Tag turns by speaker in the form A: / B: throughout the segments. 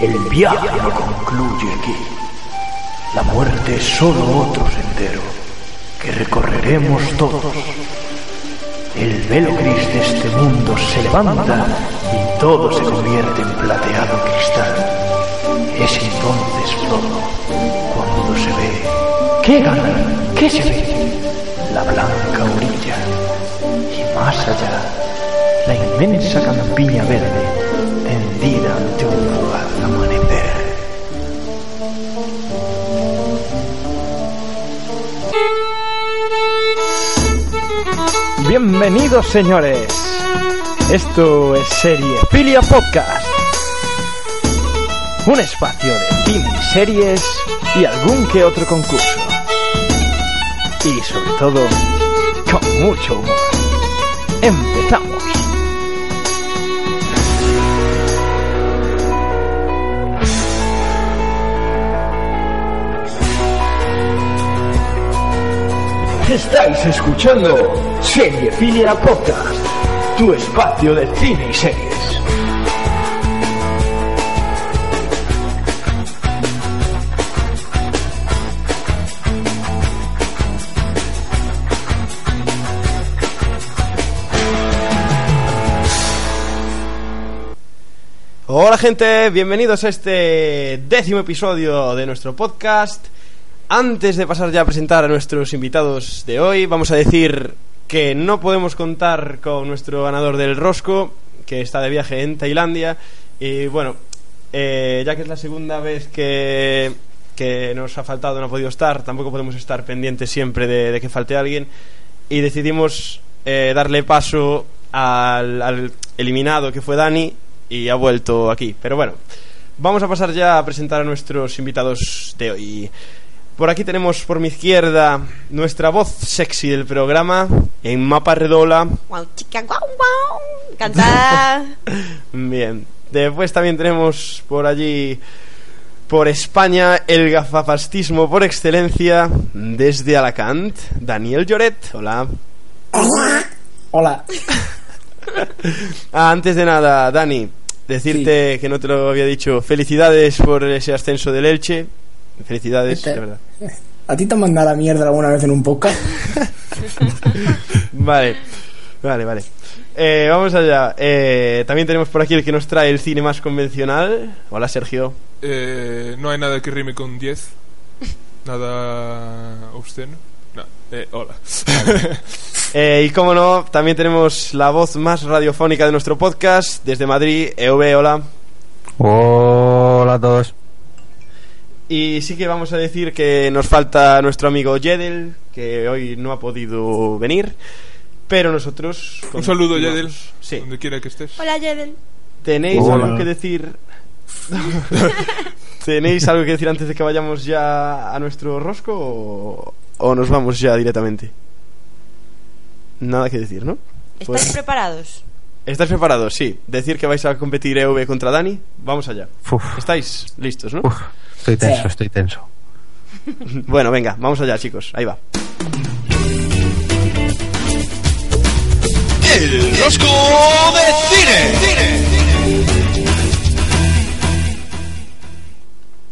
A: El viaje no concluye aquí. La muerte es solo otro sendero que recorreremos todos. El velo gris de este mundo se levanta y todo se convierte en plateado cristal. Es entonces todo cuando se ve. ¿Qué gana? ¿Qué se ve? La blanca orilla. Y más allá, la inmensa campiña verde tendida ante un fugaz amanecer.
B: Bienvenidos señores. Esto es Serie Filia Podcast. Un espacio de cine, series y algún que otro concurso. Y sobre todo, con mucho humor. Empezamos.
A: Estáis escuchando Serie Filia Podcast, tu espacio de cine y series.
C: Hola gente, bienvenidos a este décimo episodio de nuestro podcast. Antes de pasar ya a presentar a nuestros invitados de hoy, vamos a decir que no podemos contar con nuestro ganador del Rosco, que está de viaje en Tailandia. Y bueno, eh, ya que es la segunda vez que, que nos ha faltado, no ha podido estar, tampoco podemos estar pendientes siempre de, de que falte alguien. Y decidimos eh, darle paso al, al eliminado que fue Dani y ha vuelto aquí. Pero bueno, vamos a pasar ya a presentar a nuestros invitados de hoy. Por aquí tenemos por mi izquierda nuestra voz sexy del programa, en Mapa Redola.
D: Guau, chica, guau, guau. Cantada.
C: Bien. Después también tenemos por allí, por España, el gafapastismo por excelencia, desde Alacant, Daniel Lloret. Hola.
E: Hola.
C: Ah, antes de nada, Dani, decirte que no te lo había dicho, felicidades por ese ascenso del Elche. Felicidades,
E: Este-
C: de verdad.
E: ¿A ti te han mandado a la mierda alguna vez en un podcast?
C: Vale, vale, vale. Eh, vamos allá. Eh, también tenemos por aquí el que nos trae el cine más convencional. Hola, Sergio.
F: Eh, no hay nada que rime con 10. Nada obsceno. No. Eh, hola.
C: Eh, y como no, también tenemos la voz más radiofónica de nuestro podcast desde Madrid, EV, hola.
G: Hola a todos.
C: Y sí que vamos a decir que nos falta nuestro amigo Jedel, que hoy no ha podido venir, pero nosotros...
F: Un saludo,
C: continuamos.
F: Yadel.
C: Sí.
F: Donde quiera que estés.
D: Hola, Yedel.
C: ¿Tenéis
G: Hola.
C: algo que decir? ¿Tenéis algo que decir antes de que vayamos ya a nuestro rosco o, o nos vamos ya directamente? Nada que decir, ¿no?
D: ¿Estáis
C: Pues-
D: preparados?
C: ¿Estáis preparados? Sí. Decir que vais a competir EV contra Dani. Vamos allá.
G: Uf,
C: ¿Estáis listos, no?
G: uf, estoy tenso,
E: Sí.
G: estoy tenso.
C: Bueno, venga, vamos allá, chicos. Ahí va.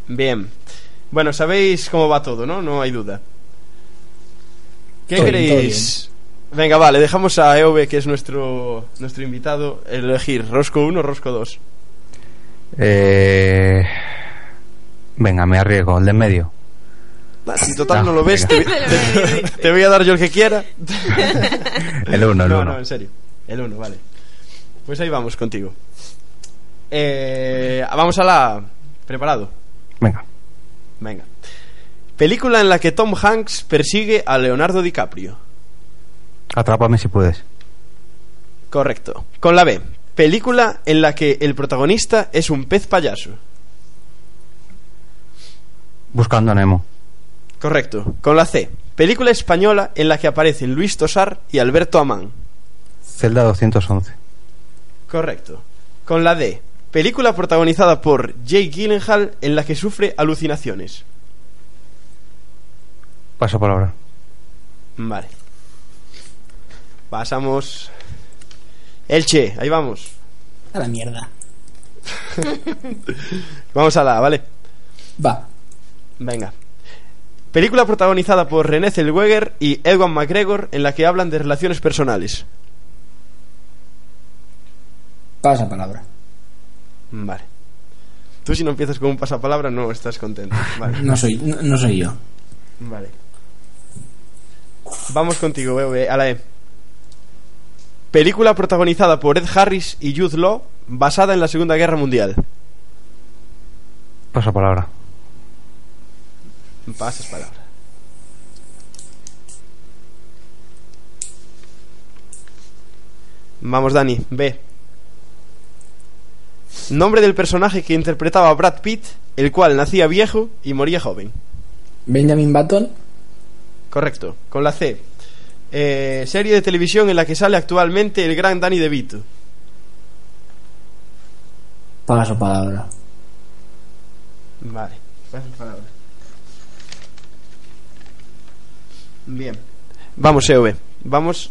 C: Bien. Bueno, sabéis cómo va todo, ¿no? No hay duda. ¿Qué
E: Todo bien,
C: queréis? Venga, vale, dejamos a EOB, que es nuestro, nuestro invitado, elegir Rosco 1 o Rosco 2.
G: Eh... Venga, me arriesgo, el de en medio.
C: Si total
G: No,
C: no lo ves, te,
G: venga.
C: te- te voy a dar yo el que quiera.
G: El uno, el
C: no,
G: uno.
C: no, en serio. El 1, vale. Pues ahí vamos contigo. Eh, vamos a la... ¿Preparado?
G: Venga.
C: Venga. Película en la que Tom Hanks persigue a Leonardo DiCaprio.
G: Atrápame si puedes.
C: Correcto. Con la B. Película en la que el protagonista es un pez payaso.
G: Buscando a Nemo.
C: Correcto. Con la C. Película española en la que aparecen Luis Tosar y Alberto Amán.
G: Celda 211.
C: Correcto. Con la D. Película protagonizada por Jake Gyllenhaal en la que sufre alucinaciones.
G: Paso palabra.
C: Vale. Pasamos. Elche, ahí vamos.
E: A la mierda.
C: Vamos a la, ¿vale?
E: Va.
C: Venga. Película protagonizada por René Zellweger y Edwin McGregor en la que hablan de relaciones personales.
E: Pasa palabra.
C: Vale. Tú si no empiezas con un pasapalabra no estás contento. Vale.
E: No soy, no, no soy yo.
C: Vale. Vamos contigo, eh, a la E. Película protagonizada por Ed Harris y Jude Law basada en la Segunda Guerra Mundial.
G: Pasa palabra.
C: Pasas palabra. Vamos, Dani, B. Nombre del personaje que interpretaba a Brad Pitt, el cual nacía viejo y moría joven.
E: Benjamin Button.
C: Correcto. Con la C. Eh, serie de televisión en la que sale actualmente el gran Danny DeVito.
E: Paso palabra.
C: Vale. palabra. Bien. Vamos, EOB. Vamos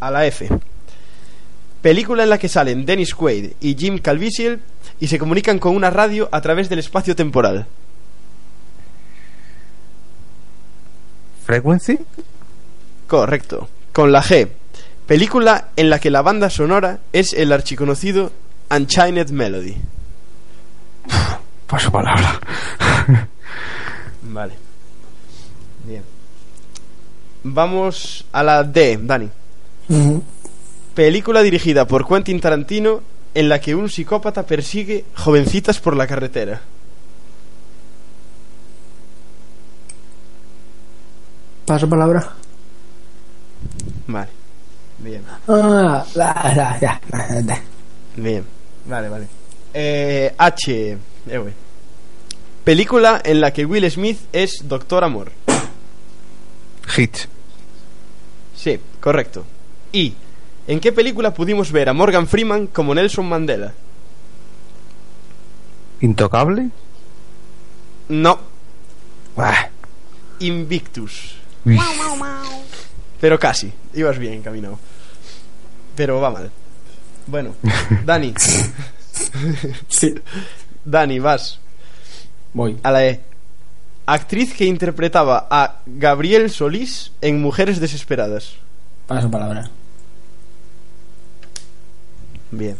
C: a la F. Película en la que salen Dennis Quaid y Jim Calvisiel y se comunican con una radio a través del espacio temporal.
G: Frequency.
C: Correcto. Con la G. Película en la que la banda sonora es el archiconocido Unchained Melody.
G: Paso palabra.
C: Vale. Bien. Vamos a la D, Dani.
E: Ujú.
C: Película dirigida por Quentin Tarantino en la que un psicópata persigue jovencitas por la carretera.
E: Paso palabra.
C: Vale. Bien.
E: Ah, la- la- ya, la- la-
C: Bien. Vale, vale. Eh, H. eh, güey. Película en la que Will Smith es Doctor Amor.
G: Hit.
C: Sí, correcto. Y, ¿en qué película pudimos ver a Morgan Freeman como Nelson Mandela?
G: Intocable.
C: No,
G: Buah.
C: Invictus.
G: Uy.
C: Pero casi, ibas bien encaminado. Pero va mal. Bueno, Dani,
E: Sí.
C: Dani, vas
E: Voy.
C: a la E. Actriz que interpretaba a Gabriel Solís en Mujeres Desesperadas.
E: Paso palabra.
C: Bien.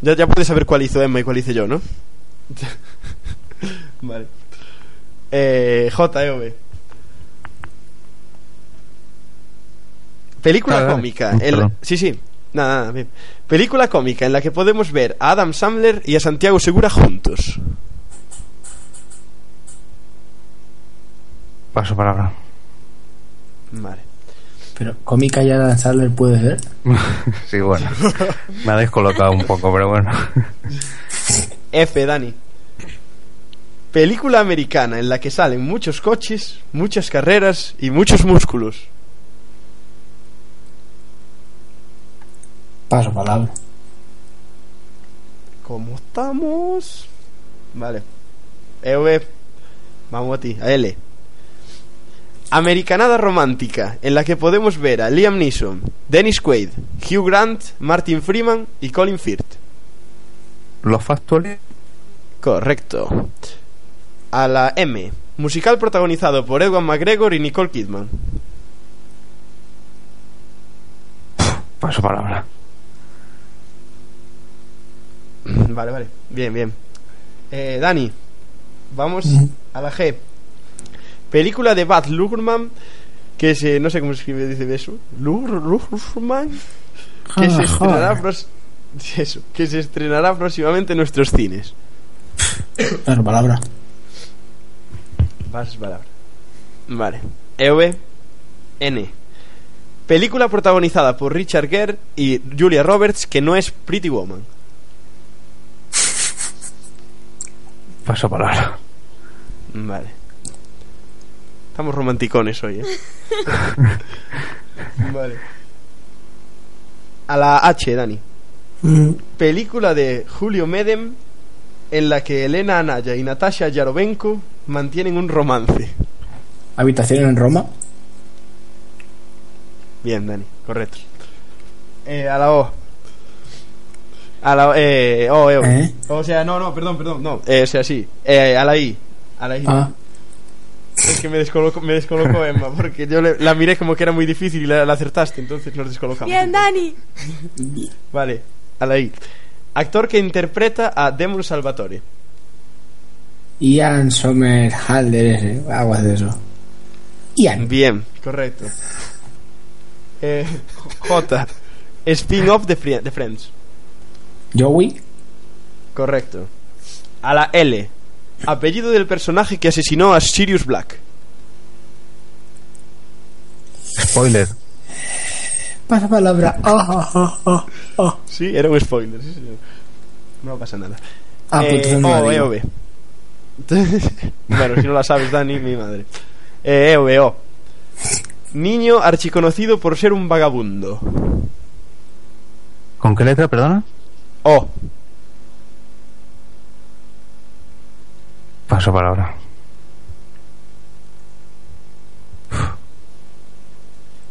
C: Ya, ya puedes saber cuál hizo Emma y cuál hice yo, ¿no? vale. Eh, JV. Película
G: Dale, dale.
C: cómica.
G: Mm,
C: en la-
G: perdón.
C: Sí, sí. Nada, nada, bien. Película cómica en la que podemos ver a Adam Sandler y a Santiago Segura juntos.
G: Paso palabra.
C: Vale.
E: Pero cómica ya lanzarle puede ser.
G: sí, bueno. Me ha descolocado un poco, pero bueno.
C: F, Dani. Película americana en la que salen muchos coches, muchas carreras y muchos músculos.
E: Paso palabra.
C: ¿Cómo estamos? Vale. EV. Vamos a ti. A L. Americanada romántica, en la que podemos ver a Liam Neeson, Dennis Quaid, Hugh Grant, Martin Freeman y Colin Firth.
G: Los factuales.
C: Correcto. A la M. Musical protagonizado por Edward McGregor y Nicole Kidman.
G: Paso palabra.
C: Vale, vale. Bien, bien. Eh, Dani, vamos a la G. Película de Bad Luhrmann, que se... No sé cómo se escribe, dice eso. Luhr- Luhrmann, que se
E: Ah, Joder,
C: estrenará...
E: joder.
C: pros- Eso, que se estrenará próximamente en nuestros cines.
E: Paso palabra.
C: Vas palabra. Vale. EV N. Película protagonizada por Richard Gere y Julia Roberts, que no es Pretty Woman.
G: Paso palabra.
C: Vale. Estamos romanticones hoy, ¿eh? vale. A la H, Dani.
E: Mm,
C: Película de Julio Medem en la que Elena Anaya y Natasha Yarovenko mantienen un romance.
E: Habitación en Roma.
C: Bien, Dani, correcto. Eh, a la O. A la eh, O, E, O.
E: ¿Eh?
C: O sea, no, no, perdón, perdón, no. Eh, o sea, sí. Eh, a la I. A la I.
E: Ah,
C: Es que me descolocó, me descolocó Emma, porque yo le- la miré como que era muy difícil y la, la acertaste, entonces nos descolocamos.
D: Bien, Dani.
C: Vale, a la I. Actor que interpreta a Demon Salvatore.
E: Ian Somerhalder, ese, aguas de eso. Ian.
C: Bien, correcto. Eh, J. Spin-off de, Fri- de Friends.
E: Joey.
C: Correcto. A la L. Apellido del personaje que asesinó a Sirius Black.
G: Spoiler.
E: Pasa palabra. Ah, ah, ah, ah, ah.
C: Sí, era un spoiler, sí, señor. No pasa nada.
E: Ah, pues
C: eh,
E: entonces no la
C: o, E,
E: digo.
C: O, B. bueno, si no la sabes, Dani, mi madre. Eh, E, O, B, O. Niño archiconocido por ser un vagabundo.
G: ¿Con qué letra, perdona?
C: O.
G: Paso palabra.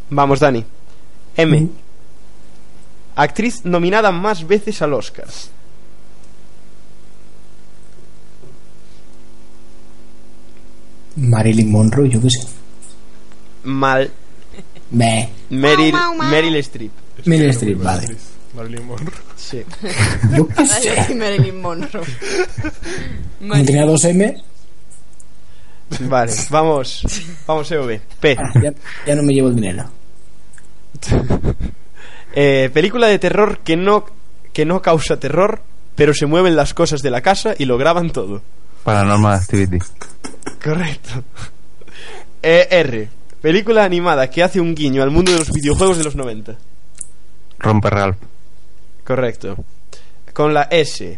C: Vamos, Dani. M.
E: Mm.
C: Actriz nominada más veces al Oscar.
E: Marilyn Monroe, yo qué sé.
C: Mal.
E: Meh.
C: Meryl,
D: Mau, mau, mau.
C: Meryl Streep.
E: Meryl Streep, vale.
F: Marilyn Monroe.
C: Sí.
E: Yo qué sé.
D: Dani Marilyn Monroe.
C: Eh,
E: Como tenía dos M,
C: Vale, vamos. Vamos, EOB. P.
E: ya, ya no me llevo el dinero.
C: Eh, película de terror que no, que no causa terror, pero se mueven las cosas de la casa y lo graban todo.
G: Paranormal Activity.
C: Correcto. Eh, R. Película animada que hace un guiño al mundo de los videojuegos de los 90.
G: Romper Ralph.
C: Correcto. Con la S.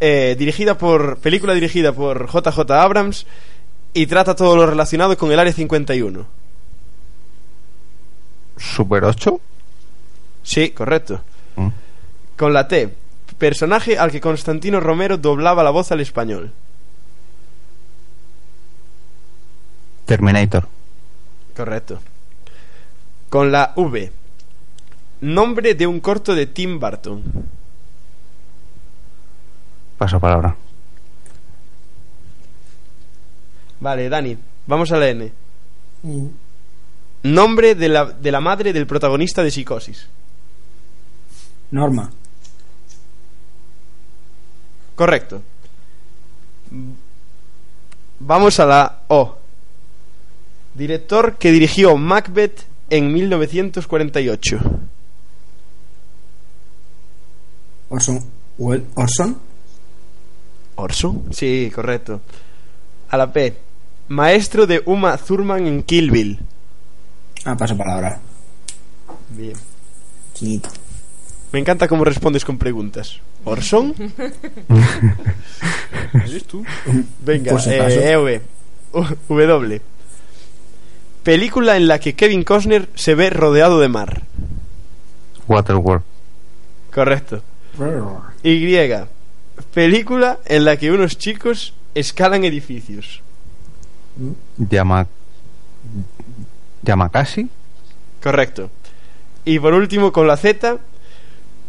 C: Eh, dirigida por. Película dirigida por JJ Abrams y trata todo lo relacionado con el área 51.
G: Super 8.
C: Sí, correcto.
G: Mm.
C: Con la T. Personaje al que Constantino Romero doblaba la voz al español.
G: Terminator.
C: Correcto. Con la V. Nombre de un corto de Tim Burton.
G: Paso palabra.
C: Vale, Dani, vamos a la N. Nombre de la, de la madre del protagonista de Psicosis.
E: Norma.
C: Correcto. Vamos a la O. Director que dirigió Macbeth en 1948.
E: Orson. Wel- Orson.
C: ¿Orso? Sí, correcto. A la P. Maestro de Uma Thurman en Kill Bill.
E: Ah, paso palabra.
C: Bien.
E: Quinito.
C: Me encanta cómo respondes con preguntas. ¿Orson?
F: ¿Eres tú?
C: Venga,
E: Por si
C: eh,
E: acaso.
C: EV. U- W. Película en la que Kevin Costner se ve rodeado de mar.
G: Waterworld.
C: Correcto. Y. Película en la que unos chicos escalan edificios.
G: Llama. Yamakasi.
C: Correcto. Y por último, con la Z,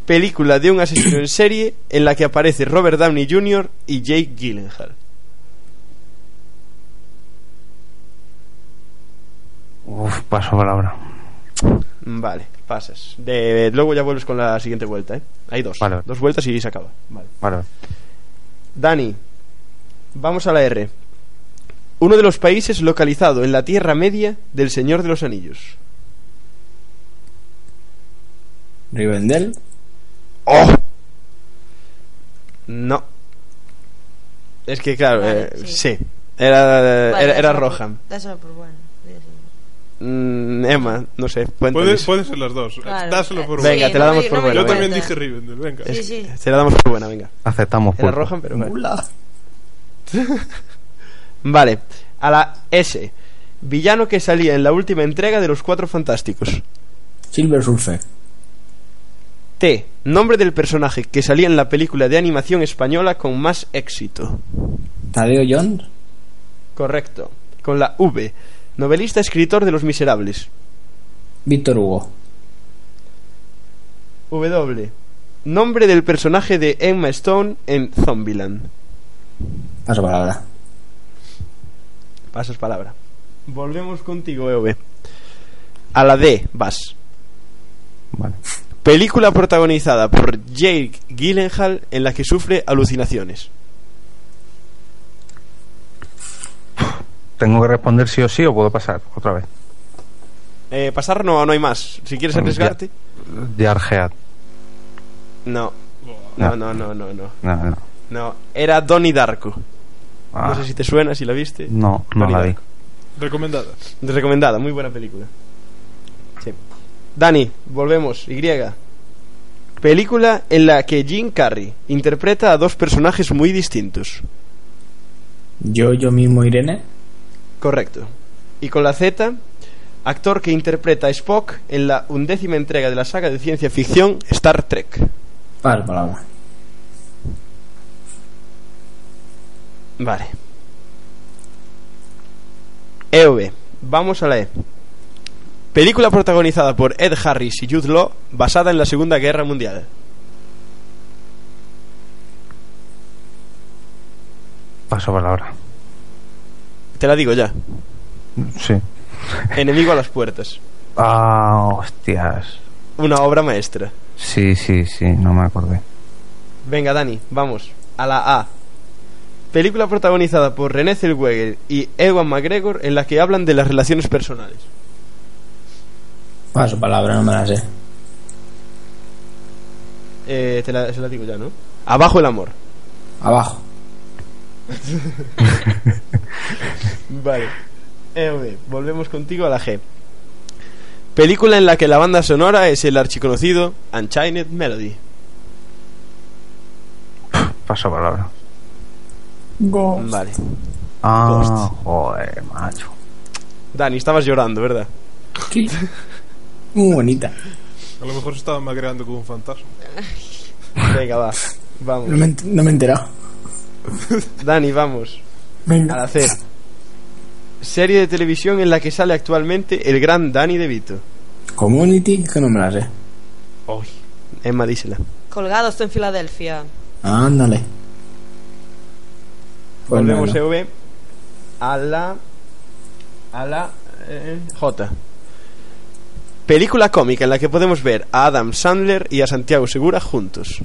C: película de un asesino en serie en la que aparece Robert Downey Jr. y Jake Gyllenhaal.
G: Uf, paso palabra.
C: Vale, pasas. De, luego ya vuelves con la siguiente vuelta, ¿eh? Hay dos.
G: Vale.
C: Dos vueltas y se acaba. Vale.
G: Vale.
C: Dani, vamos a la R. Uno de los países localizado en la Tierra Media del Señor de los Anillos.
E: Rivendell.
C: Oh. No. Es que, claro,
D: Vale,
C: eh, sí.
D: sí.
C: Era, eh,
D: Vale,
C: era, era
D: dásela por-
C: Rohan.
D: Dásela por buena.
C: Mm, Emma, no sé. cuéntales.
F: Puedes, pueden ser las dos.
D: Claro.
F: Dáselo por
C: Venga,
F: bueno.
D: Sí,
C: te la
D: no
C: damos
D: me-
C: por
D: no me
C: buena,
F: Yo
C: venga.
F: también
D: cuenta.
F: dije Rivendell, venga.
D: Sí, sí.
C: Se la damos por buena, venga.
G: Aceptamos
C: Era
G: pulpo.
C: Rohan, pero vale. Vale, a la S. Villano que salía en la última entrega de Los Cuatro Fantásticos.
E: Silver Surfer.
C: T. Nombre del personaje que salía en la película de animación española con más éxito.
E: Tadeo Jones.
C: Correcto. Con la V. Novelista escritor de Los Miserables.
E: Víctor Hugo.
C: W. nombre del personaje de Emma Stone en Zombieland.
E: Paso palabra.
C: Pasas palabra. Volvemos contigo, EOB. A la D, vas.
G: Vale.
C: Película protagonizada por Jake Gyllenhaal en la que sufre alucinaciones.
G: Tengo que responder sí o sí o puedo pasar otra vez.
C: Eh, pasar no, no hay más. Si quieres
G: Bueno, Ah, ya.
C: arriesgarte.
G: De Argead.
C: No. No, no,
G: No.
C: no, no, no.
G: No, no.
C: No, era Donnie Darko.
G: Ah,
C: No sé si te suena, si la viste.
G: no, no la vi.
F: Recomendada.
C: Recomendada, muy buena película. Sí. Dani, volvemos. Y. Película en la que Jim Carrey interpreta a dos personajes muy distintos.
E: Yo, yo mismo, Irene.
C: Correcto. Y con la Z, actor que interpreta a Spock en la undécima entrega de la saga de ciencia ficción Star Trek.
E: Paso palabra.
C: Vale. EOB. Vamos a la E. Película protagonizada por Ed Harris y Jude Law, basada en la Segunda Guerra Mundial.
G: Paso palabra.
C: Te la digo ya.
G: Sí.
C: Enemigo a las puertas.
G: Ah, hostias.
C: Una obra maestra.
G: Sí, sí, sí, no me acordé.
C: Venga, Dani, vamos. A la A. Película protagonizada por René Zellweger y Ewan McGregor en la que hablan de las relaciones personales.
E: Paso palabra, no me la sé.
C: Eh, te la, se la digo ya, ¿no? Abajo el amor.
E: Abajo.
C: Vale. EOB, Eh, volvemos contigo a la G. Película en la que la banda sonora es el archiconocido Unchained Melody.
G: Paso palabra.
C: Vale.
G: Ah, joder, macho.
C: Dani, estabas llorando, ¿verdad?
E: Sí. Muy bonita.
F: A lo mejor se estaba magreando con un fantasma.
C: Venga, va. Vamos.
E: No me, ent- no me he enterado.
C: Dani, vamos. A la
E: Venga.
C: C. Serie de televisión en la que sale actualmente el gran Dani De Vito.
E: Community, que no me la sé.
C: Emma, dísela.
D: Colgados en Filadelfia.
E: Ándale. Pues
C: Volvemos
E: no, no.
C: EOB a la a la eh, J. Película cómica en la que podemos ver a Adam Sandler y a Santiago Segura juntos.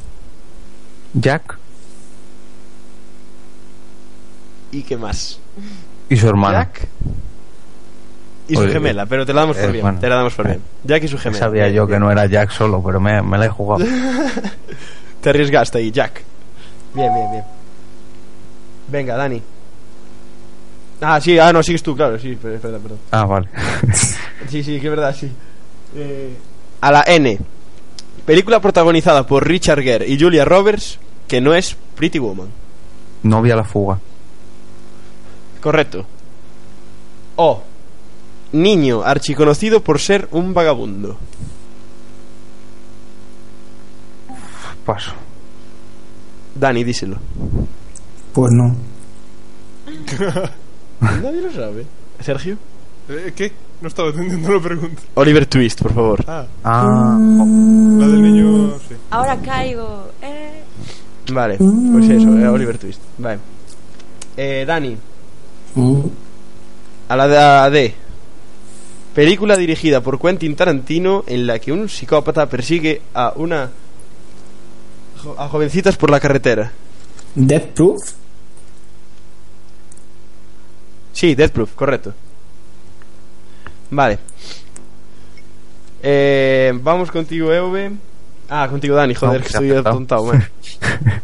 G: Jack
C: ¿Y qué más?
G: y su hermana.
C: Jack y su
G: Oye,
C: gemela, pero te la damos por
G: eh,
C: bien.
G: bueno.
C: Te la damos por bien. Jack y su gemela.
G: Sabía
C: Bien,
G: yo que
C: bien.
G: no era Jack solo, pero me, me la he jugado.
C: Te arriesgaste ahí, Jack. Bien, bien, bien. Venga, Dani. Ah, sí, ah, no, sigues tú, claro, sí, perdón, perdón. perdón.
G: Ah, vale.
C: Sí, sí, que es verdad, sí. Eh, A la N. Película protagonizada por Richard Gere y Julia Roberts, que no es Pretty Woman.
G: Novia a la fuga.
C: Correcto. O. Niño archiconocido por ser un vagabundo.
G: Paso.
C: Dani, díselo.
E: Pues no.
C: Nadie lo sabe. Sergio.
F: Eh, ¿Qué? No estaba entendiendo la pregunta.
C: Oliver Twist, por favor.
F: Ah,
G: Ah,
F: la del niño. Sí.
D: Ahora caigo. Eh.
C: Vale, pues eso, era Oliver Twist. Vale. Eh, Dani,
E: Mm.
C: a la de- a la D. Película dirigida por Quentin Tarantino en la que un psicópata persigue a una. jo- a jovencitas por la carretera.
E: Death Proof.
C: Sí, Death Proof, correcto. Vale. Eh, vamos contigo, EV. Ah, contigo, Dani, joder,
G: No,
C: que
G: se ha
C: estoy
G: acertado.
C: apuntado, man.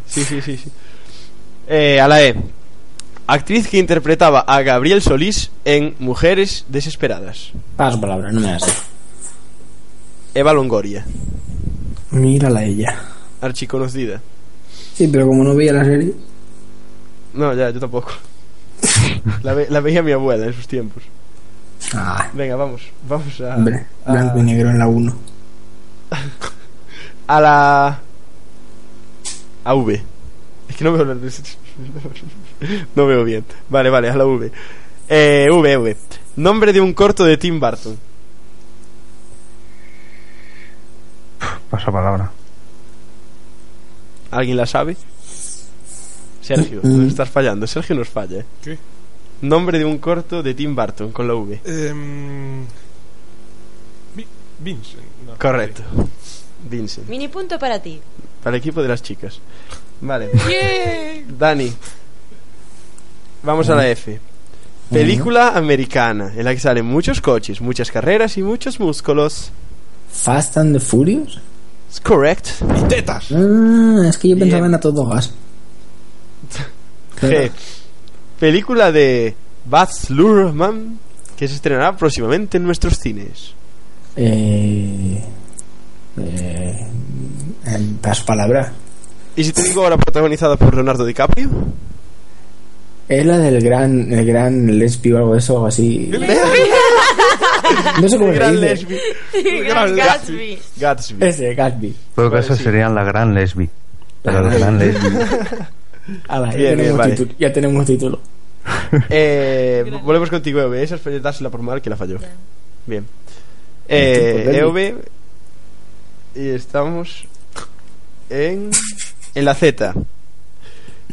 C: Sí, sí, sí. sí. Eh, a la E. Actriz que interpretaba a Gabriel Solís en Mujeres Desesperadas.
E: Paso palabra, no me la sé.
C: Eva Longoria,
E: Mírala ella.
C: archiconocida.
E: Sí, pero como no veía la serie.
C: No, ya, yo tampoco. La, ve- la veía mi abuela en sus tiempos.
E: Ah,
C: Venga, vamos, vamos a.
E: hombre.
C: a-
E: Blanco y negro en la 1.
C: A la. A V. Es que no veo la- No veo bien. Vale, vale, a la V. Eh, V, V. Nombre de un corto de Tim Burton.
G: paso palabra.
C: ¿Alguien la sabe? Sergio,
E: Mm.
C: nos estás fallando. Sergio nos falla. ¿eh?
F: ¿Qué?
C: Nombre de un corto de Tim Burton con la V.
F: Em, Vi- Vincent. no,
C: Correcto. Vincent.
D: Mini punto para ti.
C: Para el equipo de las chicas. Vale. Dani. Vamos a la F. Película americana en la que salen muchos coches, muchas carreras y muchos músculos.
E: Fast and the Furious.
C: Es correct.
F: sí. ¡Y tetas!
E: Ah, es que yo
C: Bien.
E: pensaba en a todo gas.
C: G. Película de Baz Luhrmann que se estrenará próximamente en nuestros cines.
E: Eh, eh, en las palabras.
C: ¿Y si te digo ahora protagonizada por Leonardo DiCaprio?
E: Es la del gran, el gran lesbi o algo de eso, algo así. No sé cómo
C: El
E: se
C: gran
E: dice.
C: lesbi.
D: Gran Gatsby.
C: Gatsby.
E: Ese, Gatsby.
G: En todo caso
C: Pues sí.
G: serían la gran lesbi. Pero la gran lesbi.
E: Ala, ya,
C: Bien, bien,
E: tenemos
C: vale.
E: título, ya tenemos título.
C: Eh, volvemos contigo, EOB. Esa es para dársela por mal que la falló. Bien. Eh,
E: Entonces, dale.
C: EOB. Y estamos en, en la Z.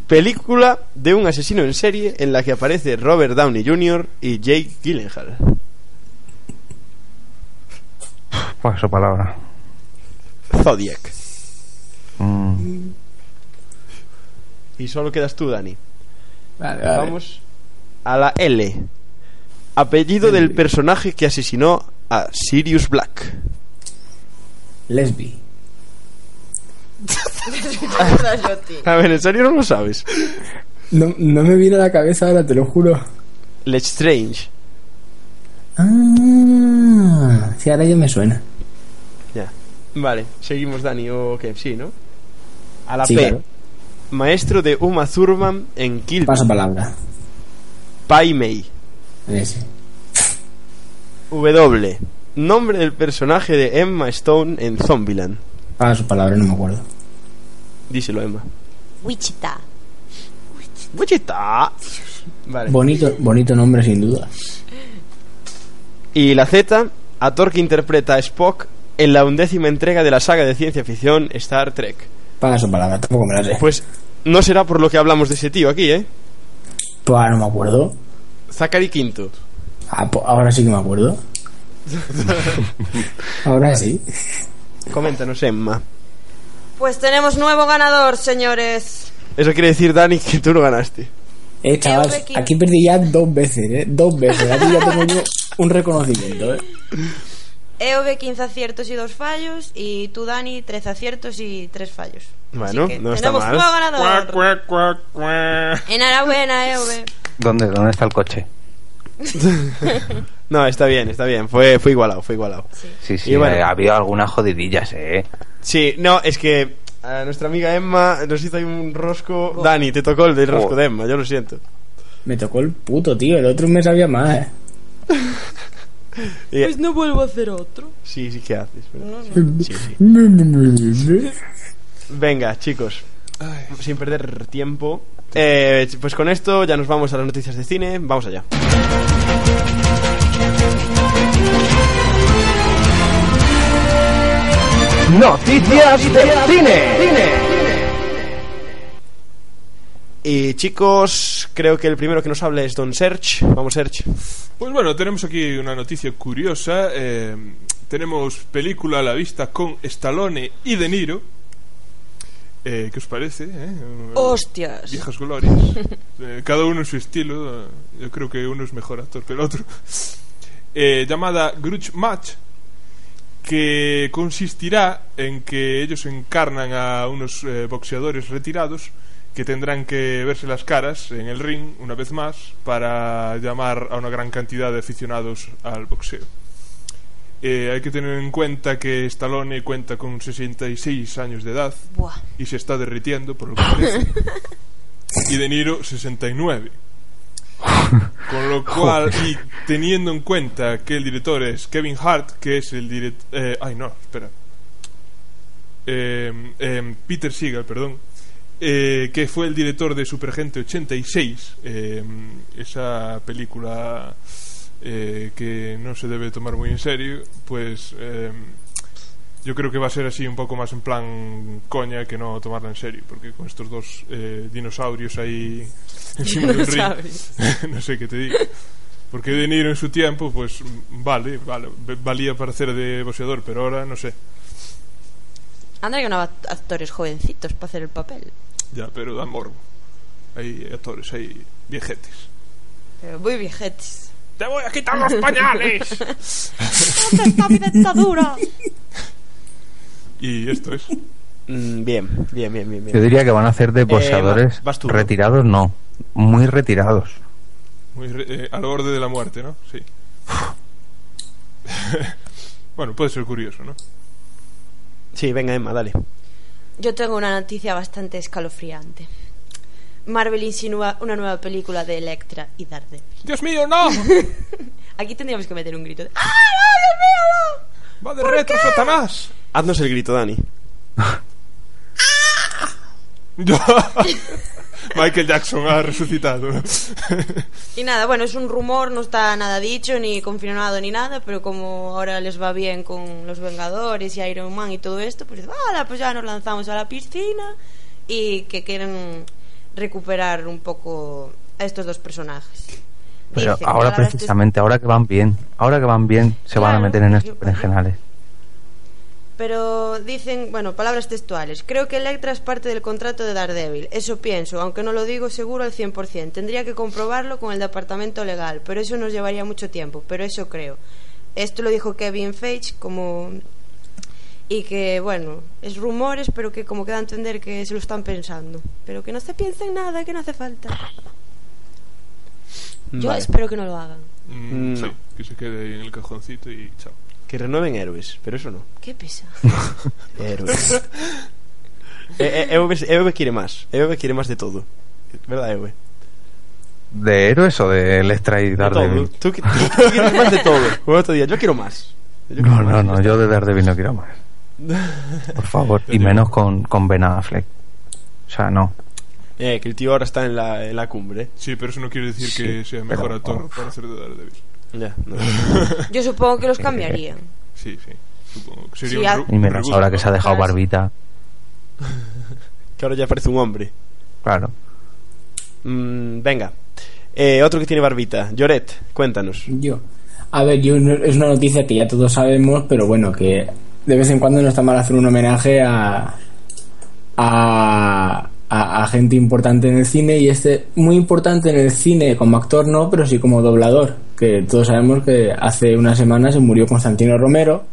C: Película de un asesino en serie en la que aparece Robert Downey Jr. y Jake Gyllenhaal.
G: Paso palabra.
C: Zodiac.
G: Mm.
C: Y solo quedas tú, Dani.
E: Vale, vale.
C: Vamos a la L. Apellido del personaje que asesinó a Sirius Black.
E: Lesbi.
C: A ver, en serio no lo sabes.
E: No, no me viene a la cabeza ahora, te lo juro.
C: Lestrange.
E: Ah, sí, ahora ya me suena.
C: Ya. Vale, seguimos Dani o qué, sí, ¿no? A la
E: Sí,
C: P.
E: claro.
C: Maestro de Uma Thurman en Kill
E: Paso palabra.
C: Pai Mei.
E: Ese.
C: W. Nombre del personaje de Emma Stone en Zombieland.
E: Paso palabra, no me acuerdo.
C: Díselo, Emma.
D: Wichita.
C: Wichita. Vale.
E: Bonito, bonito nombre, sin duda.
C: Y la Z. Actor que interpreta a Spock en la undécima entrega de la saga de ciencia ficción Star Trek.
E: Paso palabra, tampoco me la sé.
C: Pues no será por lo que hablamos de ese tío aquí, ¿eh?
E: Pues ahora no me acuerdo.
C: Zachary Quinto.
E: Ah, po- ahora sí que me acuerdo. ahora sí.
C: Coméntanos, Emma.
D: Pues tenemos nuevo ganador, señores.
C: Eso quiere decir, Dani, que tú no ganaste.
E: Eh, chaval,
D: Becky.
E: aquí perdí ya dos veces, eh. Dos veces. Aquí ya tengo yo un reconocimiento, eh.
D: EOB 15 aciertos y 2 fallos. Y tú, Dani, 13 aciertos y 3 fallos.
C: Bueno,
D: Así que
C: no está
D: tenemos
C: mal.
D: nuevo ganador.
F: Cuac, cuac, cuac, cuac.
D: Enhorabuena, eh, EOB.
G: ¿Dónde, ¿Dónde está el coche?
C: No, está bien, está bien. Fue, fue igualado, fue igualado.
G: Sí, sí,
C: Y bueno.
G: eh, ha habido algunas jodidillas, ¿eh?
C: Sí, no, es que a nuestra amiga Emma nos hizo ahí un rosco. Dani, te tocó el del rosco
G: Oh.
C: de Emma, yo lo siento.
E: Me tocó el puto, tío. El otro me sabía más, eh.
C: Y-
D: Pues no vuelvo a hacer otro.
C: Sí, sí, ¿qué haces? Pero- Sí, sí. Venga, chicos,
F: Ay,
C: sin perder tiempo. eh, pues con esto ya nos vamos a las noticias de cine. Vamos allá.
B: Noticias del cine.
C: Y chicos, creo que el primero que nos habla es Don Search. Vamos, Search.
F: Pues bueno, tenemos aquí una noticia curiosa. eh, tenemos película a la vista con Stallone y De Niro. Eh, ¿Qué os parece? eh?
D: Hostias.
F: Viejas glorias. Eh, cada uno en su estilo. eh, Yo creo que uno es mejor actor que el otro. Eh, llamada Grudge Match. Que consistirá en que ellos encarnan a unos eh, boxeadores retirados que tendrán que verse las caras en el ring una vez más para llamar a una gran cantidad de aficionados al boxeo. Eh, hay que tener en cuenta que Stallone cuenta con 66 años de edad,
D: Buah.
F: y se está derritiendo por lo que parece. y De Niro 69. Con lo cual, y teniendo en cuenta que el director es Kevin Hart, que es el director... ay, no, espera. Eh, eh, Peter Seagal, perdón. eh, que fue el director de Supergente 86, eh, esa película eh, que no se debe tomar muy en serio, pues eh, em, Yo creo que va a ser así un poco más en plan coña que no tomarla en serio, porque con estos dos eh, dinosaurios ahí encima del
D: Dinosaurios.
F: ring, no sé qué te digo. Porque De Niro en su tiempo, pues vale, vale, valía para hacer de boxeador, pero ahora no sé.
D: Han traído unos act- actores jovencitos para hacer el papel.
F: Ya, pero da morbo. Hay actores, hay viejetes.
D: Pero muy viejetes.
F: ¡Te voy a quitar los pañales!
D: ¿Dónde está mi dentadura?
F: y esto es.
C: Mm, bien, bien, bien, bien.
G: Yo
C: bien.
G: diría que van a hacer de posadores
C: Eh, vas tú, ¿no?
G: retirados, no, muy retirados.
F: Muy re- eh, al borde de la muerte, ¿no? Sí. bueno, puede ser curioso, ¿no?
C: Sí, venga, Emma, dale.
D: Yo tengo una noticia bastante escalofriante. Marvel insinúa una nueva película de Electra y Daredevil.
F: ¡Dios mío, no!
D: Aquí tendríamos que meter un grito. de, ¡Ah!
F: ¡Va de retro, Satanás!
C: Haznos el grito, Dani.
F: Michael Jackson ha resucitado.
D: Y nada, bueno, es un rumor, no está nada dicho, ni confirmado, ni nada, pero como ahora les va bien con los Vengadores y Iron Man y todo esto, pues "Hala, pues ya nos lanzamos a la piscina y que quieren recuperar un poco a estos dos personajes.
G: Pero
D: Dicen,
G: ahora
D: palabras test-
G: precisamente, ahora que van bien, ahora que van bien, se van a
D: Claro,
G: meter en estos
D: yo-
G: berenjenales.
D: Pero dicen, bueno, palabras textuales. Creo que Electra es parte del contrato de Daredevil. Eso pienso, aunque no lo digo seguro al 100%. Tendría que comprobarlo con el departamento legal, pero eso nos llevaría mucho tiempo. Pero eso creo. Esto lo dijo Kevin Feige como... Y que, bueno, es rumores, pero que como queda a entender que se lo están pensando. Pero que no se piensen nada, que no hace falta. Yo
C: Vale.
D: espero que no lo hagan.
F: Mm,
C: No.
F: sí, que se quede ahí en el cajoncito y chao.
C: Que renueven héroes, pero eso no.
D: Qué pesa.
C: Héroes. Eh, eh, EV EV quiere más. EV quiere más de todo. ¿Verdad, EV?
G: ¿De héroes o de Electra y
C: De todo.
G: Daredevil?
C: Tú, qui- tú- tú quieres más de todo. Como otro día, yo quiero más. Yo quiero
G: No,
C: más.
G: no, no, yo de Daredevil no quiero más. Por favor, y menos con, con Ben Affleck. O sea, no.
C: Eh, que el tío ahora está en la, en la cumbre.
F: Sí, pero eso no quiere decir
G: Sí,
F: que sea
G: pero-
F: mejor actor para hacer de Daredevil.
C: Ya, no.
D: Yo supongo que los cambiarían.
F: Sí, sí. Supongo que
D: Sí,
F: sería
D: ha-
F: un ru-
G: Y
F: un
G: menos
F: reboot,
G: ahora que
F: ¿no?
G: se ha dejado barbita.
C: Que ahora ya parece un hombre.
G: Claro.
C: Mm, venga. Eh, otro que tiene barbita. Lloret, cuéntanos.
E: Yo. A ver, yo no- es una noticia que ya todos sabemos, pero bueno, que de vez en cuando no está mal hacer un homenaje a. a. a, a gente importante en el cine y este muy importante en el cine como actor no, pero sí como doblador, que todos sabemos que hace una semana se murió Constantino Romero,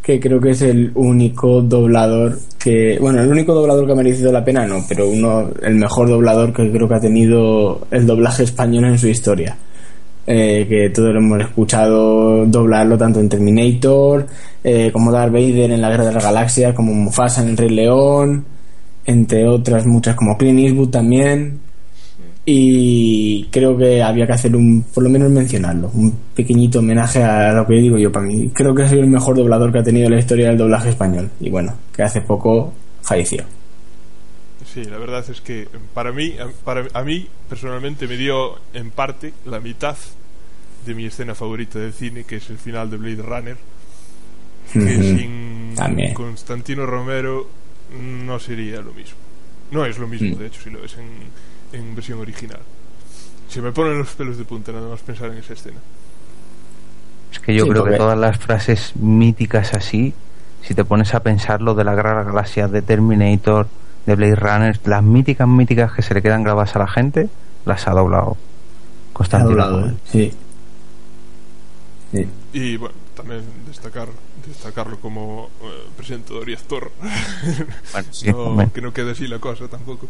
E: que creo que es el único doblador que, bueno, el único doblador que ha merecido la pena no, pero uno el mejor doblador que creo que ha tenido el doblaje español en su historia eh, que todos lo hemos escuchado doblarlo tanto en Terminator, eh, como Darth Vader en la Guerra de las Galaxias, como Mufasa en El Rey León, entre otras muchas como Clint Eastwood también. Y creo que había que hacer un, por lo menos mencionarlo, un pequeñito homenaje a lo que digo yo para mí. Creo que es el mejor doblador que ha tenido la historia del doblaje español. Y bueno, que hace poco falleció.
F: Sí, la verdad es que em, para mí, a- para, a mí personalmente me dio en parte la mitad de mi escena favorita del cine, que es el final de Blade Runner, que
E: Ujú.
F: sin
E: También.
F: Constantino Romero no sería lo mismo. No es lo
G: Mm.
F: mismo, de hecho, si lo ves en, en versión original. Se me ponen los pelos de punta nada más pensar en esa escena.
G: Es que yo
E: Sí,
G: creo que
E: porque-
G: todas las frases míticas así, si te pones a pensarlo de la Guerra de las Galaxias, de Terminator, de Blade Runner, las míticas míticas que se le quedan grabadas a la gente, las ha doblado. Constantino. Romero.
E: Sí. ¿eh? Sí.
F: Y bueno, también destacar destacarlo como eh, presentador y actor.
G: Bueno, Ah, sí,
F: no,
G: hombre.
F: que no quede así la cosa tampoco.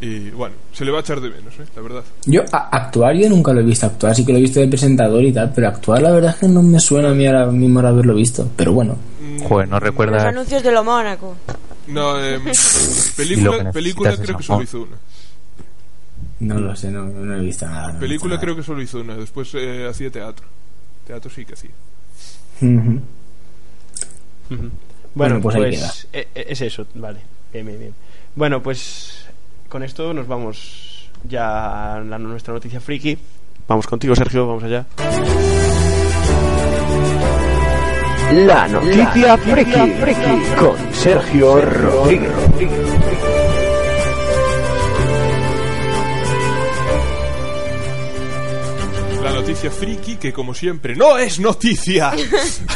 F: Y bueno, se le va a echar de menos, ¿eh? la verdad.
E: Yo a- actuar yo nunca lo he visto actuar, sí que lo he visto de presentador y tal, pero actuar la verdad es que no me suena a mí ahora mismo ahora haberlo visto, pero bueno.
F: Mm,
G: Joder, no
D: Los
G: recuerda.
D: anuncios de lo Mónaco.
F: No, eh,
G: Y lo que
F: película, película
G: necesitas es
F: creo que solo
G: amor.
F: hizo una.
E: No lo sé, no, no he visto nada.
G: Ah,
F: Película creo que solo hizo una, después eh, hacía teatro. Teatro sí que hacía.
E: que...
C: Ujú. Bueno,
E: Bueno,
C: pues,
E: pues ahí queda.
C: eh, eh, es eso, vale. Bien, bien, bien. Bueno, pues con esto nos vamos ya a la- nuestra noticia friki. Vamos contigo, Sergio, vamos allá.
A: La noticia friki, friki con Sergio Rodríguez.
F: La noticia friki que como siempre no es noticia.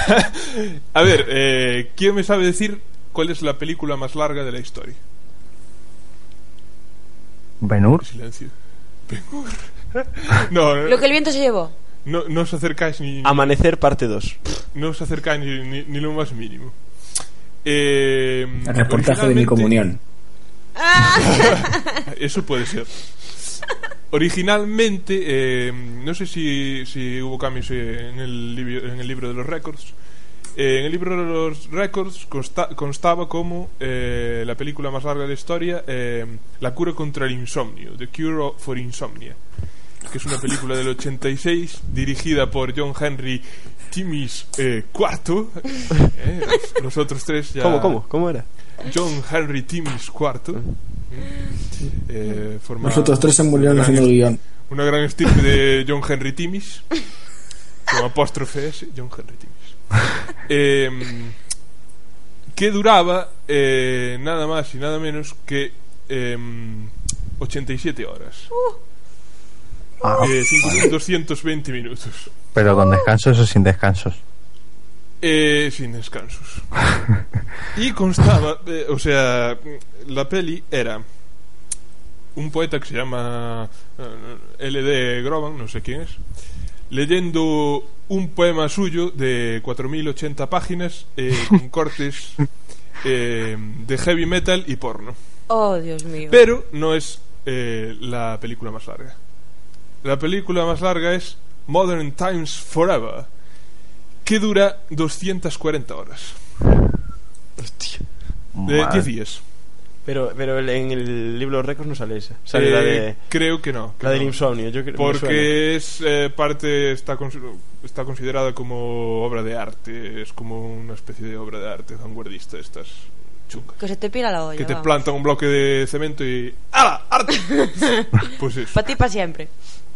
F: A ver, eh, ¿quién me sabe decir cuál es la película más larga de la historia?
G: Benur,
F: Silencio. Benhur. No, no,
D: Lo que el viento se llevó.
F: no, no os acercáis ni,
C: Amanecer parte 2.
F: no os acercáis ni, ni- ni lo más mínimo. Eh,
E: El reportaje de mi
F: originalmente-
E: comunión.
F: Eso puede ser. Originalmente, eh, no sé si, si hubo cambios eh, en el, libio- en el libro de los récords. Eh, en el libro de los récords consta- constaba como eh, la película más larga de la historia, eh, La cura contra el insomnio, The Cure for Insomnia, que es una película del 86 dirigida por John Henry Timmis eh, IV. Eh, los, los otros tres ya.
C: ¿Cómo, cómo? ¿Cómo era?
F: John Henry Timmis IV. Eh, forma-
E: Nosotros tres se murieron
F: una gran
E: haciendo
F: est-
E: guión.
F: Una gran estirpe de John Henry Timmis. Con apóstrofe S, John Henry Timmis. Eh, que duraba eh, nada más y nada menos que eh, 87 horas. Eh, 5.220 minutos.
G: pero con descansos o sin descansos.
F: Eh, sin descansos. Y constaba, eh, o sea, la peli era un poeta que se llama eh, L.D. Groban, no sé quién es, leyendo un poema suyo de 4.080 páginas eh, con cortes eh, de heavy metal y porno.
D: Oh, Dios mío.
F: Pero no es eh, la película más larga. La película más larga es Modern Times Forever, que dura 240 horas. De 10 días.
C: Pero, pero el- en el libro de récords no sale esa. Sale la,
F: Eh,
C: de,
F: Creo que no. que
C: la del
F: no.
C: insomnio. Yo creo, me suena.
F: Porque es eh, parte, está, consi- está considerada como obra de arte, es como una especie de obra de arte vanguardista, estas chungas.
D: Que se te pira la olla.
F: Que te
D: vamos.
F: plantan un bloque de cemento y... ¡Hala! ¡Arte! pues eso.
D: Pa' ti, pa' siempre.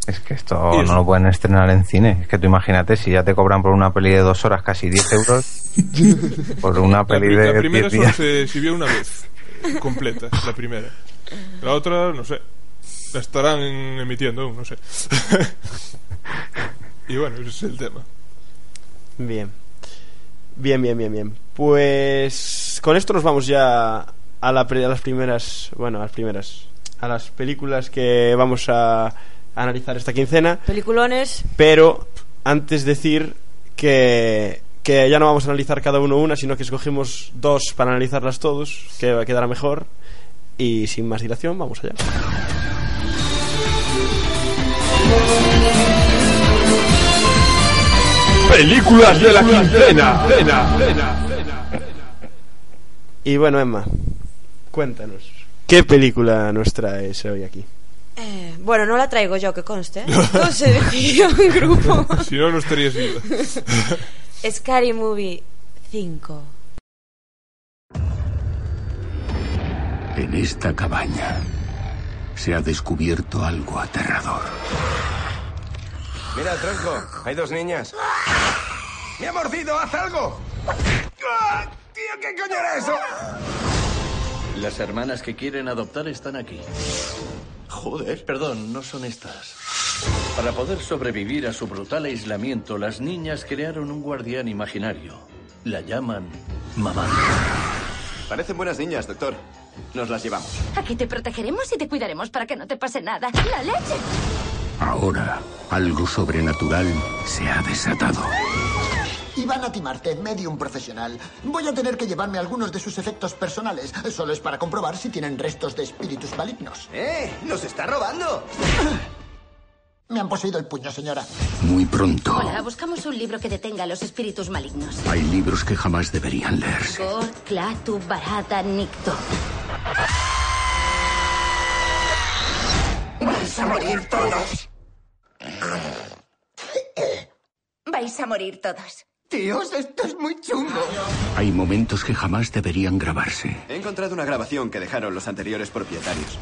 G: Es que esto
F: Y eso.
G: no lo pueden estrenar en cine. Es que tú imagínate, si ya te cobran por una peli de dos horas casi 10 euros, por una
F: La,
G: peli
F: pri- la
G: de
F: primera
G: 10
F: solo
G: días.
F: se, se vio una vez, eh, completa, la primera. La otra, no sé. La estarán emitiendo aún, no sé. y bueno, ese es el tema.
C: Bien. Bien, bien, bien, bien. Pues con esto nos vamos ya a, la pre- a las primeras, bueno, a las primeras, a las películas que vamos a analizar esta quincena.
D: Peliculones.
C: Pero antes decir que, que ya no vamos a analizar cada uno una, sino que escogimos dos para analizarlas todos, que quedará mejor. Y sin más dilación, vamos allá.
A: Películas de la quincena.
C: Y bueno, Emma, cuéntanos. ¿Qué película nos traes hoy aquí?
D: Eh, bueno, no la traigo yo, que conste. ¿eh? No se decidió en grupo.
F: Si no, no estarías viva.
D: Scary Movie 5.
H: En esta cabaña se ha descubierto algo aterrador.
I: Mira, tronco, hay dos niñas. ¡Me ha mordido! ¡Haz algo! ¡Ah! ¡Tío, qué coño era eso!
J: Las hermanas que quieren adoptar están aquí. Joder. Perdón, no son estas. Para poder sobrevivir a su brutal aislamiento, las niñas crearon un guardián imaginario. La llaman mamá.
I: Parecen buenas niñas, doctor. Nos las llevamos.
K: Aquí te protegeremos y te cuidaremos para que no te pase nada. ¡La leche!
H: Ahora, algo sobrenatural se ha desatado.
L: Iván Atimarte, medium profesional. Voy a tener que llevarme algunos de sus efectos personales. Solo es para comprobar si tienen restos de espíritus malignos.
I: ¡Eh! ¡Nos está robando!
L: Me han poseído el puño, señora.
H: Muy pronto,
K: Hola, buscamos un libro que detenga a los espíritus malignos.
H: hay libros que jamás deberían leerse.
K: Gor, Clatu, Barata, Nicto. Vais a morir todos. Vais a morir todos.
L: Dios, esto es muy chungo.
H: Hay momentos que jamás deberían grabarse.
I: He encontrado una grabación que dejaron los anteriores propietarios.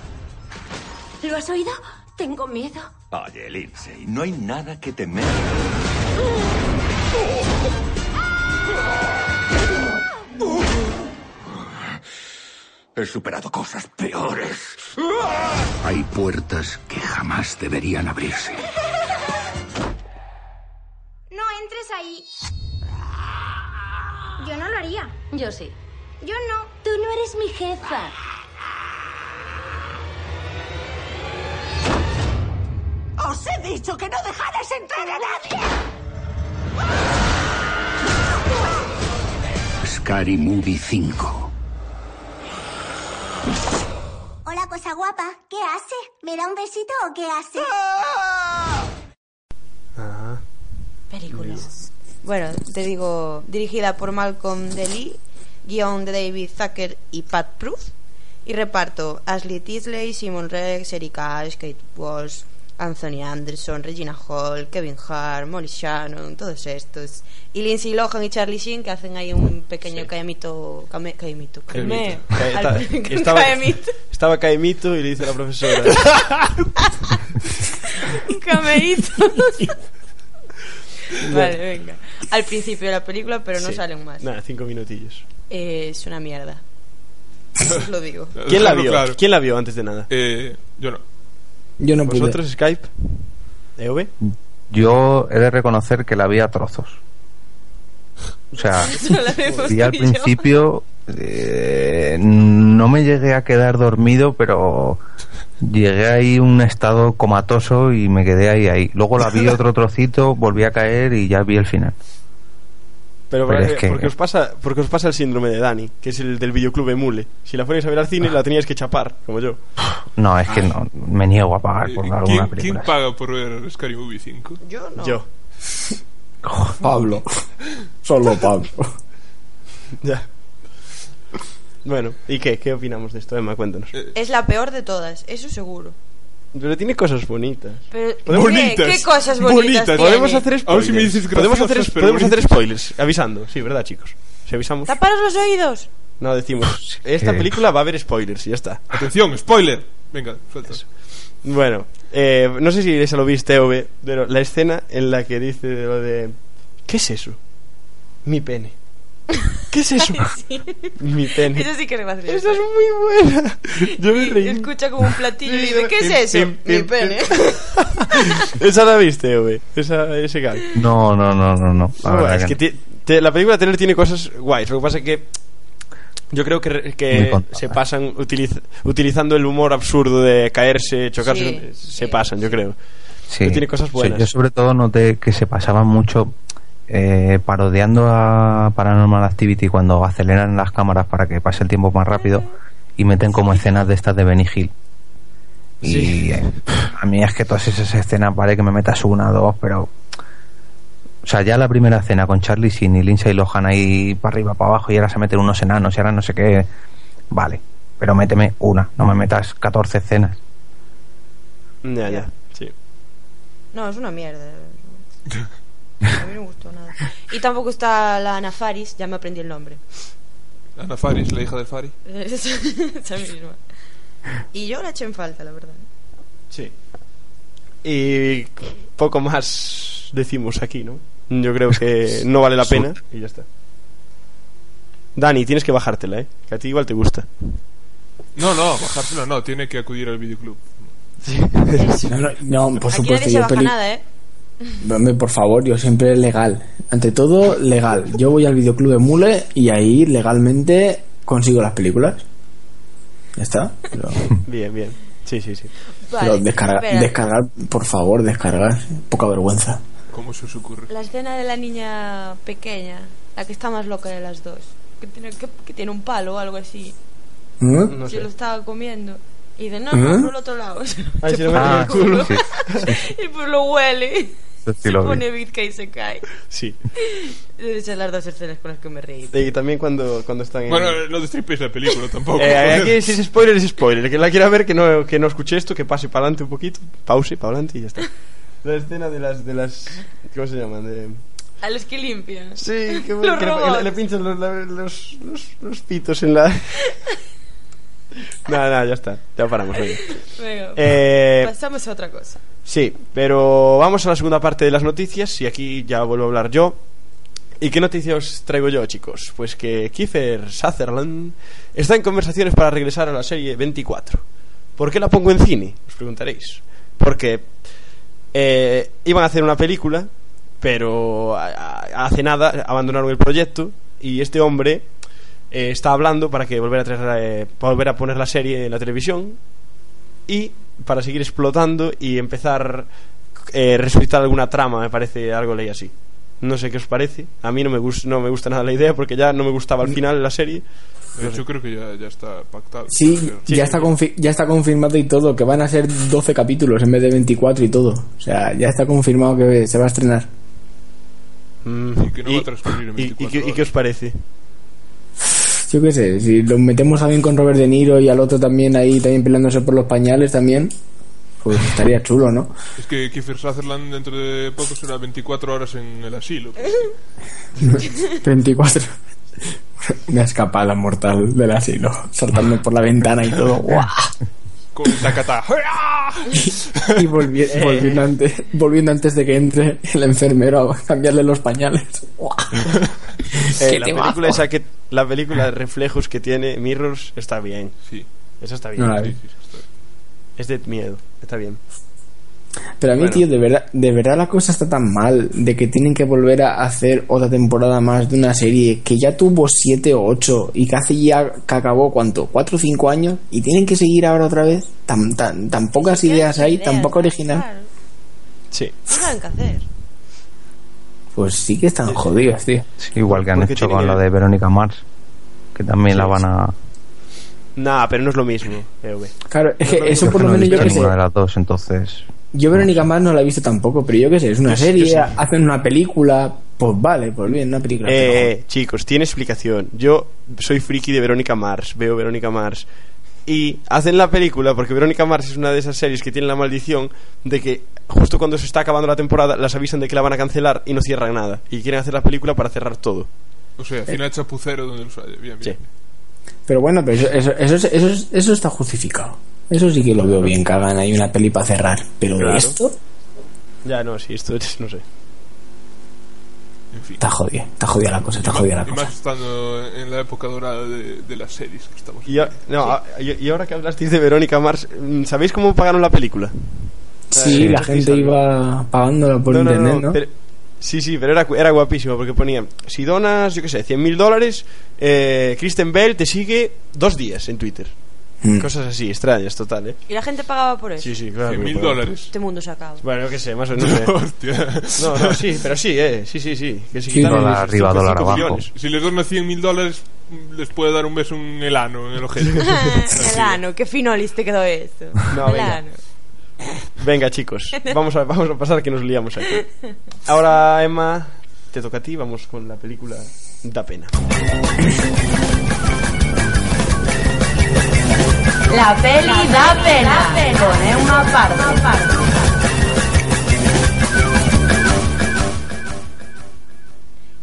K: ¿Lo has oído? Tengo miedo.
I: Oye, Lindsay, no hay nada que temer.
H: He superado cosas peores. Hay puertas que jamás deberían abrirse.
M: No entres ahí. Yo no lo haría.
K: Yo sí.
M: Yo no.
K: Tú no eres mi jefa.
N: Os he dicho que no dejarais entrar a nadie.
H: Scary Movie 5.
O: Hola, cosa guapa. ¿Qué hace? ¿Me da un besito o qué hace?
C: Ah.
D: Película. Bueno, te digo, dirigida por Malcolm DeLee, guión de David Zucker y Pat Proof, y reparto Ashley Tisley, Simon Rex, Erika Ash, Kate Walsh, Anthony Anderson, Regina Hall, Kevin Hart, Molly Shannon, todos estos. Y Lindsay Lohan y Charlie Sheen que hacen ahí un pequeño caemito. came- caemito. cameo.
C: Ca-
D: Al-
C: ta- estaba,
D: caemito.
C: estaba Caemito y le dice la profesora.
D: Cameíto. vale,
C: Bueno.
D: venga. Al principio de la película, pero no
C: Sí.
D: salen más.
C: Nada, cinco minutillos.
D: Eh, es una mierda. Os lo digo.
C: ¿Quién la
F: Dejadlo
C: vio?
F: claro.
C: ¿Quién la vio antes de nada?
F: Eh, pues yo no.
E: Yo no
C: ¿Vosotros, Skype? ¿E ¿EOB?
G: Yo he de reconocer que la vi a trozos. O sea, y al principio eh, no me llegué a quedar dormido, pero llegué ahí a un estado comatoso y me quedé ahí ahí. Luego la vi otro trocito, volví a caer y ya vi el final.
C: Pero,
G: Pero
C: porque,
G: es que-
C: porque os pasa, porque os pasa el síndrome de Dani, que es el del videoclub Emule. Si la fuerais a ver al cine, la teníais que chapar, como yo.
G: No, es que no, me niego a
C: Ah,
G: pagar por
F: ¿Quién,
G: alguna
F: Eh, quién
G: película.
F: paga por ver Scary Movie 5?
D: Yo no.
C: Yo.
E: Pablo. Solo Pablo.
C: Ya. Bueno, ¿y qué? ¿Qué opinamos de esto, Emma? Cuéntanos.
F: Eh.
D: Es la peor de todas, eso seguro.
C: Pero tiene cosas bonitas.
D: Pero, ¿qué, qué cosas bonitas? tiene?
C: Podemos hacer spoilers.
F: Ahora sí me dices
C: podemos
F: graciosas,
C: hacer,
F: pero
C: podemos hacer
F: bonitas.
C: spoilers, avisando. Sí, ¿verdad, chicos? Si avisamos,
D: ¡Taparos los oídos!
C: no decimos. Esta
F: que-
C: película va a haber spoilers y ya está.
F: Atención, spoiler. Venga, suelta.
C: Bueno, eh, no sé si se lo viste, V, pero la escena en la que dice lo de. ¿Qué es eso? Mi pene. ¿Qué es eso? Mi pene.
D: Eso sí que es gracioso.
C: Esa es muy buena. Yo me reí.
D: Escucha como un platillo y
C: Sí,
D: dice, ¿qué
C: pim,
D: es eso?
C: pim,
D: Mi
C: pim,
D: pene.
C: Esa la viste, V. Esa, ese gag.
G: No, no, no, no, no. La
C: Bueno,
G: verdad
C: Ah, es
G: que
C: que ti- te- la película Tener tiene cosas guays. Lo que pasa es que yo creo que, re-
G: Muy ¿eh?
C: que
G: contada.
C: se pasan utiliz- utilizando el humor absurdo de caerse, chocarse.
D: Sí,
C: con- se pasan, yo creo.
G: Sí.
C: Pero tiene cosas
G: Sí,
C: buenas.
G: yo sobre todo noté que se pasaban mucho eh, parodiando a Paranormal Activity cuando aceleran las cámaras para que pase el tiempo más rápido y meten como escenas de estas de Benny Hill. Y eh, a mí es que todas esas escenas, vale, que me metas una, dos, pero... O sea, ya la primera escena con Charlie Sin y Lindsay Lohan ahí para arriba, para abajo, y ahora se meten unos enanos, y ahora no sé qué... Vale, pero méteme una, no me metas 14 escenas.
C: Ya, ya. Sí.
D: No, es una mierda. A mí no me gustó nada. Y tampoco está la Ana Faris, ya me aprendí el nombre.
F: Ana Faris, la hija de Fari.
D: Es- Esa misma. Y yo la eché en falta, la verdad.
C: Sí. Y poco más decimos aquí, ¿no? Yo creo que no vale la pena. Y ya está. Dani, tienes que bajártela, ¿eh? Que a ti igual te gusta.
F: No, no, bajársela no, tiene que acudir al videoclub.
E: No, no, no, por
D: Aquí nadie
E: supuesto,
D: se
E: yo
D: baja
E: peli-
D: nada, ¿eh?
E: Hombre, por favor, yo siempre legal. Ante todo, legal. Yo voy al videoclub de Mule y ahí legalmente consigo las películas. Ya está. Pero,
C: Bien, bien. Sí, sí, sí.
D: Vale,
E: pero descargar,
D: espera.
E: descargar, por favor, descargar. Poca vergüenza.
F: ¿Cómo se os ocurre?
D: La escena de la niña pequeña, la que está más loca de las dos, que tiene, que, que tiene un palo o algo así,
E: ¿Eh?
C: No
D: se
C: sé.
D: lo estaba comiendo. Y dice, no,
E: ¿Eh?
D: no, por el otro lado.
C: ¿Ah? Ay, si lo meto en
G: Ah,
C: el culo.
G: sí,
D: y pues lo huele.
C: Pues
G: sí lo
D: se
G: vi.
D: pone bizca y se cae.
C: Sí.
D: Esas son las dos escenas con las que me reí.
C: Y también cuando, cuando están en...
F: Bueno, no destripéis la película tampoco.
C: Eh, aquí
F: joder.
C: si es spoiler, es spoiler. El Que la quiera ver, que no, que no escuche esto, que pase para adelante un poquito, pause para adelante y ya está. La escena de las, de las... ¿Cómo se llaman? De...
D: A los que limpian.
C: Sí, que,
D: Los
C: que le-
D: robots.
C: le, le pinchan los, la- los, los- los pitos en la... Nada, nada, ya está. Ya paramos. venga.
D: Venga,
C: Eh,
D: pasamos a otra cosa.
C: Sí, pero vamos a la segunda parte de las noticias y aquí ya vuelvo a hablar yo. ¿Y qué noticia os traigo yo, chicos? Pues que Kiefer Sutherland está en conversaciones para regresar a la serie 24. ¿Por qué la pongo en cine? Os preguntaréis. Porque eh, iban a hacer una película, pero a- a- hace nada abandonaron el proyecto y este hombre eh, está hablando para que volver a, traer, eh, para volver a poner la serie en la televisión y para seguir explotando y empezar eh, resucitar alguna trama, me parece algo ley así. No sé qué os parece. A mí no me, gus- no me gusta nada la idea porque ya no me gustaba al final la serie.
F: De hecho, creo que ya, ya está pactado.
E: Sí,
F: Sí.
E: ya, está confi- ya está confirmado y todo, que van a ser 12 capítulos en vez de 24 y todo. O sea, ya está confirmado que se va a estrenar.
C: Mm,
F: que no va a transcurrir en
C: y- y
F: 24
C: qué- ¿Y qué os parece? Eh,
E: Yo qué sé, si lo metemos también con Robert De Niro y al otro también ahí, también peleándose por los pañales también, pues estaría chulo, ¿no?
F: Es que Kiefer Sutherland dentro de poco será 24 horas en el asilo.
E: 24. Una escapada mortal del asilo, saltando por la ventana y todo. ¡Guau!
F: Con tacata.
E: Y volvi- volviendo, antes, volviendo antes de que entre el enfermero a cambiarle los pañales. ¡Guau!
C: Eh,
E: ¡Qué
C: la
E: temazo!
C: película esa que la película de reflejos que tiene Mirrors está bien.
F: Sí.
C: Esa está bien.
E: No la vi.
C: Es de miedo, está bien.
E: Pero a mí,
C: Bueno.
E: tío, de verdad, de verdad la cosa está tan mal de que tienen que volver a hacer otra temporada más de una serie que ya tuvo 7 o 8 y que hace ya que acabó, ¿cuánto? ¿4 o 5 años? Y tienen que seguir ahora otra vez. Tan, tan, tan pocas ideas hay, tan poco original.
D: Claro,
C: Sí.
D: No saben qué hacer.
E: Pues sí que están jodidos, tío.
G: igual que han
C: Porque
G: hecho
C: tiene
G: con
C: que-
G: la de Verónica Mars, que también la van a...
C: Nah, pero no es lo mismo, EV.
E: Claro, es que
C: No, no,
E: eso
C: no,
E: por
G: no
E: lo
G: he
E: menos yo
G: visto
E: que sé.
G: ninguna de las dos, entonces...
E: Yo Verónica Mars no la he visto tampoco, pero yo qué sé, es una
C: Yo sí, yo
E: serie,
C: sí.
E: hacen una película, pues vale, pues bien, una película.
C: Eh, eh, chicos, tiene explicación. Yo soy friki de Verónica Mars, veo Verónica Mars. Y hacen la película porque Verónica Mars es una de esas series que tiene la maldición de que justo cuando se está acabando la temporada las avisan de que la van a cancelar y no cierran nada. Y quieren hacer la película para cerrar todo.
F: O sea, final chapucero donde los haya. Bien, bien.
C: Eh. Sí.
E: Pero bueno, pero eso, eso, eso, es- eso, es- eso está justificado. Eso sí que lo veo bien, que hagan ahí una peli para cerrar. Pero
C: Claro.
E: de esto
C: Ya, no, si esto es, no sé.
F: En fin.
E: está jodida, está jodida la cosa, está jodida la
F: Y
E: cosa.
F: más estando en la época dorada de, de las series que estamos.
C: Y, a- no, ah, a- y- y ahora que hablasteis de Verónica Mars, mm, ¿sabéis cómo pagaron la película?
E: Sí, la gente iba pagándola por
C: No, no, no,
E: internet, ¿no?
C: pero- sí, sí, pero era, era guapísimo porque ponía, si donas, yo qué sé, 100 mil dólares, eh, Kristen Bell te sigue dos días en Twitter.
E: Mm.
C: Cosas así, extrañas, total, ¿eh?
D: Y la gente pagaba por eso.
C: Sí, sí, claro.
F: 100.000
C: que lo pagan.
F: dólares.
D: Este mundo se acaba.
C: Bueno, yo qué sé, más o menos. eh.
F: Hostia.
C: No, no, sí, pero sí, eh, sí, sí, sí. Que se
E: Sí,
C: quitaron
G: dólar
C: los
G: arriba, dólar
C: 55
G: abajo.
C: millones.
F: Si les dono 100 mil dólares, les puede dar un beso en el ano, en el ojete.
D: El ano, qué fino te quedó esto.
C: No,
D: El
C: venga.
D: ano.
C: Venga, chicos, vamos a, vamos a pasar que nos liamos aquí. Ahora, Emma, te toca a ti, vamos con la película Da Pena.
N: La peli da pena. Pone una parte.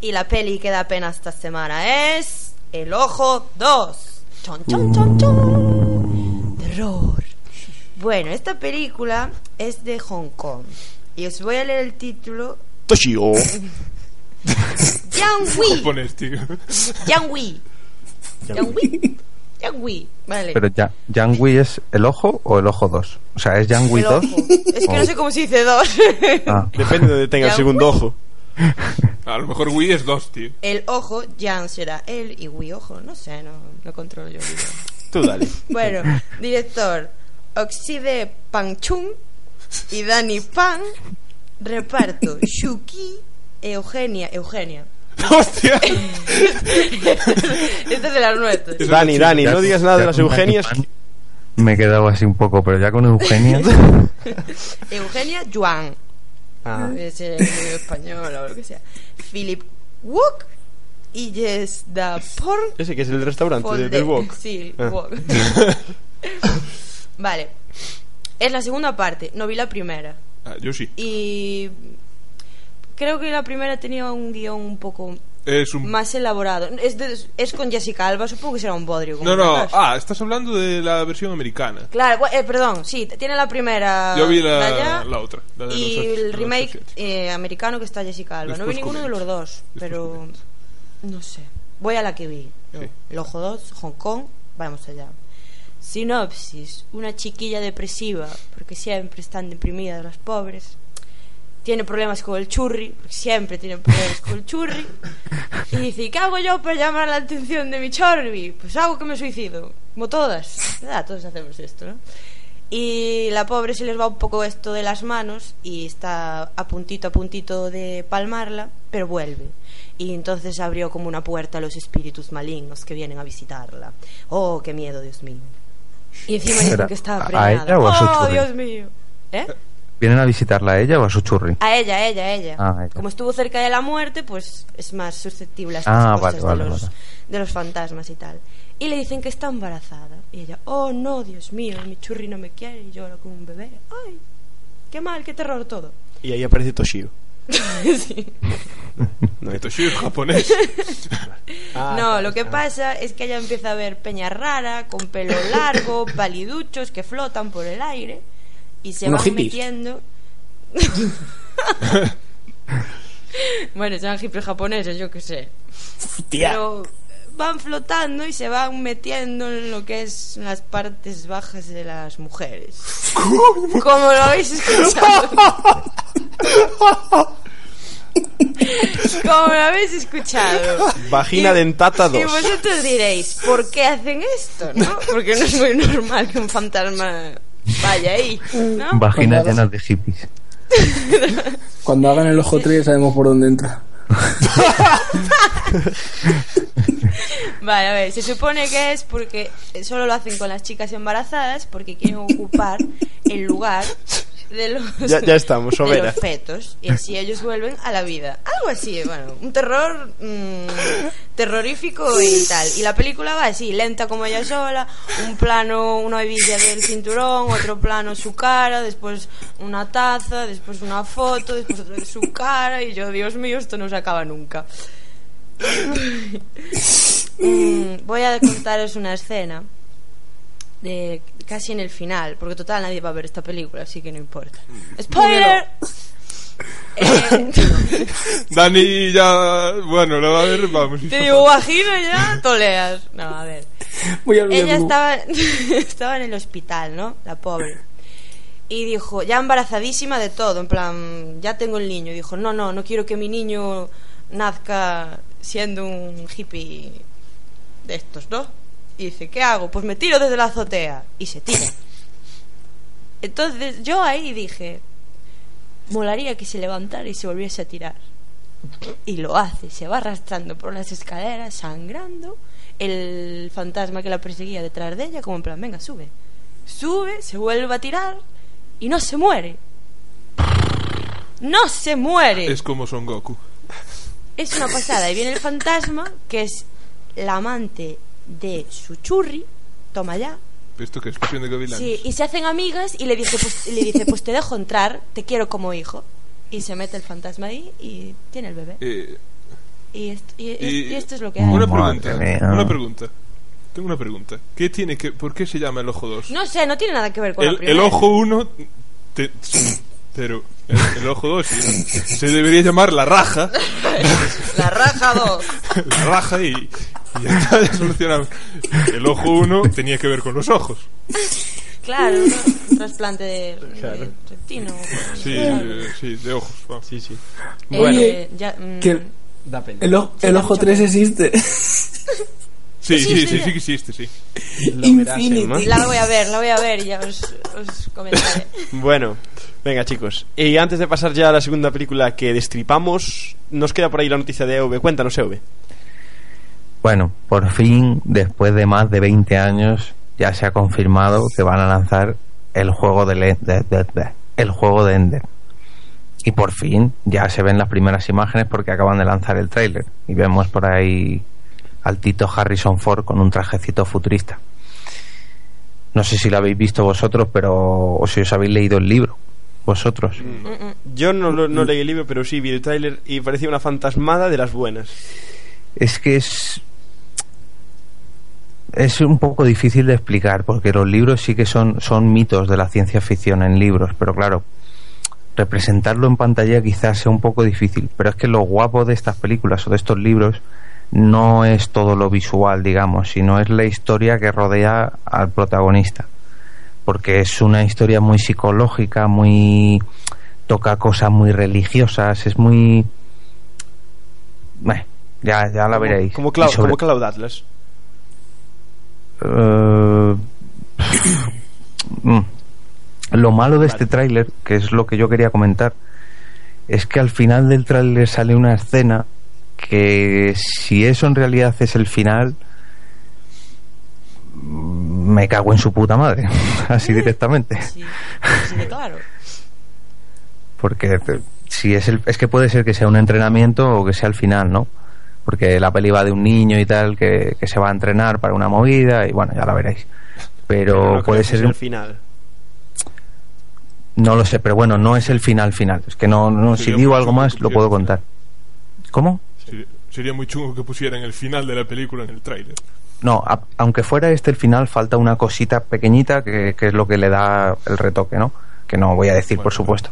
D: Y la peli que da pena esta semana es El Ojo 2. Chon, chon, chon, chon. Terror. Bueno, esta película es de Hong Kong. Y os voy a leer el título.
C: Toshio.
D: Yang Wei.
F: Pones, tío.
D: Yang Wei. Yang Wei. Yang Wei. Vale.
G: Pero ya, Yangui es el ojo o el ojo 2. O sea, es Yangui
D: El
G: 2.
D: ojo. Es que no sé cómo se dice dos.
G: Oh. Ah,
C: Depende de donde tenga el
D: Ya,
C: segundo ojo.
F: A lo mejor Wii es dos, tío.
D: El ojo, Yang será él y Wei ojo. No sé, no, no controlo yo. el idioma.
C: Tú dale.
D: Bueno, director Oxide Pangchun y Dani Pan. Reparto Shuki, Eugenia, Eugenia.
F: ¡Hostia!
D: Este es de las nuestras.
C: Dani, Dani, no digas nada de
G: Ya
C: las
G: con
C: Eugenias.
G: Dani me he quedado así un poco, pero ya con Eugenia.
D: Eugenia Yuan.
C: Ah.
D: Debe ser medio española o lo que sea. Philip Wook y Yes Da Porn.
C: Ese que es el restaurante de, del Wok.
D: Sí,
C: Ah.
D: Wok. vale. Es la segunda parte, no vi la primera.
F: Ah, yo sí.
D: Y creo que la primera tenía un guión un poco
F: Es un...
D: más elaborado. Es, de- es con Jessica Alba, supongo que será un bodrio. como
F: No, no,
D: Flash.
F: ah, estás hablando de la versión americana.
D: Claro, bu- eh, perdón, sí, t- tiene la primera.
F: Yo vi la,
D: de allá,
F: la otra. la de
D: Ah, y
F: los Ex-
D: el
F: los
D: remake
F: Exorcist.
D: eh, americano que está Jessica Alba. no vi
F: Después
D: ninguno de los dos, pero. No sé. Voy a la que vi.
F: Sí.
D: Lojo 2, Hong Kong, vamos allá. Sinopsis: Una chiquilla depresiva, porque siempre están deprimidas las pobres. Tiene problemas con el churri, porque siempre tiene problemas con el churri. Y dice: ¿Qué hago yo para llamar la atención de mi churri? Pues hago que me suicido, como todas. Ah, todos hacemos esto, ¿no? Y la pobre se les va un poco esto de las manos y está a puntito a puntito de palmarla, pero vuelve. Y entonces abrió como una puerta a los espíritus malignos que vienen a visitarla. Oh, qué miedo, Dios mío. Y encima
G: ¿Será
D: dicen que está
G: a
D: preñada.
G: ella o a su
D: oh,
G: churri?
D: Dios mío. ¿Eh?
G: ¿Vienen a visitarla a ella o a su churri?
D: A ella, a ella, a ella.
G: Ah, a ella.
D: Como estuvo cerca de la muerte, pues es más susceptible a estas
G: Ah,
D: cosas
G: vale,
D: de
G: vale,
D: los-
G: vale.
D: de los fantasmas y tal. Y le dicen que está embarazada. Y ella, oh no, Dios mío, mi churri no me quiere y llora como un bebé. ¡Ay! ¡Qué mal, qué terror todo!
C: Y ahí aparece Toshio.
D: Sí.
C: No,
F: Toshio es japonés.
E: Ah,
D: no, lo que pasa es que ella empieza a ver peña rara, con pelo largo, paliduchos que flotan por el aire y se
E: Unos
D: van
E: hippies.
D: metiendo. bueno, son hippies japoneses, yo qué sé.
E: Tía.
D: Pero van flotando y se van metiendo en lo que es las partes bajas de las mujeres. Como lo habéis escuchado. Como lo habéis escuchado.
C: Vagina dentata 2.
D: Y vosotros diréis, ¿por qué hacen esto? ¿no? Porque no es muy normal que un fantasma vaya ahí, ¿no?
G: Vaginas
E: Cuando hagas-
G: llenas de hippies.
E: Cuando hagan el ojo 3 sabemos por dónde entra.
D: Vale, a ver, se supone que es porque solo lo hacen con las chicas embarazadas porque quieren ocupar el lugar de los,
C: Ya- ya estamos,
D: de
C: Overa.
D: los fetos y así ellos vuelven a la vida. Algo así, bueno, un terror mm, terrorífico y tal. Y la película va así, lenta como ella sola, un plano, una hebilla del cinturón, otro plano su cara, después una taza, después una foto, después otra vez su cara y yo, Dios mío, esto no se acaba nunca. Mm, voy a contaros una escena de casi en el final, porque total nadie va a ver esta película, así que no importa. ¡Spoiler! Eh,
F: Dani ya... Bueno, la va a ver, vamos.
D: te digo, vagina ya, toleas. No, a ver. Ella estaba, estaba en el hospital, ¿no? La pobre. Y dijo, ya embarazadísima de todo, en plan, ya tengo el niño. Y dijo, no, no, no quiero que mi niño nazca siendo un hippie de estos, ¿no? Y dice, ¿qué hago? Pues me tiro desde la azotea. Y se tira. Entonces yo ahí dije, molaría que se levantara y se volviese a tirar. Y lo hace, se va arrastrando por las escaleras, sangrando. El fantasma que la perseguía detrás de ella, como en plan, venga, sube. Sube, se vuelve a tirar y no se muere. No se muere.
F: Es como Son Goku.
D: Es una pasada. Y viene el fantasma, que es la amante de su churri. Toma ya.
F: ¿Esto que es cuestión de gavilanes?
D: Sí, y se hacen amigas y le, dice, pues, y le dice, pues te dejo entrar, te quiero como hijo. Y se mete el fantasma ahí y tiene el bebé.
F: Eh,
D: Y esto, y- y-
F: y-
D: y esto es lo que hay.
F: una
G: Madre
F: pregunta,
G: mía.
F: una pregunta. Tengo una pregunta. ¿Qué tiene que... ¿Por qué se llama el ojo 2?
D: No sé, no tiene nada que ver con la
F: El, el
D: primera.
F: ojo 1... te- Pero... El, el ojo 2 se debería llamar la raja.
D: La raja 2.
F: La raja y... y ya está, ya solucionado. El ojo 1 tenía que ver con los ojos.
D: Claro, ¿no? un trasplante de, de
F: Claro.
D: reptino.
F: Sí, eh, sí, de ojos. Sí, sí.
D: Bueno.
E: Oye,
D: eh, ya, mm,
E: que el, el o- el ojo 3 existe.
F: Sí,
D: Sí,
F: sí,
D: sí,
F: sí,
D: ya.
F: sí que existe, sí.
E: Infinity.
D: La voy a ver, la voy a ver y ya os, os comentaré.
C: Bueno, venga chicos. Y antes de pasar ya a la segunda película que destripamos, nos queda por ahí la noticia de EV. Cuéntanos, EV.
G: Bueno, por fin, después de más de 20 años, ya se ha confirmado que van a lanzar el juego de, Le- de- de- de- el juego de Ender. Y por fin, ya se ven las primeras imágenes porque acaban de lanzar el tráiler y vemos por ahí al Tito Harrison Ford con un trajecito futurista. No sé si lo habéis visto vosotros, pero o si os habéis leído el libro vosotros.
C: Yo no, lo- no leí el libro, pero sí vi el tráiler y parecía una fantasmada de las buenas.
G: es que es es un poco difícil de explicar porque los libros sí que son, son mitos de la ciencia ficción en libros, pero claro, representarlo en pantalla quizás sea un poco difícil, pero es que lo guapo de estas películas o de estos libros no es todo lo visual, digamos, sino es la historia que rodea al protagonista, porque es una historia muy psicológica, muy toca cosas muy religiosas, es muy bueno, ya, ya la
C: Como-
G: veréis.
C: Como, Clau-
G: Y sobre-
C: como Cloud Atlas.
G: Eh, mm. lo malo de este tráiler, que es lo que yo quería comentar, es que al final del tráiler sale una escena que si eso en realidad es el final, mm, me cago en su puta madre, así directamente.
D: claro.
G: Porque te- si es el, es que puede ser que sea un entrenamiento o que sea el final, ¿no? Porque la peli va de un niño y tal que, que se va a entrenar para una movida y bueno, ya la veréis. Pero,
C: no creo
G: puede
C: que
G: ser
C: sea el final.
G: no lo sé, pero bueno, no es el final final. Es que no, no si
F: Sería
G: digo
F: mucho
G: algo más lo puedo contar. ¿Cómo?
F: Sería- Sería muy chungo que pusieran el final de la película en el tráiler.
G: No, a- aunque fuera este el final, falta una cosita pequeñita que, que es lo que le da el retoque, ¿no? Que no voy a decir, por supuesto.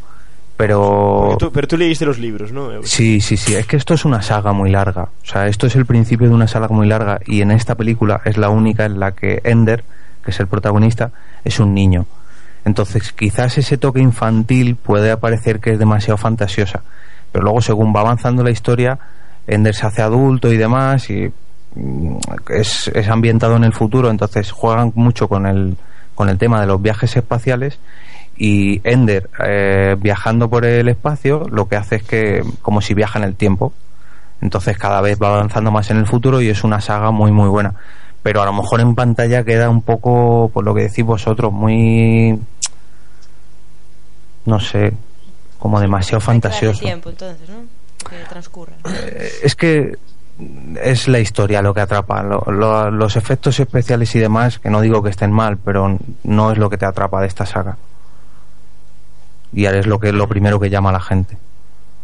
G: Pero
C: Tú- pero tú leíste los libros, ¿no? Eus?
G: Sí, sí, sí. Es que esto es una saga muy larga. O sea, esto es el principio de una saga muy larga y en esta película es la única en la que Ender, que es el protagonista, es un niño. Entonces, quizás ese toque infantil puede parecer que es demasiado fantasiosa. Pero luego, según va avanzando la historia, Ender se hace adulto y demás y mm, es, es ambientado en el futuro. Entonces, juegan mucho con el, con el tema de los viajes espaciales y Ender eh, viajando por el espacio lo que hace es que como si viaja en el tiempo entonces cada vez va avanzando más en el futuro y es una saga muy muy buena pero a lo mejor en pantalla queda un poco por lo que decís vosotros muy no sé como demasiado fantasioso
D: tiempo, entonces, ¿no? Que transcurra.
F: Eh,
G: Eh, es que es la historia lo que atrapa. Lo- lo- los efectos especiales y demás, que no digo que estén mal, pero no es lo que te atrapa de esta saga. Y ahora es lo que lo primero que llama a la gente.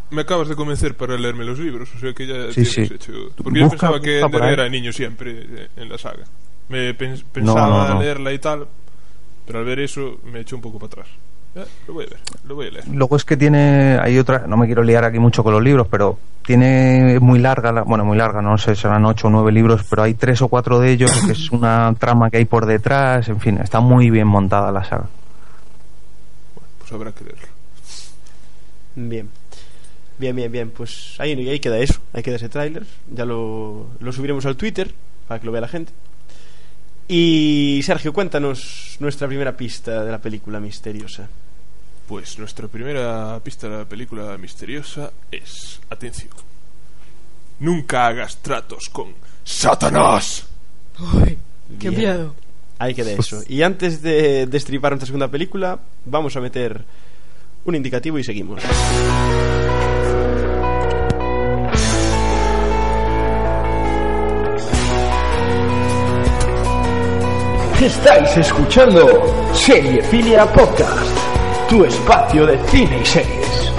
F: Me acabas de convencer para leerme los libros, o sea que ya
G: Sí,
F: tienes
G: sí.
F: hecho. Porque yo
G: Busca-
F: pensaba que
G: busca por
F: Ender
G: ahí.
F: era niño siempre eh, en la saga. Me pens- pensaba
G: no, no.
F: leerla y tal, pero al ver eso me echó un poco para atrás. Eh, lo voy a ver, lo voy a leer.
G: Luego es que tiene, hay otra, no me quiero liar aquí mucho con los libros, pero tiene es muy larga, la- bueno, muy larga, no sé, serán ocho o nueve libros, pero hay tres o cuatro de ellos, que es una trama que hay por detrás, en fin, está muy bien montada la saga.
F: Pues habrá que leerlo.
C: Bien. Bien, bien, bien. Pues ahí, ahí queda eso. Ahí queda ese tráiler. Ya lo, lo subiremos al Twitter para que lo vea la gente. Y Sergio, cuéntanos nuestra primera pista de la película misteriosa.
F: Pues nuestra primera pista de la película misteriosa es, atención, nunca hagas tratos con Satanás.
C: Qué miedo. Ahí queda eso. Y antes de destripar nuestra segunda película, vamos a meter un indicativo y seguimos.
A: Estáis escuchando Seriefilia Podcast, tu espacio de cine y series.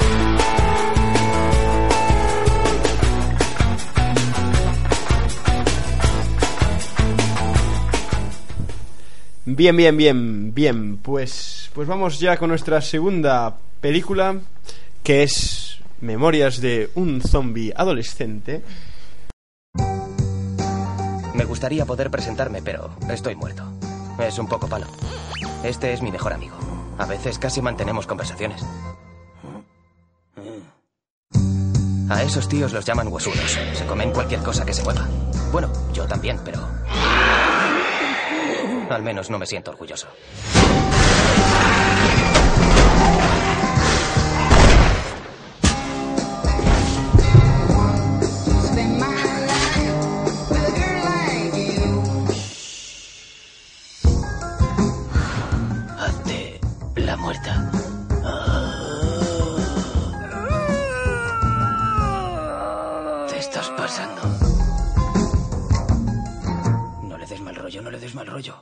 C: Bien, bien, bien, bien. Pues, pues vamos ya con nuestra segunda película, que es Memorias de un zombie adolescente.
P: Me gustaría poder presentarme, pero estoy muerto. Es un poco palo. Este es mi mejor amigo. A veces casi mantenemos conversaciones. A esos tíos los llaman huesudos. Se comen cualquier cosa que se mueva. Bueno, yo también, pero... Al menos no me siento orgulloso. Hazte la muerta. Te estás pasando. No le des mal rollo, no le des mal rollo.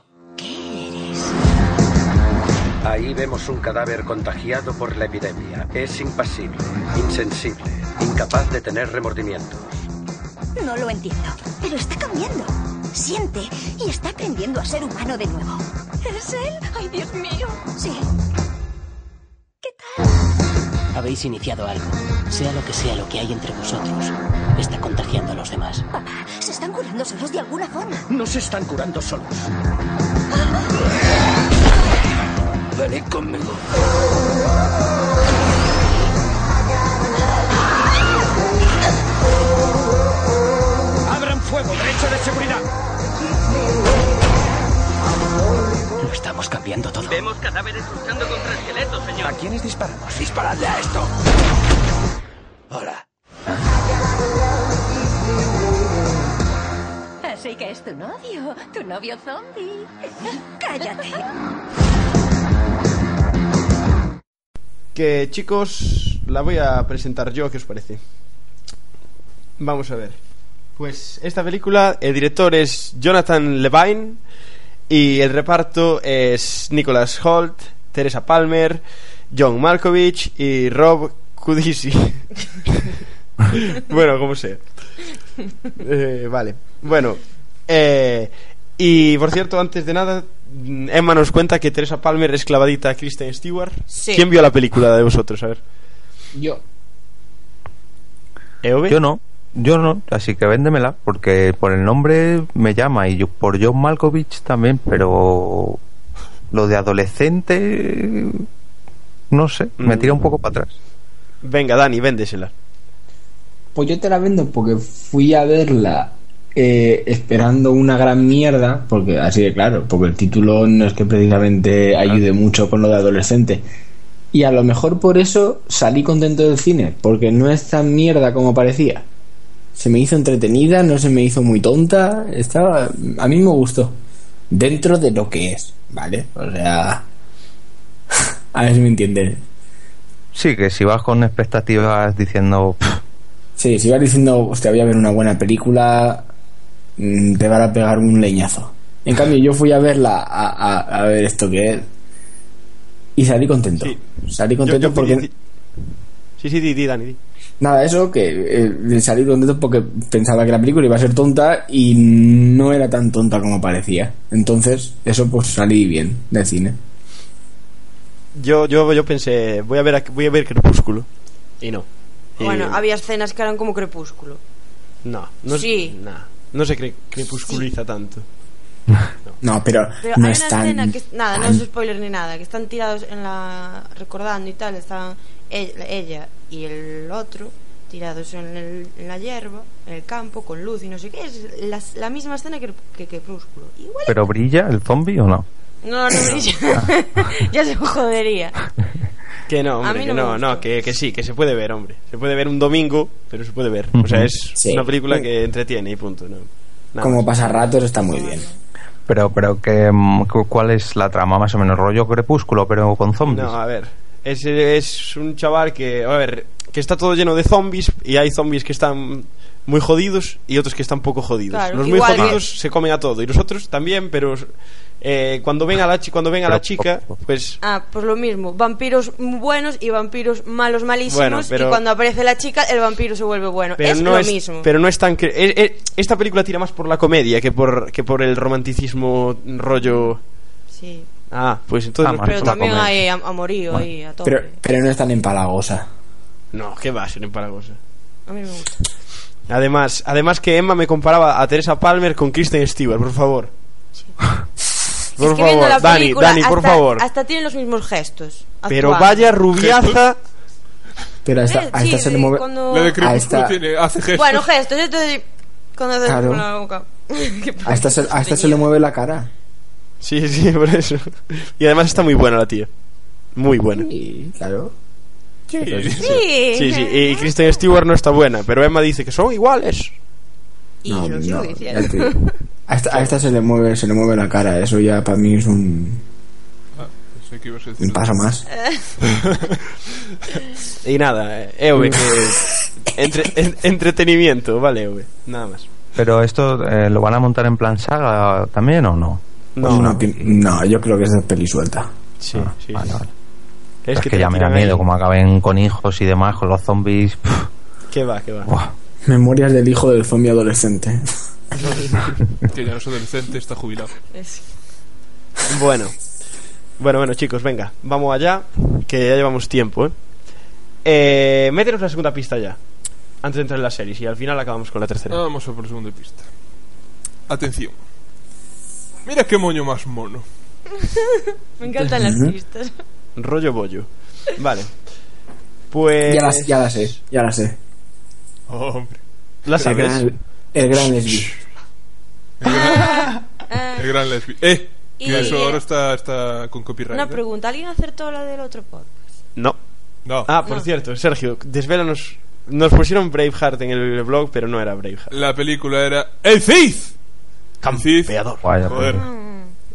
H: Ahí vemos un cadáver contagiado por la epidemia. Es impasible, insensible, incapaz de tener remordimientos.
O: No lo entiendo, pero está cambiando. Siente y está aprendiendo a ser humano de nuevo.
K: ¿Es él? ¡Ay, Dios mío!
O: Sí.
Q: Habéis iniciado algo. Sea lo que sea lo que hay entre vosotros, está contagiando a los demás.
O: Papá, se están curando solos de alguna forma.
Q: No se están curando solos.
I: Vale conmigo.
Q: ¡Abran fuego! ¡Derecho de seguridad! Lo estamos cambiando todo.
R: Vemos cadáveres luchando contra esqueletos, señor.
Q: ¿A quiénes disparamos?
I: Disparadle a esto. Hola.
K: Así que es tu novio, tu novio zombie. Cállate.
C: Que chicos, la voy a presentar yo, ¿qué os parece? Vamos a ver. Pues esta película, el director es Jonathan Levine y el reparto es Nicholas Holt, Teresa Palmer, John Malkovich y Rob Cudisi. bueno, como sea. Eh, vale. Bueno, eh, y por cierto, antes de nada, Emma nos cuenta que Teresa Palmer es clavadita a Kristen Stewart.
D: Sí.
C: ¿Quién vio la película de vosotros? A ver.
E: Yo.
C: ¿Eove?
G: Yo no, yo no, así que véndemela, porque por el nombre me llama y yo- por John Malkovich también, pero lo de adolescente, no sé, me tira un
C: Mm.
G: poco para atrás.
C: Venga, Dani, véndesela.
E: Pues yo te la vendo porque fui a verla eh, esperando una gran mierda, porque así de claro, porque el título no es que precisamente ayude mucho con lo de adolescente. Y a lo mejor por eso salí contento del cine, porque no es tan mierda como parecía. Se me hizo entretenida, no se me hizo muy tonta, estaba... A mí me gustó. Dentro de lo que es, ¿vale? O sea... a ver si me entienden.
G: Sí, que si vas con expectativas diciendo, "Pff,
E: Sí, si vas diciendo, hostia, voy a ver una buena película, mm, te van a pegar un leñazo. En cambio, yo fui a verla, a, a- a ver esto que es, y salí contento. Salí contento
C: Yo- yo fui
E: porque...
C: dieci- Sí, sí, di, di, Dani, di.
E: Nada, eso, que eh, salí contento porque pensaba que la película iba a ser tonta y no era tan tonta como parecía. Entonces, eso pues salí bien del cine.
C: Yo, yo, yo pensé, voy a ver, a- voy a ver Crepúsculo. Y no. Y-
D: Bueno, había escenas que eran como crepúsculo.
C: no, no,
D: Sí.
C: no, no se cre- crepusculiza tanto.
E: No, pero,
D: Pero
E: no
D: hay
E: es
D: una
E: tan...
D: escena que es- nada, no
E: tan-
D: es spoiler ni nada, que están tirados en la recordando y tal, están e- ella y el otro tirados en, el- en la hierba, en el campo con luz y no sé qué, es la, la misma escena que que Crepúsculo. Igual
G: ¿pero brilla el zombie o no?
D: no, no, ya, ya se jodería.
C: Que no,
D: A
C: hombre,
D: mí
C: que
D: no me
C: no,
D: gustó.
C: no, que, que sí, que se puede ver, hombre. Se puede ver un domingo, pero se puede ver. O sea, es
E: Sí.
C: una película que entretiene y punto. ¿no? Nada
E: Como
C: más.
E: pasa ratos está muy bien.
G: Pero, pero que, mm, cu- ¿cuál es la trama más o menos? Rollo crepúsculo, pero con zombies.
C: No, a ver. Es, es un chaval que, a ver, que está todo lleno de zombies y hay zombies que están muy jodidos y otros que están poco jodidos.
D: Claro,
C: los muy
D: igual que-
C: jodidos se comen a todo y los otros también, pero eh, cuando ven a la chi- cuando ven a la chica, pues
D: Ah, pues lo mismo, vampiros buenos y vampiros malos malísimos
C: Bueno, pero-
D: y cuando aparece la chica el vampiro se vuelve bueno,
C: pero
D: es
C: no
D: lo
C: es
D: mismo.
C: pero no es tan cre- eh, eh, esta película tira más por la comedia que por que por el romanticismo rollo
D: Sí.
C: Ah, pues entonces nos
D: Pero
C: pusimos a
D: también
C: comer.
D: hay am- amorío
C: Bueno,
D: ahí a tope.
E: Pero, pero no es tan empalagosa.
C: No, qué va a ser empalagosa.
D: A mí me gusta.
C: Además, además que Emma me comparaba a Teresa Palmer con Kristen Stewart, por favor. Por
D: Es que viendo
C: favor,
D: la
C: Dani,
D: película,
C: Dani, por
D: hasta-
C: favor.
D: Hasta tienen los mismos gestos.
C: Pero
D: actuando.
C: vaya rubiaza.
E: Pero a esta,
D: Eh,
E: a
D: sí,
E: esta se
D: de
E: le mueve...
D: cuando-
F: La de
E: a
F: Crepúsculo
E: esta-
F: tiene, hace gestos.
D: Bueno, gestos, entonces cuando haces
E: Claro.
D: con la boca.
E: A esta, se, a esta se le mueve la cara.
C: Sí, sí, por eso. Y además está muy buena la tía. Muy buena.
E: Sí, claro.
C: Sí,
D: Sí.
C: sí. Y Kristen Stewart no está buena, pero Emma dice que son iguales.
E: No,
D: lo sigo
E: no,
D: diciendo.
E: ya te digo. A esta, a esta se le mueve, se le mueve la cara. Eso ya para mí es un,
F: Ah, pensé que ibas a decir
E: un paso más.
C: Y nada, eh, Ewe, que- entre- en- entretenimiento, vale, Ewe. Nada más.
G: Pero esto eh, lo van a montar en plan saga también o no?
E: No, no, pi- no, yo creo que es de peli suelta.
C: Sí, sí.
G: Ah, Vale, vale.
C: Es
G: Es
C: que
G: que,
C: te
G: ya me da
C: tiran ahí.
G: miedo como acaben con hijos y demás, con los zombies. pf,
C: Que va, que va.
G: buah.
E: Memorias del hijo del zombie adolescente.
F: que ya no es adolescente, está jubilado.
C: Bueno. Bueno, bueno, chicos, venga. Vamos allá, que ya llevamos tiempo, ¿eh? Eh, métenos la segunda pista ya. Antes de entrar en las series y al final acabamos con la tercera.
F: Vamos a por la segunda pista. Atención. Mira qué moño más mono.
D: Me encantan las pistas.
C: Rollo bollo. Vale. Pues.
E: Ya, la, ya la sé, ya la sé.
F: Hombre.
C: ¿La sabes?
E: El gran, el gran lesbi.
D: Ah,
F: El gran lesbi. ¡Eh!
D: Y-
F: que eso ahora está, está con copyright.
D: Una
F: ¿eh?
D: pregunta, ¿alguien acertó la del otro podcast?
C: No.
F: No.
C: Ah, por cierto, Sergio, desvélanos. Nos pusieron Braveheart en el blog, pero no era Braveheart.
F: La película era ¡El Cid! Campeador.
C: Vaya
F: Joder.
C: película.
G: pues,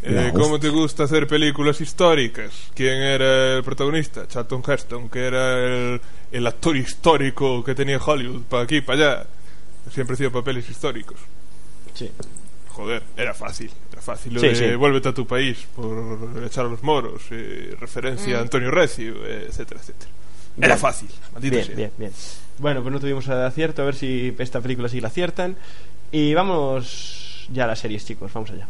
F: Eh,
C: La
F: ¿Cómo te gusta hacer películas históricas? ¿Quién era el protagonista? Charlton Heston, que era el, el actor histórico que tenía Hollywood, para aquí, para allá. Siempre hacía papeles históricos.
C: Sí.
F: Joder, era fácil. Era fácil lo
C: Sí,
F: de
C: sí.
F: vuélvete a tu país por echar a los moros, eh, referencia a
C: Mm.
F: Antonio Recio, eh, etcétera, etcétera. Era
C: Bien.
F: fácil, maldita
C: Bien,
F: sea.
C: bien, bien. Bueno, pues no tuvimos acierto, a ver si esta película sí la aciertan. Y vamos ya a las series, chicos, vamos allá.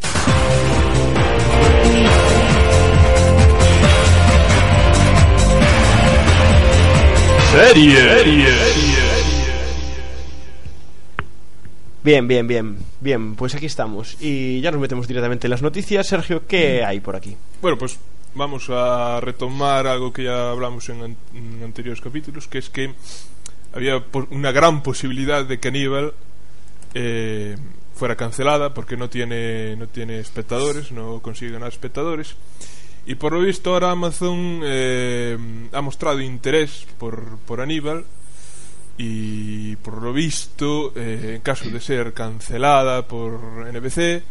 C: Bien, bien, bien, bien, pues aquí estamos. Y ya nos metemos directamente en las noticias. Sergio,
G: Mm.
C: ¿qué hay por aquí?
F: Bueno, pues vamos a retomar algo que ya hablamos en, an- en anteriores capítulos, que es que había po- una gran posibilidad de que Aníbal eh, fuera cancelada porque no tiene, no tiene espectadores, no consigue ganar espectadores. Y por lo visto ahora Amazon eh, ha mostrado interés por, por Aníbal y por lo visto, eh, en caso de ser cancelada por NBC,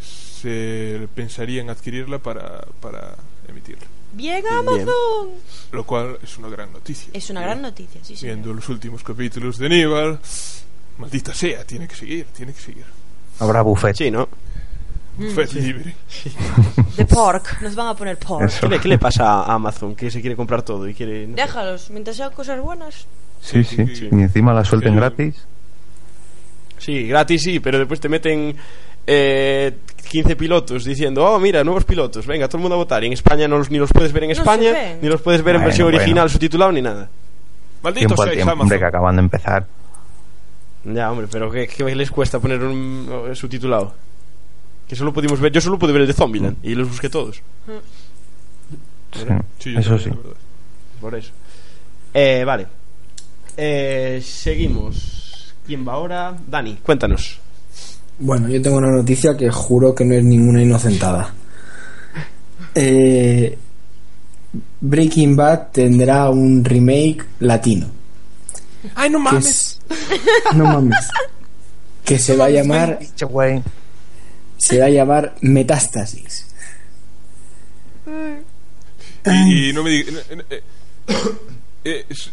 F: se pensaría en adquirirla para, para emitirla.
D: ¡Bien, Amazon!
F: Lo cual es una gran noticia.
D: Es una gran noticia, sí, sí.
F: Viendo los últimos capítulos de Aníbal, maldita sea, tiene que seguir, tiene que seguir.
G: Habrá buffet.
C: Sí, ¿no?
D: Mm.
F: Buffet libre.
D: The pork, nos van a poner pork.
C: ¿Qué le, qué le pasa a Amazon? Que se quiere comprar todo y quiere... no sé.
D: Déjalos, mientras sean cosas buenas.
G: Sí, sí. Y encima la suelten
C: Sí.
G: gratis.
C: Sí, gratis sí, pero después te meten eh, 15 pilotos diciendo, oh, mira, nuevos pilotos, venga, todo el mundo a votar. Y en España no los, ni los puedes ver en
D: No se
C: España,
D: ven.
C: ni los puedes ver en
G: Bueno,
C: versión
G: bueno.
C: original, subtitulado, ni nada.
G: tiempo al tiempo, hombre, que acaban de empezar.
C: Ya, hombre, pero ¿qué, qué les cuesta poner un eh, subtitulado? Que solo pudimos ver, yo solo pude ver el de Zombieland y los busqué todos.
G: Sí,
C: ¿Verdad?
G: eso sí.
C: Por eso. Eh, vale. Eh, seguimos. ¿Quién va ahora? Dani, cuéntanos.
E: Bueno, yo tengo una noticia que juro que no es ninguna inocentada. Eh, Breaking Bad tendrá un remake latino.
F: ¡Ay, no
E: Que es- no mames. Que se va a llamar. Se va a llamar Metástasis.
F: Y, y no me eh, digas. eh, se,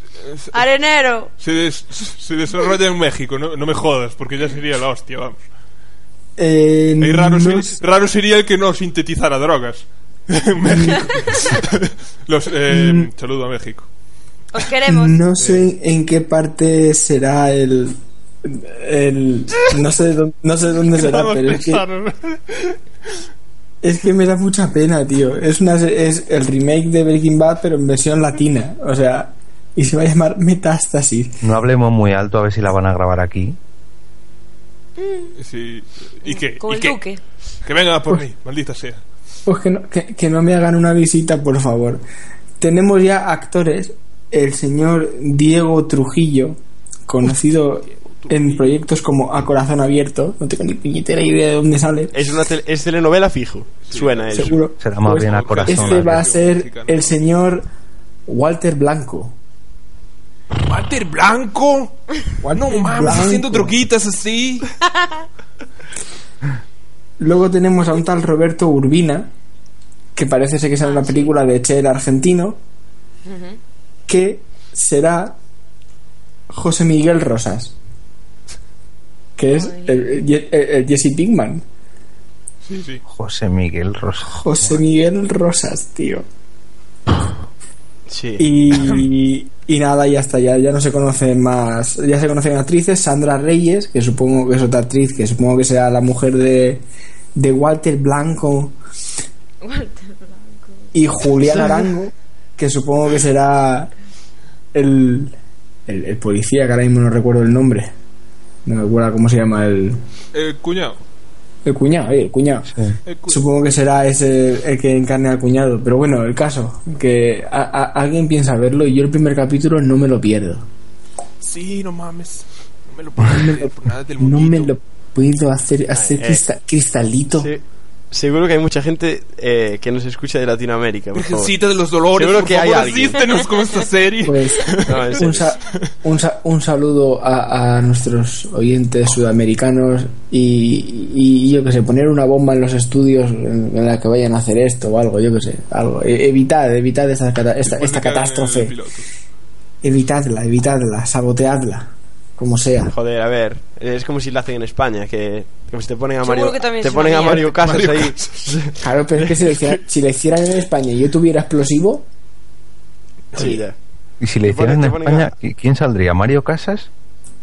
D: ¡Arenero!
F: se des- se desarrolla en México, no, no me jodas, porque ya sería la hostia, vamos.
E: Eh,
F: Y raro,
E: no
F: sería,
E: es-
F: raro sería el que no sintetizara drogas. En México. Los, eh,
G: Mm.
F: saludo a México.
D: Os queremos.
E: No sé en qué parte será el. el- no, sé dónde, no sé dónde será,
F: Vamos a
E: pero es que,
F: pensar.
E: es que me da mucha pena, tío. Es, una, se- es el remake de Breaking Bad, pero en versión latina. O sea, y se va a llamar Metástasis.
G: No hablemos muy alto, a ver si la van a grabar aquí.
F: Sí. ¿Y qué?
D: Como
F: ¿Y
D: el
F: qué?
D: duque.
F: Que venga por mí, maldita sea.
E: Pues que no, que, que no me hagan una visita, por favor. Tenemos ya actores. El señor Diego Trujillo, conocido en proyectos como A Corazón Abierto. No tengo ni puñetera idea de dónde sale.
C: Es una tele- es telenovela fijo. Suena eso.
E: Seguro.
G: Será más
E: Pues,
G: bien a corazón.
E: Este va a
G: abierto.
E: ser el señor Walter Blanco.
F: Walter Blanco. no mames,
E: Blanco.
F: haciendo droguitas así.
E: Luego tenemos a un tal Roberto Urbina, que parece ser que será una película de Che el argentino, que será José Miguel Rosas, que es el, el- el Jesse Pinkman.
F: Sí, sí.
G: José Miguel Rosa.
E: José Miguel Rosas, tío.
C: Sí.
E: Y, y nada, ya está, ya, ya no se conocen más. Ya se conocen actrices, Sandra Reyes, que supongo que es otra actriz, que supongo que será la mujer de, de Walter Blanco. Y Julián Arango, que supongo que será el, el, el policía, que ahora mismo no recuerdo el nombre. No me acuerdo cómo se llama el,
F: El Eh, cuñado. Eh,
E: el cuñado, oye, el cuñado. Supongo que será ese el que encarne al cuñado. Pero bueno, el caso, que a- a- alguien piensa verlo y yo el primer capítulo no me lo pierdo.
F: Sí, no mames. No me lo puedo creer por nada del mundo.
E: No me lo puedo hacer, hacer
C: eh.
E: crista- cristalito.
C: Sí. Seguro que hay mucha gente eh, que nos escucha de Latinoamérica. Por favor.
F: Virgencita de los Dolores,
C: Seguro
F: por
C: que
F: favor,
C: hay alguien.
F: asístenos con esta serie.
E: Pues,
C: No, en
E: un,
C: serio.
E: sa- un sa- un saludo a, a nuestros oyentes sudamericanos y, y yo que sé, poner una bomba en los estudios en, en la que vayan a hacer esto o algo, yo que sé, algo. E- evitad, evitad esta, cata- esta, esta catástrofe. Eh, Evitadla, evitadla, saboteadla, como sea.
C: Joder, a ver, es como si la hacen en España, que como si te ponen a
D: Seguro
C: Mario,
D: que también
C: te
D: se
C: ponen a
D: haría.
C: Mario Casas
D: Mario
C: ahí.
E: Claro, pero es que si lo hicieran, si lo hicieran en España y yo tuviera explosivo,
C: Sí, ya.
G: Y si le
C: Te ponen-
G: hicieran en
C: te ponen
G: España, ¿qui- ¿quién saldría? ¿Mario Casas?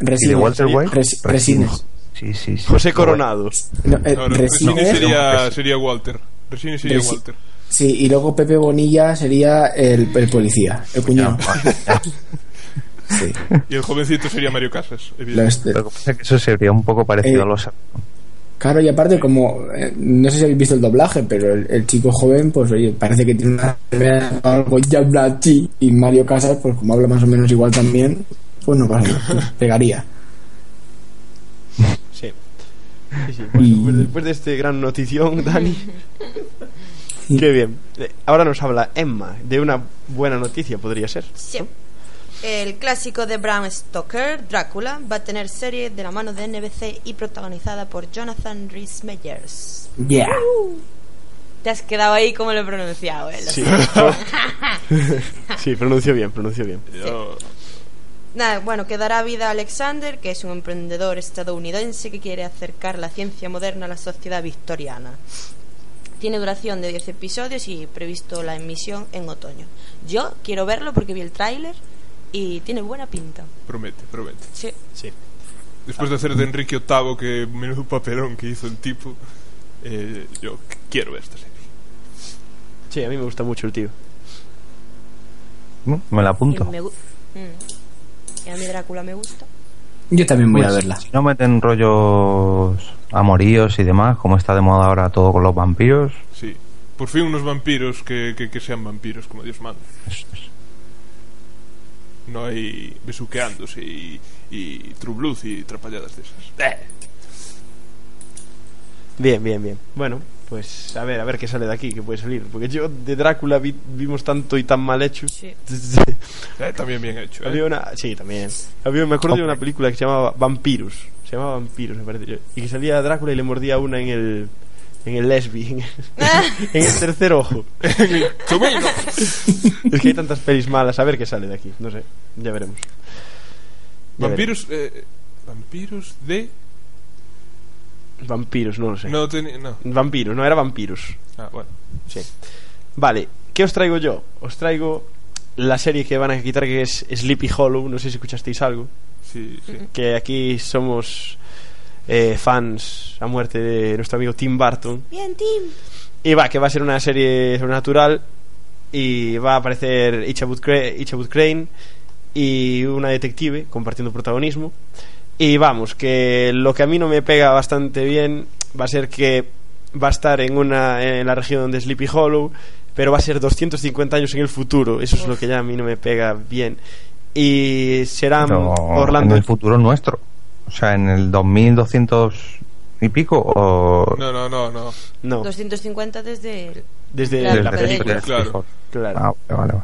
G: ¿Y de
E: Resines.
G: Walter White?
E: Res- Resines.
G: Sí, sí, sí.
C: José
G: Corona
C: Coronado.
E: No, eh,
F: No,
E: Resines-
F: Resines sería, sería Walter. Resines sería
E: Resi-
F: Walter.
E: Sí, y luego Pepe Bonilla sería el, el policía, el cuñado. Sí.
F: Y el jovencito sería Mario Casas,
E: Lo
F: evidentemente.
E: es-
G: Lo que pasa es que eso sería un poco parecido
E: Eh,
G: a los...
E: Claro, y aparte, como eh, no sé si habéis visto el doblaje, pero el, el chico joven, pues oye, parece que tiene una enfermedad o algo ya habla así, y Mario Casas, pues como habla más o menos igual también, pues no pasa nada, pegaría.
C: Sí. Sí, sí. Bueno, pues después de este gran notición, Dani. Qué bien. Eh, Ahora nos habla Emma de una buena noticia, podría ser.
D: Sí. El clásico de Bram Stoker, Drácula, va a tener serie de la mano de NBC y protagonizada por Jonathan Rhys Meyers.
E: Yeah.
D: Te has quedado ahí como lo he pronunciado, ¿eh? Lo
C: Sí.
D: siento.
C: sí, pronunció bien, pronunció bien.
D: Nada, bueno, que dará vida a Alexander, que es un emprendedor estadounidense que quiere acercar la ciencia moderna a la sociedad victoriana. Tiene duración de 10 episodios y previsto la emisión en otoño. Yo quiero verlo porque vi el tráiler y tiene buena pinta.
F: Promete, promete.
D: Sí.
C: Sí.
F: Después de hacer de Enrique VIII, que menudo papelón que hizo el tipo, eh, yo qu- quiero ver esta serie.
C: Sí, a mí me gusta mucho el tío.
G: ¿no? Me la apunto.
D: Y, me gu- Mm. Y a mí Drácula me gusta.
E: Yo también voy a
G: Pues,
E: verla.
G: Si no meten rollos amoríos y demás, como está de moda ahora todo con los vampiros,
F: Sí. Por fin unos vampiros que, que, que sean vampiros, como Dios manda. No hay besuqueándose y, y True Blues y trapalladas de esas. Eh.
C: Bien, bien, bien. Bueno, pues a ver, a ver qué sale de aquí, qué puede salir. Porque yo de Drácula vi- vimos tanto y tan mal hecho.
D: Sí.
F: Eh, también bien hecho. eh.
C: Había una, sí, también. Había, me acuerdo de una película que se llamaba Vampirus. Se llamaba Vampirus, me parece. Y que salía Drácula y le mordía una en el. En el lesbi, en el, en el tercer ojo.
F: Chumino.
C: Es que hay tantas pelis malas. A ver qué sale de aquí. No sé. Ya veremos. Ya
F: Vampiros. eh, vampiros de.
C: veremos. Vampiros, no lo sé.
F: No tenía. No.
C: Vampiros, no era vampiros.
F: Ah, bueno.
C: Sí. Vale, ¿qué os traigo yo? Os traigo la serie que van a quitar que es Sleepy Hollow. No sé si escuchasteis algo.
F: Sí, sí.
C: que aquí somos eh, fans a muerte de nuestro amigo Tim Burton.
D: Bien, Tim.
C: Y va, que va a ser una serie sobrenatural y va a aparecer Ichabod, Cra- Ichabod Crane y una detective compartiendo protagonismo. Y vamos, que lo que a mí no me pega bastante bien va a ser que va a estar en, una, en la región de Sleepy Hollow, pero va a ser 250 años en el futuro. Eso es lo que ya a mí no me pega bien. Y serán
G: pero
C: Orlando
G: en el futuro nuestro. O sea, en el 2200 y pico o...
F: No, no, no, no.
C: No,
D: 250 desde el-
C: desde
D: Claro,
C: la
D: desde
C: película.
F: Claro.
C: Claro.
G: Ah, vale, vale, vale.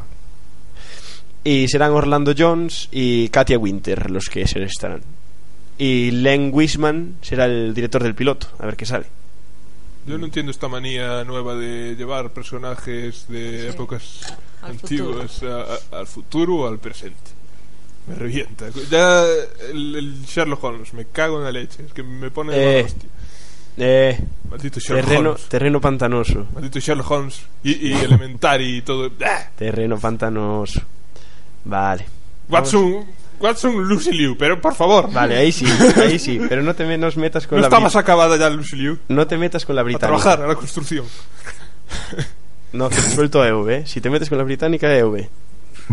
C: Y serán Orlando Jones y Katia Winter los que se estarán. Y Len Wiseman será el director del piloto, a ver qué sale.
F: Yo no entiendo esta manía nueva de llevar personajes de
D: Sí.
F: épocas
D: Al
F: antiguas a- a- al futuro o al presente. Me revienta. Ya el, el Sherlock Holmes, me cago en la leche. Es que me pone de
C: Eh.
F: mala hostia.
C: Eh,
F: Maldito Sherlock
C: terreno,
F: Holmes.
C: terreno pantanoso.
F: Maldito Sherlock Holmes y, y Elementary y todo. ¡Ah!
C: Terreno pantanoso. Vale.
F: Watson, Watson Lucy Liu, pero por favor.
C: Vale, ahí sí, ahí sí. Pero no te me- nos metas con
F: No
C: la
F: está
C: bri-
F: más acabada ya Lucy Liu.
C: No te metas con la
F: A
C: británica.
F: trabajar, a la construcción.
C: No, que te suelto a EV. ¿eh? Si te metes con la británica, EV.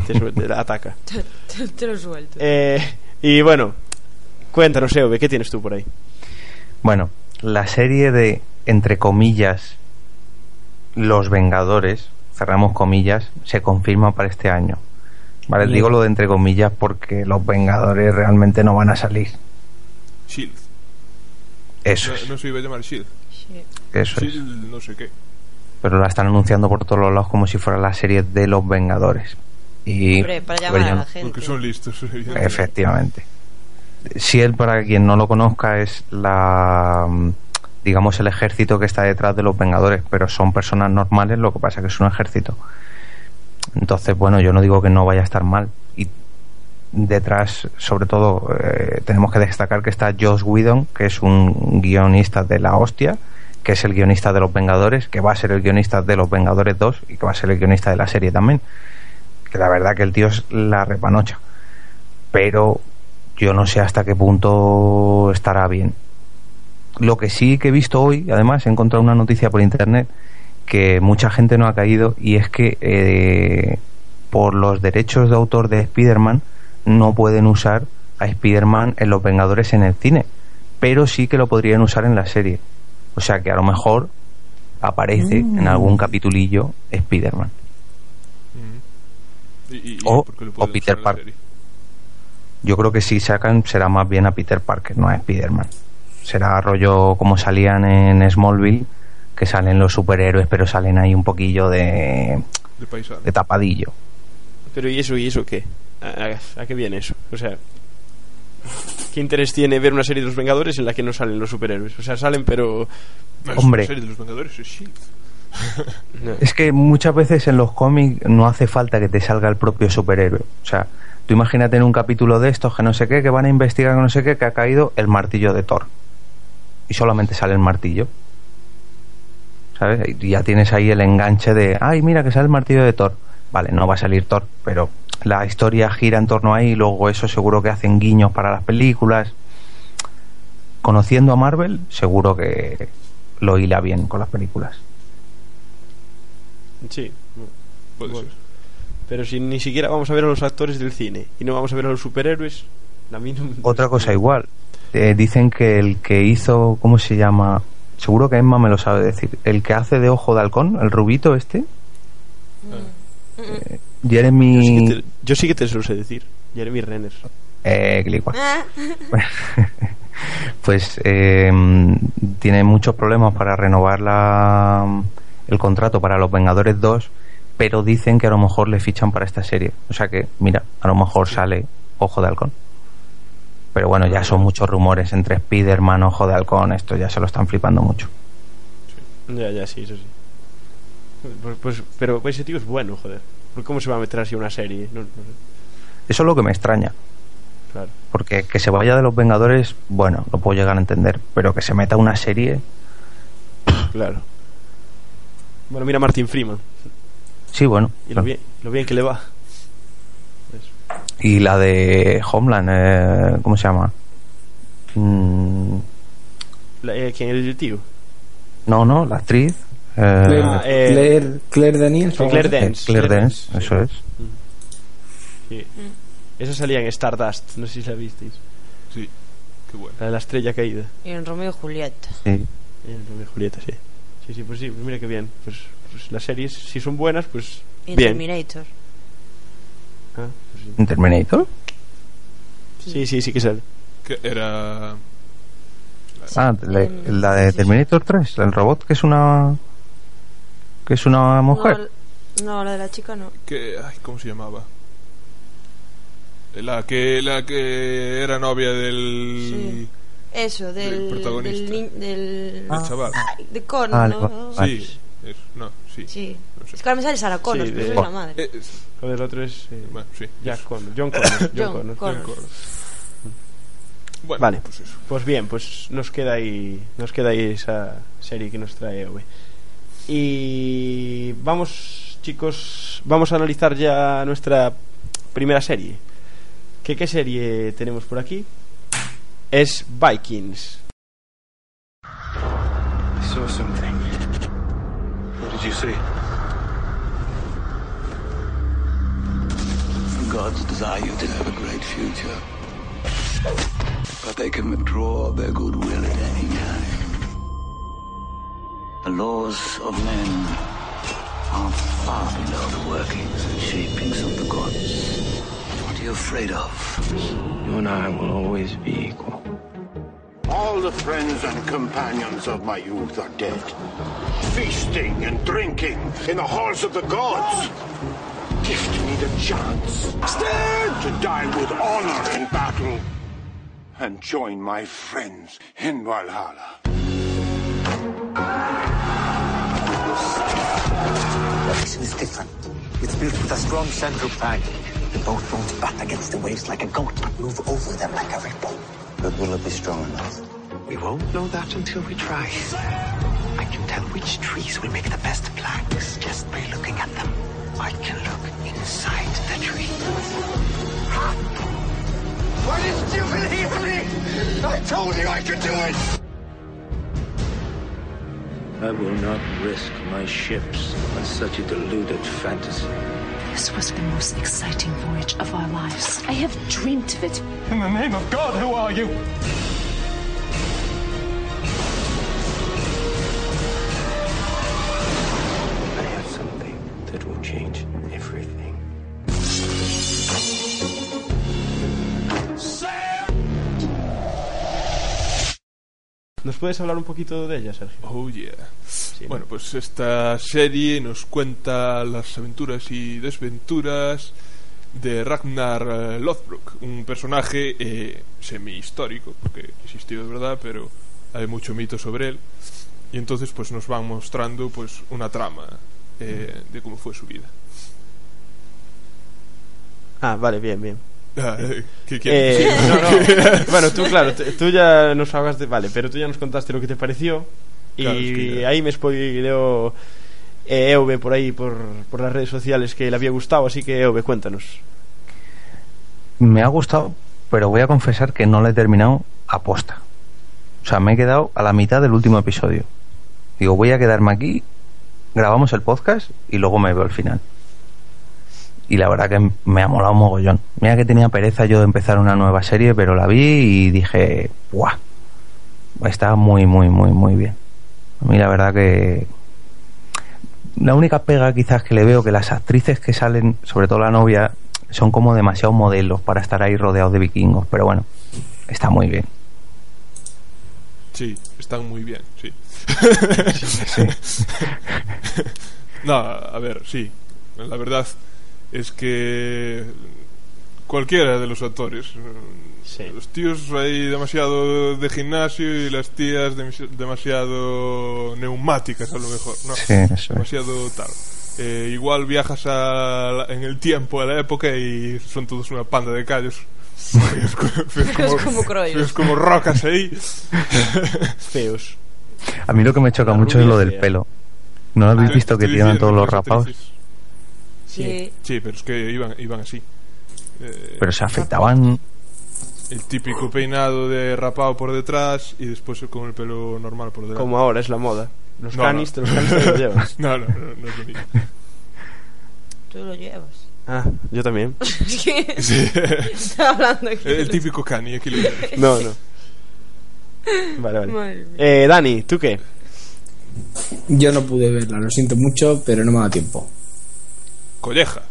C: Te, suel- te la ataca.
D: Te, te lo suelto.
C: Eh, y bueno, cuéntanos, EV, ¿qué tienes tú por ahí?
G: Bueno, la serie de, entre comillas, Los Vengadores, cerramos comillas, se confirma para este año. Vale,
F: Bien.
G: digo lo de entre comillas porque los Vengadores realmente no van a salir.
F: Shield.
G: Eso
F: No,
G: es,
F: no se iba a llamar Shield.
G: eso es.
F: Shield, no sé qué.
G: Pero la están anunciando por todos los lados como si fuera la serie de los Vengadores. Y
D: Hombre, para llamar a la gente.
F: Porque son listos, evidentemente.
G: Efectivamente. Shield, para quien no lo conozca, es la mm, digamos el ejército que está detrás de los Vengadores, pero son personas normales, lo que pasa que es un ejército. Entonces, bueno, yo no digo que no vaya a estar mal. Y detrás, sobre todo, eh, tenemos que destacar que está Josh Whedon, que es un guionista de la hostia, que es el guionista de los Vengadores, que va a ser el guionista de los Vengadores 2 y que va a ser el guionista de la serie también. Que la verdad que el tío es la repanocha pero yo no sé hasta qué punto estará bien. Lo que sí que he visto hoy, además, he encontrado una noticia por internet que mucha gente no ha caído y es que eh, por los derechos de autor de Spider-Man no pueden usar a Spider-Man en Los Vengadores en el cine, pero sí que lo podrían usar en la serie. O sea que a lo mejor aparece en algún capitulillo Spider-Man.
F: Y, y- y
G: O-
F: porque lo
G: o
F: pueden
G: Peter
F: usar en la
G: Parker.
F: serie.
G: Yo creo que si sacan será más bien a Peter Parker, no a Spider-Man. Será rollo como salían en Smallville, que salen los superhéroes, pero salen ahí un poquillo de,
F: De paisano.
G: de tapadillo.
C: Pero ¿y eso y eso qué? ¿A, a- a qué viene eso? O sea, ¿qué interés tiene ver una serie de los Vengadores en la que no salen los superhéroes? O sea, salen, pero.
F: No,
G: Hombre.
F: Es una serie de los Vengadores, es Shield.
G: Es que muchas veces en los cómics no hace falta que te salga el propio superhéroe. O sea, tú imagínate en un capítulo de estos que no sé qué, que van a investigar que no sé qué, que ha caído el martillo de Thor. Y solamente sale el martillo. ¿Sabes? Y ya tienes ahí el enganche de, ay, mira que sale el martillo de Thor. Vale, no va a salir Thor, pero la historia gira en torno ahí y luego eso seguro que hacen guiños para las películas. Conociendo a Marvel, seguro que lo hila bien con las películas.
C: Sí.
F: Puede ser.
C: Pero si ni siquiera vamos a ver a los actores del cine y no vamos a ver a los superhéroes, a mí no.
G: Otra cosa igual. Eh, dicen que el que hizo, ¿cómo se llama? Seguro que Emma me lo sabe decir. El que hace de ojo de halcón, el rubito este, eh,
C: Yo sí, que
G: Jeremy...
C: te, yo sí que te lo sé decir. Jeremy Renner.
G: Eh, Glicua.
D: Ah.
G: pues eh, tiene muchos problemas para renovar la- el contrato para los Vengadores 2, pero dicen que a lo mejor le fichan para esta serie. O sea que, mira, a lo mejor sale Ojo de Halcón. Pero bueno, ya son muchos rumores entre Spider-Man, Ojo de Halcón, esto ya se lo están flipando mucho.
C: Ya, ya, sí, eso sí. Pues, pues- pero ese tío es bueno, joder. ¿Por ¿Cómo se va a meter así una serie? No, no sé.
G: Eso es lo que me extraña.
C: Claro.
G: Porque que se vaya de los Vengadores, bueno, lo puedo llegar a entender, pero que se meta una serie,
C: Claro. Bueno, mira a Martin Freeman.
G: sí, bueno.
C: Y lo bien, lo bien que le va.
G: Y la de Homeland, eh, ¿cómo se llama? Mm,
C: La- eh, ¿Quién es el tío?
G: no, no, la actriz. eh,
E: Claire,
C: Ah, eh,
E: Claire, Claire Daniels.
C: Claire
E: vamos.
C: Dance.
G: Claire
C: Claire
G: Dance,
C: Dance,
G: eso es.
C: Sí. Esa salía en Stardust, no sé si la visteis.
F: Sí, qué bueno.
C: La de la estrella caída.
D: Y en Romeo y Julieta.
G: Sí.
C: En Romeo y Julieta, sí. Sí, sí, pues sí, pues mira qué bien. Pues, pues las series, si son buenas, pues
D: Y en
C: bien.
D: Terminator.
C: Ah, pues sí.
G: ¿En Terminator?
C: sí, sí, sí que sale.
F: Que era.
G: Ah, le- la de Terminator 3, el robot que es una. que es una mujer.
D: No, no, la de la chica no.
F: Que, ay, ¿Cómo se llamaba? La que, la que era novia del.
D: Eso, del.
F: Del protagonista.
D: Del. ni- del-
F: Ah. chaval.
D: Ay, de Connor.
G: Vale,
D: ¿no?
G: vale.
F: Sí, es- no, sí.
D: Sí.
F: No sé.
D: Es que ahora me sale Sarah Connor,
C: Sí,
D: pero
C: de-
D: soy la madre.
F: Eh, es-
C: Joder, el otro es eh,
F: bueno, sí.
C: Jack
F: eso.
C: Connor, John Connor. John,
D: John
C: Connor.
D: Connor.
F: Connor.
G: Mm.
F: Bueno,
C: vale.
F: pues eso.
C: Pues bien, pues nos queda ahí, nos queda ahí esa serie que nos trae hoy. Y vamos, chicos, vamos a analizar ya nuestra primera serie. ¿Qué, qué serie tenemos por aquí? Es Vikings.
S: saw something. What did you see? Gods desire you to have a great future. But they can withdraw their goodwill at any time. The laws of men are far below the workings and shapings of the gods. What are you afraid of?
H: You and I will always be equal.
S: All the friends and companions of my youth are dead. Feasting and drinking in the halls of the gods. Gift me the chance. Stand! To die with honor in battle. And join my friends in Valhalla.
T: The action is different. It's built with a strong central plank. The boat won't bat against the waves like a goat, but move over them like a ripple.
H: But will it be strong enough?
T: We won't know that until we try. I can tell which trees will make the best planks just by looking at them. I can look inside the tree.
I: Why didn't you believe me? I told you I could do it!
S: I will not risk my ships on such a deluded fantasy.
U: This was the most exciting voyage of our lives. I have dreamt of it.
I: In the name of God, who are you?
H: I have something that will change everything.
C: ¿Nos puedes hablar un poquito de ella, Sergio?
F: Oh, yeah. Bueno, pues esta serie nos cuenta las aventuras y desventuras de Ragnar eh, Lothbrok, un personaje eh, semi-histórico, porque existió de verdad, pero hay mucho mito sobre él. Y entonces pues nos van mostrando pues una trama eh, de cómo fue su vida.
C: Ah, vale, bien, bien.
F: Ah, eh, ¿qué quieres
C: Eh,
F: decir?
C: no, no. bueno, tú, claro, t- tú ya nos hablas de. Vale, pero tú ya nos contaste lo que te pareció. Y
F: Claro, es que
C: ahí me spoileó eh, EOB por ahí, por, por las redes sociales, que le había gustado. Así que, EOB, cuéntanos.
G: Me ha gustado, pero voy a confesar que no la he terminado a posta. O sea, me he quedado a la mitad del último episodio. Digo, voy a quedarme aquí, grabamos el podcast y luego me veo el final. Y la verdad que me ha molado mogollón. Mira que tenía pereza yo de empezar una nueva serie, pero la vi y dije, ¡buah! Está muy, muy, muy, muy bien. A mí la verdad que... La única pega quizás que le veo que las actrices que salen, sobre todo la novia, son como demasiado modelos para estar ahí rodeados de vikingos, pero bueno, está muy bien.
F: Sí, están muy bien, sí. no, a ver, sí. La verdad es que cualquiera de los actores. Los tíos hay demasiado de gimnasio y las tías demis- demasiado neumáticas a lo mejor, ¿no?
G: Sí, eso es.
F: demasiado tal. Eh, igual viajas a la- en el tiempo, a la época y son todos una panda de callos. Feos co- feos
D: Feos como croyos.
F: feos como rocas ahí.
C: Feos.
G: A mí lo que me choca mucho es lo del pelo. ¿No lo habéis visto que tienen todos los rapados?
F: Sí. pero es que iban, iban así. Eh,
G: Pero se afeitaban...
F: El típico peinado de rapado por detrás y después con el pelo normal por delante.
C: Como ahora es la moda. Los
F: No,
C: canis,
F: no.
C: los canis te los llevas.
F: no, no, no, no es lo mismo.
D: Tú lo llevas.
C: Ah, yo también.
D: Es que-
F: Sí.
D: Estaba hablando aquí.
F: El típico cani, aquí lo llevas.
C: No, no. Vale,
D: Madre
C: vale.
D: mía.
C: Eh, Dani, ¿tú qué?
E: Yo no pude verla, lo siento mucho, pero no me ha dado tiempo.
F: Colleja.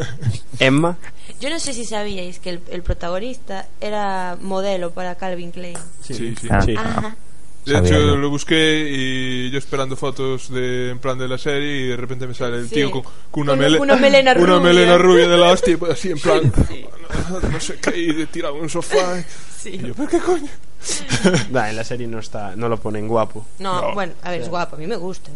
C: Emma.
D: Yo no sé si sabíais que el, el protagonista era modelo para Calvin Klein.
F: Sí, sí.
G: Ah,
D: Ajá.
F: De
G: Sabía
F: hecho,
G: yo.
F: lo busqué y yo esperando fotos de, en plan de la serie y de repente me sale el
D: Sí.
F: tío con, con una,
D: Con
F: mele-
D: una melena
F: una
D: rubia.
F: melena rubia de la hostia, pues, así en plan, no, no sé qué, y de tirado en un sofá.
D: Sí.
F: Y yo, ¿pero qué coño?
C: Ah, Nah, en la serie no está, no lo ponen guapo.
D: No,
F: No.
D: bueno, a ver, es guapo, a mí me gusta.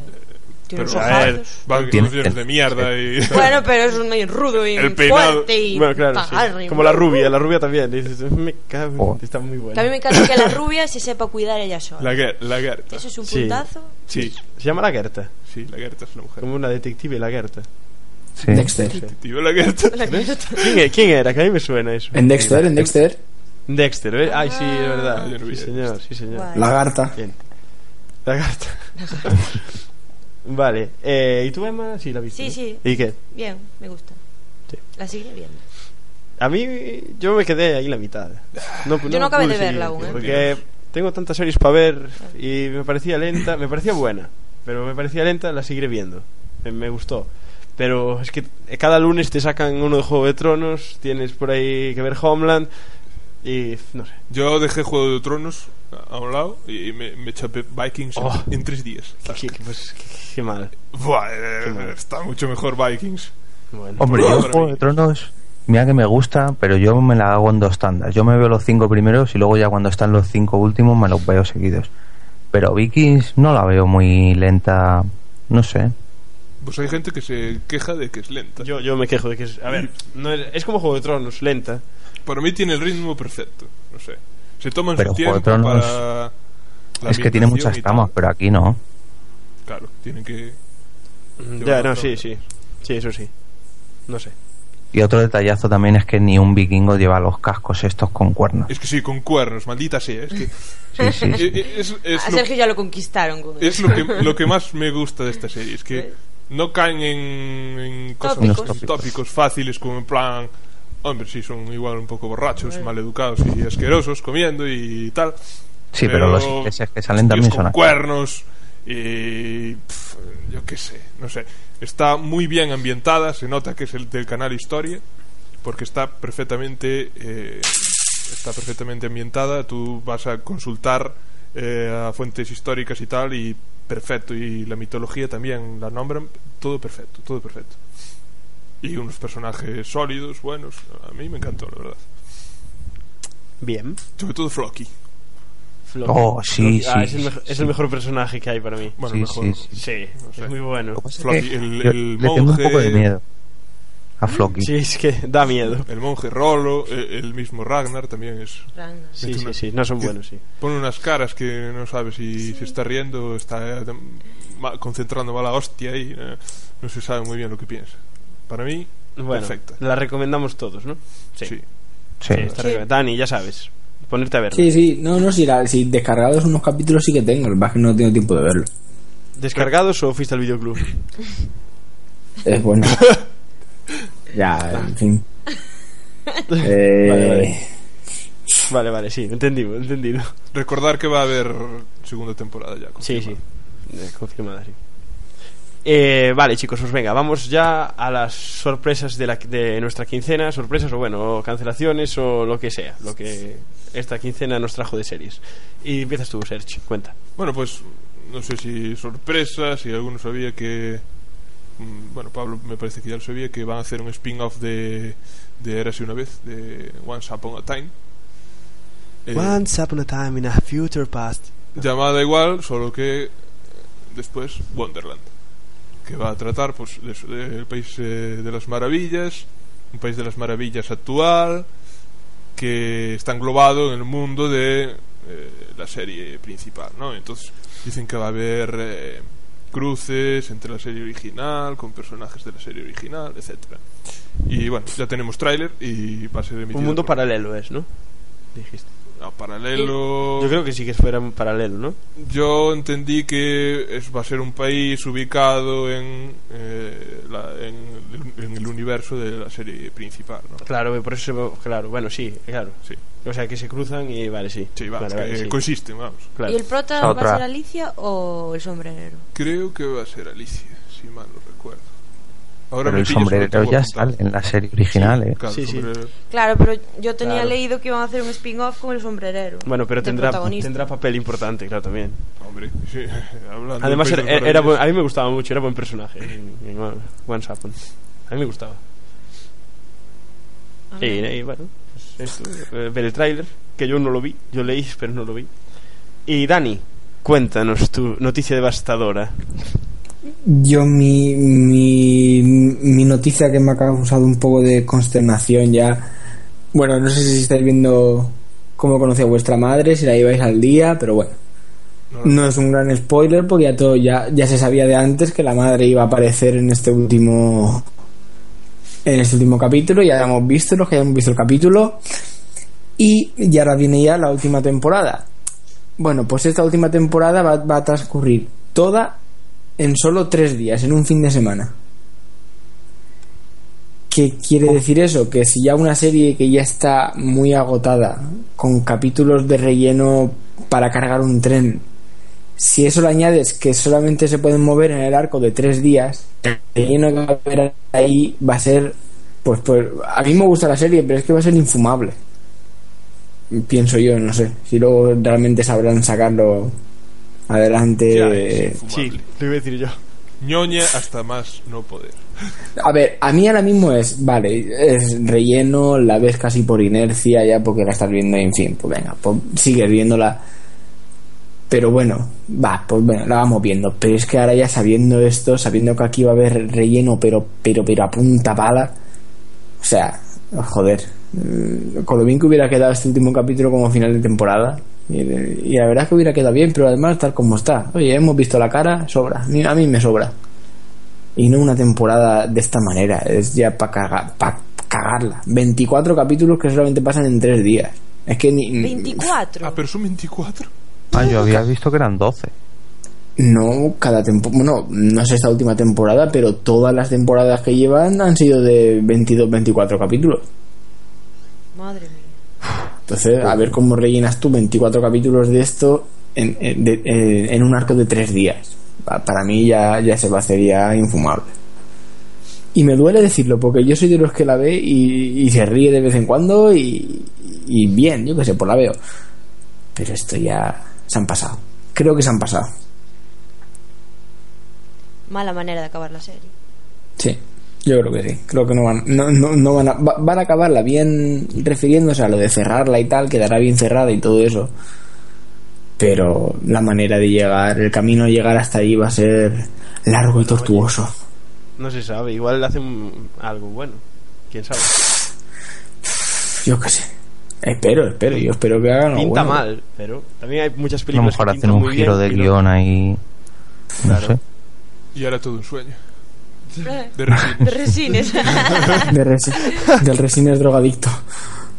D: Tiene
F: Pero,
D: unos
F: a ver,
D: ojazos.
F: va con
G: Tiene-
F: unos dientes de mierda y...
D: Bueno, pero es un medio rudo y
F: El peinado-
D: fuerte y
C: Bueno, claro, sí.
D: pagárrimo.
C: Como la rubia, la rubia también. Dices, me cago, en- está muy buena.
D: También me encanta que la rubia se sepa cuidar ella sola.
F: La, Ger- la Gerta.
D: Eso es un
C: Sí.
D: puntazo.
F: Sí.
C: Se llama la Gerta.
F: Sí, la Gerta es una mujer.
C: Como una detective, la Gerta.
G: Sí.
E: Dexter.
F: Detective, la Gerta.
D: La Gerta.
C: ¿Quién, e- quién era? Que a mí me suena eso.
E: En Dexter, en Dexter.
C: Dexter, ¿eh? Ay, sí, es verdad.
F: yo no
C: Sí,
F: vi
C: señor, sí, señor.
E: Guay. Lagarta.
C: Bien. Lagarta. vale. Eh, ¿Y tú, Emma? Sí, la viste.
D: Sí,
C: ¿no?
D: sí.
C: ¿Y qué?
D: Bien, me gusta. La seguiré viendo.
C: A mí, yo me quedé ahí en la mitad. No,
D: Yo no acabé
C: pude
D: de verla
C: seguir,
D: aún,
C: tío,
D: ¿eh?
C: Porque tengo tantas series para ver y me parecía lenta, me parecía buena, pero me parecía lenta, la seguiré viendo. Me, me gustó. Pero es que cada lunes te sacan uno de Juego de Tronos, tienes por ahí que ver Homeland y no sé.
F: Yo dejé Juego de Tronos a un lado y me, me chapé Vikings en-
C: Oh.
F: en, tres días.
C: Qué, qué- pues, qué- qué mal.
F: Buah, eh,
C: Qué mal.
F: está mucho mejor Vikings.
C: Bueno.
G: Hombre, yo
F: Para
G: Juego
F: mí.
G: de Tronos, mira que me gusta, pero yo me la hago en dos tandas. Yo me veo los cinco primeros y luego ya cuando están los cinco últimos me los veo seguidos. Pero Vikings no la veo muy lenta, no sé.
F: Pues hay gente que se queja de que es lenta.
C: Yo, yo me quejo de que es. A ver, no es, es como Juego de Tronos, lenta.
F: Para mí tiene el ritmo perfecto. No sé. Se toman
G: Pero
F: su
G: Juego
F: tiempo
G: de Tronos
F: para... la
G: es que tiene
F: ambientación
G: muchas
F: y tal.
G: tramas, pero aquí no.
F: Claro, tienen que...
C: Ya, no, sí, sí. Sí, eso sí. No sé.
G: Y otro detallazo también es que ni un vikingo lleva los cascos estos con cuernos.
F: Es Eh, que sí, con cuernos, maldita sea. Es que...
G: Sí, sí, sí.
F: Es, es- es
D: a
F: lo-
D: Sergio ya lo conquistaron con
F: es
D: eso.
F: lo, que, lo que más me gusta de esta serie. Es que no caen en, en cosas
D: Tópicos.
F: en tópicos. fáciles como en plan... Hombre, sí, son igual un poco borrachos,
D: Bueno.
F: maleducados y asquerosos comiendo y tal.
G: Sí, pero los ingleses que salen
F: tíos
G: también
F: con
G: son así.
F: cuernos y... pf, yo qué sé, no sé. Está muy bien ambientada, se nota que es el del canal Historia, porque está perfectamente... eh, está perfectamente ambientada, tú vas a consultar eh, a fuentes históricas y tal, y perfecto, y la mitología también la nombran, todo perfecto, todo perfecto. Y unos personajes sólidos, buenos, a mí me encantó, la verdad.
C: Bien.
F: Sobre todo Floki.
C: Floki.
G: Oh, sí,
C: Floki- ah,
G: sí,
C: es, el mejo- es el mejor personaje que hay para mí.
F: Bueno,
G: Sí,
F: mejor.
G: sí,
C: Sí,
F: sé.
C: es muy bueno.
F: Floki, el,
G: Yo
F: el
G: le tengo un poco de
F: monje-
G: miedo a Floki.
C: Sí, es que da miedo.
F: El monje Rolo, el, el mismo Ragnar también es.
D: Ragnar.
C: Sí,
F: mete
C: sí,
F: una-
C: sí, no son
F: que
C: buenos, sí.
F: Pone unas caras que no sabe si se está riendo o está eh, ma- concentrando mala hostia y eh, no se sabe muy bien lo que piensa. Para mí,
C: Bueno,
F: perfecta.
C: la recomendamos todos, ¿no? Sí.
F: Sí.
G: Sí.
C: Sí, está recomendada. Dani, ya sabes. Ponerte a verla.
E: Sí, sí, no, no, si, la- si descargados unos capítulos sí que tengo, lo que pasa es que no tengo tiempo de verlo.
C: ¿Descargados o fuiste al videoclub?
E: Es bueno. ya, en fin. Eh,
C: Vale, vale. Vale, vale, sí, entendido, entendido.
F: Recordar que va a haber segunda temporada ya.
C: Sí, sí.
F: confirmada.
C: Eh, Confirmada, sí. Eh, vale, chicos, pues venga, vamos ya a las sorpresas de, la, de nuestra quincena. Sorpresas o, bueno, o cancelaciones o lo que sea. Lo que esta quincena nos trajo de series. Y empiezas tú, Serge, cuenta.
F: Bueno, pues no sé si sorpresa, si alguno sabía que. mm, Bueno, Pablo me parece que ya lo sabía, que van a hacer un spin-off de, de Érase una vez, de Once Upon a Time. Eh,
C: upon a time in a future past.
F: llamada igual, solo que eh, después Wonderland, que va a tratar pues de eso, del país eh, de las maravillas, un país de las maravillas actual, que está englobado en el mundo de eh, la serie principal, ¿no? Entonces dicen que va a haber eh, cruces entre la serie original, con personajes de la serie original, etcétera. Y bueno, ya tenemos tráiler y va a ser emitido
C: Un mundo
F: por-
C: paralelo es, ¿no? Dijiste.
F: no, paralelo.
C: Yo creo que sí que fuera un paralelo, ¿no?
F: Yo entendí que es, va a ser un país ubicado en, eh, la- en, el- en el universo de la serie principal, ¿no?
C: Claro, por eso, claro, bueno, sí, claro.
F: Sí,
C: O sea, que se cruzan y vale, sí.
F: sí, va,
C: Vale,
F: es que
C: vale, sí.
F: coexisten, vamos.
C: Claro.
D: ¿Y el prota
G: Esa
D: va
G: otra.
D: a ser Alicia o el sombrerero?
F: Creo que va a ser Alicia, si mal no recuerdo. Ahora
G: Pero
F: me
G: el
F: pillas, no
G: sombrerero
F: tengo
G: ya
F: apuntado.
G: sale en la serie original, ¿eh?
F: Claro,
C: Sí,
F: el
C: sí.
F: sombrerero.
D: Claro, pero yo tenía
C: Claro.
D: leído que iban a hacer un spin-off con el sombrerero.
C: Bueno, pero
D: del
C: tendrá,
D: protagonista.
C: tendrá papel importante, claro, también.
F: Hombre, sí, hablando de
C: Además,
F: País
C: era,
F: de las
C: era buen- a
F: Maravillas.
C: mí me gustaba mucho, era buen personaje. en- en Once Upon. A mí me gustaba. Y, y bueno, pues esto, eh, ver el tráiler, que yo no lo vi, yo leí, pero no lo vi. Y Dani, cuéntanos tu noticia devastadora.
E: Yo mi, mi, mi noticia que me ha causado un poco de consternación ya. Bueno, no sé si estáis viendo cómo conocí a vuestra madre, si la lleváis al día, pero bueno. No es un gran spoiler porque ya todo ya, ya se sabía de antes que la madre iba a aparecer en este último en este último capítulo, ya lo hemos visto, los que hayan visto el capítulo. Y, y ahora viene ya la última temporada. Bueno, pues esta última temporada va, va a transcurrir toda en solo tres días, en un fin de semana. ¿Qué quiere decir eso? Que si ya una serie que ya está muy agotada, con capítulos de relleno para cargar un tren, si eso le añades que solamente se pueden mover en el arco de tres días, el relleno que va a haber ahí va a ser, pues, pues, a mí me gusta la serie, pero es que va a ser infumable. Pienso yo, no sé, si luego realmente sabrán sacarlo adelante.
F: Ya
E: eh,
F: es infumable.
C: Te iba a decir yo.
F: Ñoña hasta más no poder.
E: A ver, a mí ahora mismo es, vale, es relleno, la ves casi por inercia ya porque la estás viendo, en fin, pues venga, pues sigues viéndola. Pero bueno, va, pues bueno, la vamos viendo. Pero es que ahora ya sabiendo esto, sabiendo que aquí va a haber relleno, pero, pero, pero a punta pala. O sea, joder. eh, Con lo bien que hubiera quedado este último capítulo como final de temporada. Y, y la verdad es que hubiera quedado bien, pero además tal como está. Oye, hemos visto la cara, sobra. A mí, a mí me sobra. Y no una temporada de esta manera. Es ya para cagarla. 24 capítulos que solamente pasan en 3 días. Es que ni...
D: 24.
F: Ah, pero son 24.
G: Ah, yo había visto que eran 12.
E: No, cada temporada. Bueno, no sé esta última temporada, pero todas las temporadas que llevan han sido de 22, 24 capítulos.
D: Madre mía.
E: Entonces, a ver cómo rellenas tú 24 capítulos de esto en, en- de- en- en un arco de tres días. Pa- Para mí ya, ya se va a hacer ya infumable. Y me duele decirlo, porque yo soy de los que la ve y, y se ríe de vez en cuando y, y bien, yo que sé, pues la veo. Pero esto ya se han pasado. Creo que se han pasado.
D: Mala manera de acabar la serie.
E: Sí, yo creo que sí. Creo que no van, no, no, no van a, va- van a acabarla bien refiriéndose a lo de cerrarla y tal, quedará bien cerrada y todo eso. Pero la manera de llegar, el camino de llegar hasta ahí va a ser largo y tortuoso.
C: No se sabe, igual hacen algo bueno. ¿Quién sabe?
E: Yo qué sé. Espero, espero, yo espero que hagan algo
C: Pinta
E: bueno.
C: mal, pero también hay muchas
G: Ah, A lo
C: películas
G: mejor
C: que
G: hacen
C: pintan
G: un
C: muy
G: giro de
C: bien y no-
G: guión ahí. No sé.
F: Y ahora todo un sueño.
D: ¿Eh?
F: De
D: De
F: resines.
D: resines.
E: De resi- del resines drogadicto.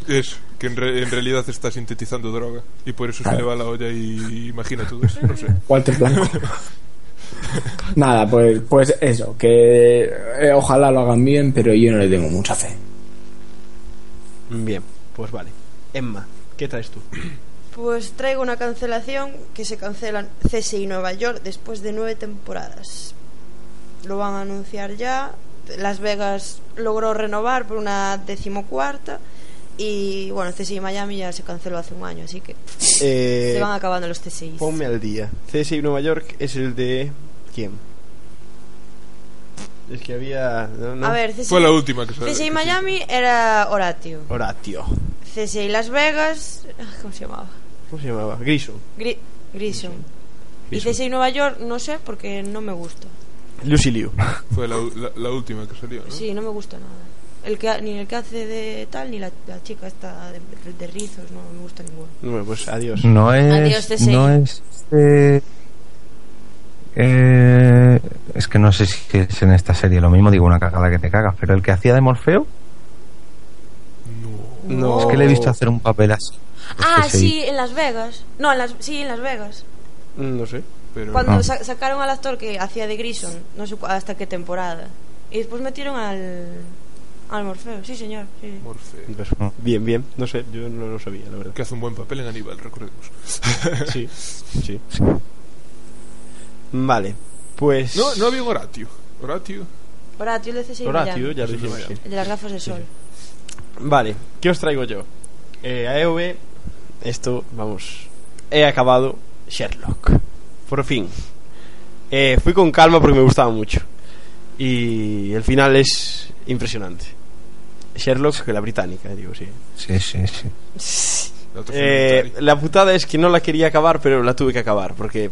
F: Eso, que en, re- en realidad está sintetizando droga. Y por eso se
E: Claro.
F: le va la olla y imagina todo eso. No sé.
E: Walter Blanco. Nada, pues, pues eso, que eh, ojalá lo hagan bien, pero yo no le tengo mucha fe.
C: Bien, pues vale. Emma, ¿qué traes tú?
D: Pues traigo una cancelación que se cancelan CSI Nueva York después de nueve temporadas. Lo van a anunciar ya. Las Vegas logró renovar por una decimocuarta. Y bueno, CSI Miami ya se canceló hace un año, así que
C: Eh,
D: se van acabando los CSI.
C: Ponme al día. CSI Nueva York es el de. ¿Quién? Es que había. no, no.
D: A ver, CSI, CSI Miami era Horatio.
C: Horatio.
D: CSI Las Vegas. ah, ¿Cómo se llamaba?
C: ¿Cómo se llamaba? Grison.
D: Gri- Grison. Y
C: Grison.
D: CSI Nueva York, no sé, porque no me gusta.
C: Lucy Liu.
F: Fue la, u- la- la última que salió, ¿no?
D: Sí, no me gusta nada. El que, ha- ni el que hace de tal, ni la, la chica esta de, de rizos, no me gusta ninguno.
C: Bueno, pues adiós.
G: No es.
D: Adiós, TSI.
G: no es. eh, eh, es que no sé si es en esta serie lo mismo, digo una cagada que te cagas, pero el que hacía de Morfeo.
C: No.
G: Es que le he visto hacer un papel así. Pues
D: Ah,
G: TSI.
D: sí, en Las Vegas. No, en las, sí, en Las Vegas.
C: No sé. Pero...
D: Cuando
G: Ah.
D: sa- sacaron al actor que hacía de Grison, no sé cu- hasta qué temporada. Y después metieron al, al Morfeo, sí, señor. sí.
C: Pues, bien, bien. No sé, yo no lo sabía, la verdad.
F: Que hace un buen papel en Aníbal, recordemos.
C: Sí, sí. Vale, pues.
F: No, no había un Horatio. Horatio.
D: Horatio, el de CSI
C: Horatio,
D: Miami.
C: ya lo dijimos, sí.
D: El de las gafas de sol.
C: Vale, ¿qué os traigo yo? Eh, AEV, esto, vamos. He acabado Sherlock. Por fin. Eh, fui con calma porque me gustaba mucho. Y el final es impresionante. Sherlock, que la británica, digo, sí.
G: Sí, sí, sí.
C: Eh, la putada es que no la quería acabar, pero la tuve que acabar, porque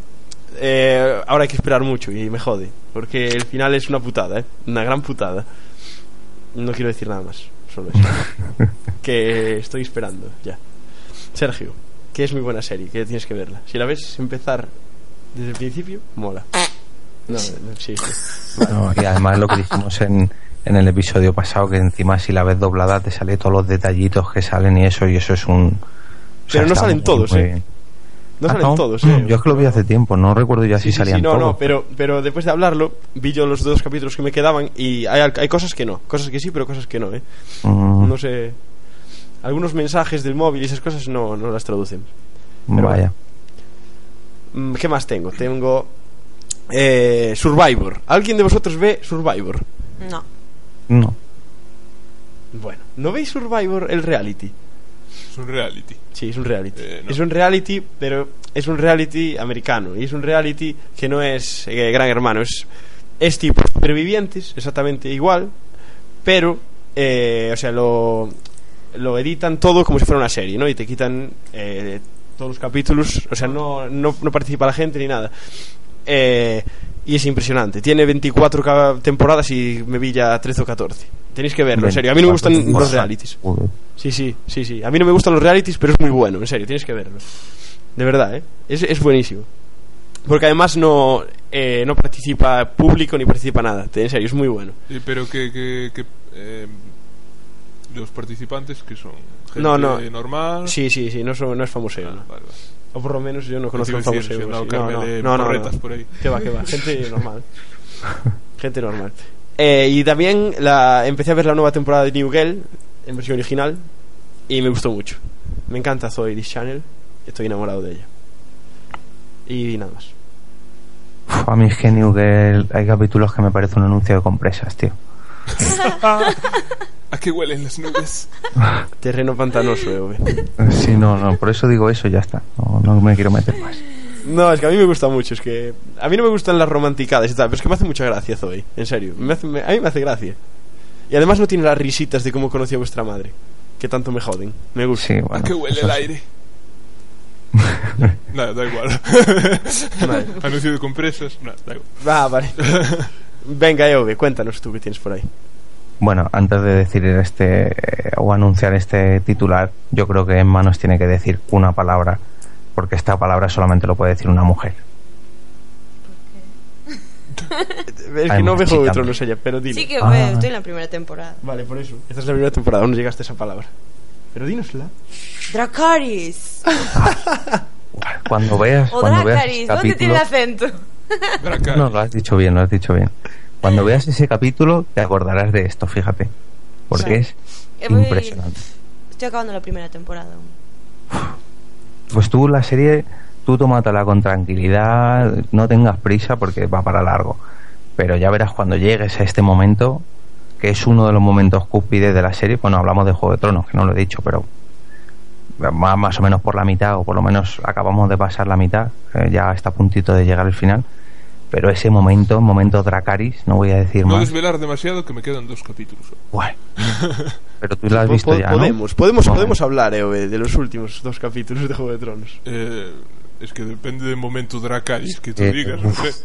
C: eh, ahora hay que esperar mucho y me jode. Porque el final es una putada, ¿eh? Una gran putada. No quiero decir nada más, solo eso. que estoy esperando, ya. Sergio, que es muy buena serie, que tienes que verla. Si la ves empezar desde el principio, mola. No, no existe.
G: Ah, No, y además lo que dijimos en, en el episodio pasado, que encima si la ves doblada te sale todos los detallitos que salen y eso, y eso es un... o sea,
C: Pero no
G: está
C: salen
G: muy,
C: todos,
G: muy
C: ¿eh?
G: bien.
C: No
G: Ah,
C: salen todos, ¿eh?
G: Yo es que lo vi hace tiempo, no recuerdo ya si
C: Sí,
G: salían
C: sí, no,
G: todos.
C: no, pero, pero después de hablarlo, vi yo los dos capítulos que me quedaban y hay, hay cosas que no, cosas que sí, pero cosas que no, ¿eh?
G: Mm.
C: No sé. Algunos mensajes del móvil y esas cosas no, no las traducen.
G: Vaya.
C: Mm, ¿Qué más tengo? Tengo. eh, Survivor. ¿Alguien de vosotros ve Survivor?
D: No.
G: No.
C: Bueno, ¿no veis Survivor el reality?
F: Es un reality.
C: Sí, es un reality.
F: Eh, no.
C: Es un reality, pero es un reality americano. Y es un reality que no es eh, Gran Hermano. Es, es tipo supervivientes, exactamente igual. Pero, eh, o sea, lo, lo editan todo como si fuera una serie, ¿no? Y te quitan eh, todos los capítulos. O sea, no, no, no participa la gente ni nada. Eh, y es impresionante. Tiene 24 ca- temporadas y me vi ya 13 o 14. Tenéis que verlo, en serio. A mí no me gustan los realities.
G: Joder.
C: Sí, sí, sí, sí. A mí no me gustan los realities, pero es muy bueno, en serio, tienes que verlo. De verdad, ¿eh? Es, es buenísimo. Porque además no, eh, no participa público ni participa nada. En serio, es muy bueno.
F: Eh, pero que, que, que, eh, los participantes que son gente
C: No, no.
F: normal.
C: Sí, sí, sí, no, son- no es famoseo. ¿no? O por lo menos yo no conozco
F: quiero
C: a famoseo.
F: decir, si han dado
C: así.
F: carne
C: No, no,
F: de
C: no, no,
F: porretas
C: no.
F: por ahí.
C: Que va, que va. Gente normal. Gente normal. Eh, y también la, empecé a ver la nueva temporada de New Girl, en versión original, y me gustó mucho. Me encanta Zoe Channel, estoy enamorado de ella. Y nada más.
G: Uf, a mí es que New Girl, hay capítulos que me parece un anuncio de compresas, tío.
F: ¿A qué Ah, huelen las nubes?
C: Terreno pantanoso, eh, hombre.
G: Sí, no, no, por eso digo eso, ya está. No, no me quiero meter más.
C: No, es que a mí me gusta mucho, es que... A mí no me gustan las romanticadas y tal, pero es que me hace mucha gracia Zoe, en serio. Me hace- me- a mí me hace gracia. Y además no tiene las risitas de cómo conocí a vuestra madre, que tanto me joden. Me gusta.
G: Sí, bueno.
F: ¿A qué huele el aire? Nada, da igual.
C: Vale.
F: Anuncio de compresas. Nada, da igual.
C: Va, vale. Venga, Eove, cuéntanos tú qué tienes por ahí.
G: Bueno, antes de decir este eh, o anunciar este titular, yo creo que Emma nos tiene que decir una palabra, porque esta palabra solamente lo puede decir una mujer.
C: Es que
G: Hay
C: no veo Juego
G: más
C: de
G: chica,
C: Tronos ella, pero dile.
D: Sí que
G: Ah.
D: veo, estoy en la primera temporada.
C: Vale, por eso. Esta es la primera temporada, aún no llegaste a esa palabra. Pero dínosla.
D: Dracaris.
G: Cuando veas,
D: O
G: cuando veas
D: Dracaris,
G: ese
D: ¿dónde tiene
G: capítulo,
D: el acento?
G: no lo has dicho bien, lo has dicho bien. Cuando veas ese capítulo, te acordarás de esto, fíjate, porque es
D: Eh, voy-
G: impresionante.
D: Estoy acabando la primera temporada. aún.
G: Pues tú la serie, tú tómatela con tranquilidad, no tengas prisa porque va para largo. Pero ya verás cuando llegues a este momento, que es uno de los momentos cúspides de la serie. Bueno, hablamos de Juego de Tronos, que no lo he dicho, pero va más o menos por la mitad, o por lo menos acabamos de pasar la mitad, eh, ya está a puntito de llegar al final. Pero ese momento, momento Dracaris, no voy a decir
F: No
G: más.
F: desvelar demasiado que me quedan dos capítulos.
G: Bueno, pero tú la has
C: Po-
G: visto
C: po-
G: ya, ¿no?
C: podemos, podemos,
G: Bueno.
C: podemos hablar, Eove, de los últimos dos capítulos de Juego de Tronos.
F: Eh, es que depende del momento Dracaris que tú
G: Eh,
F: digas. no
G: uf. Eh,
F: sé.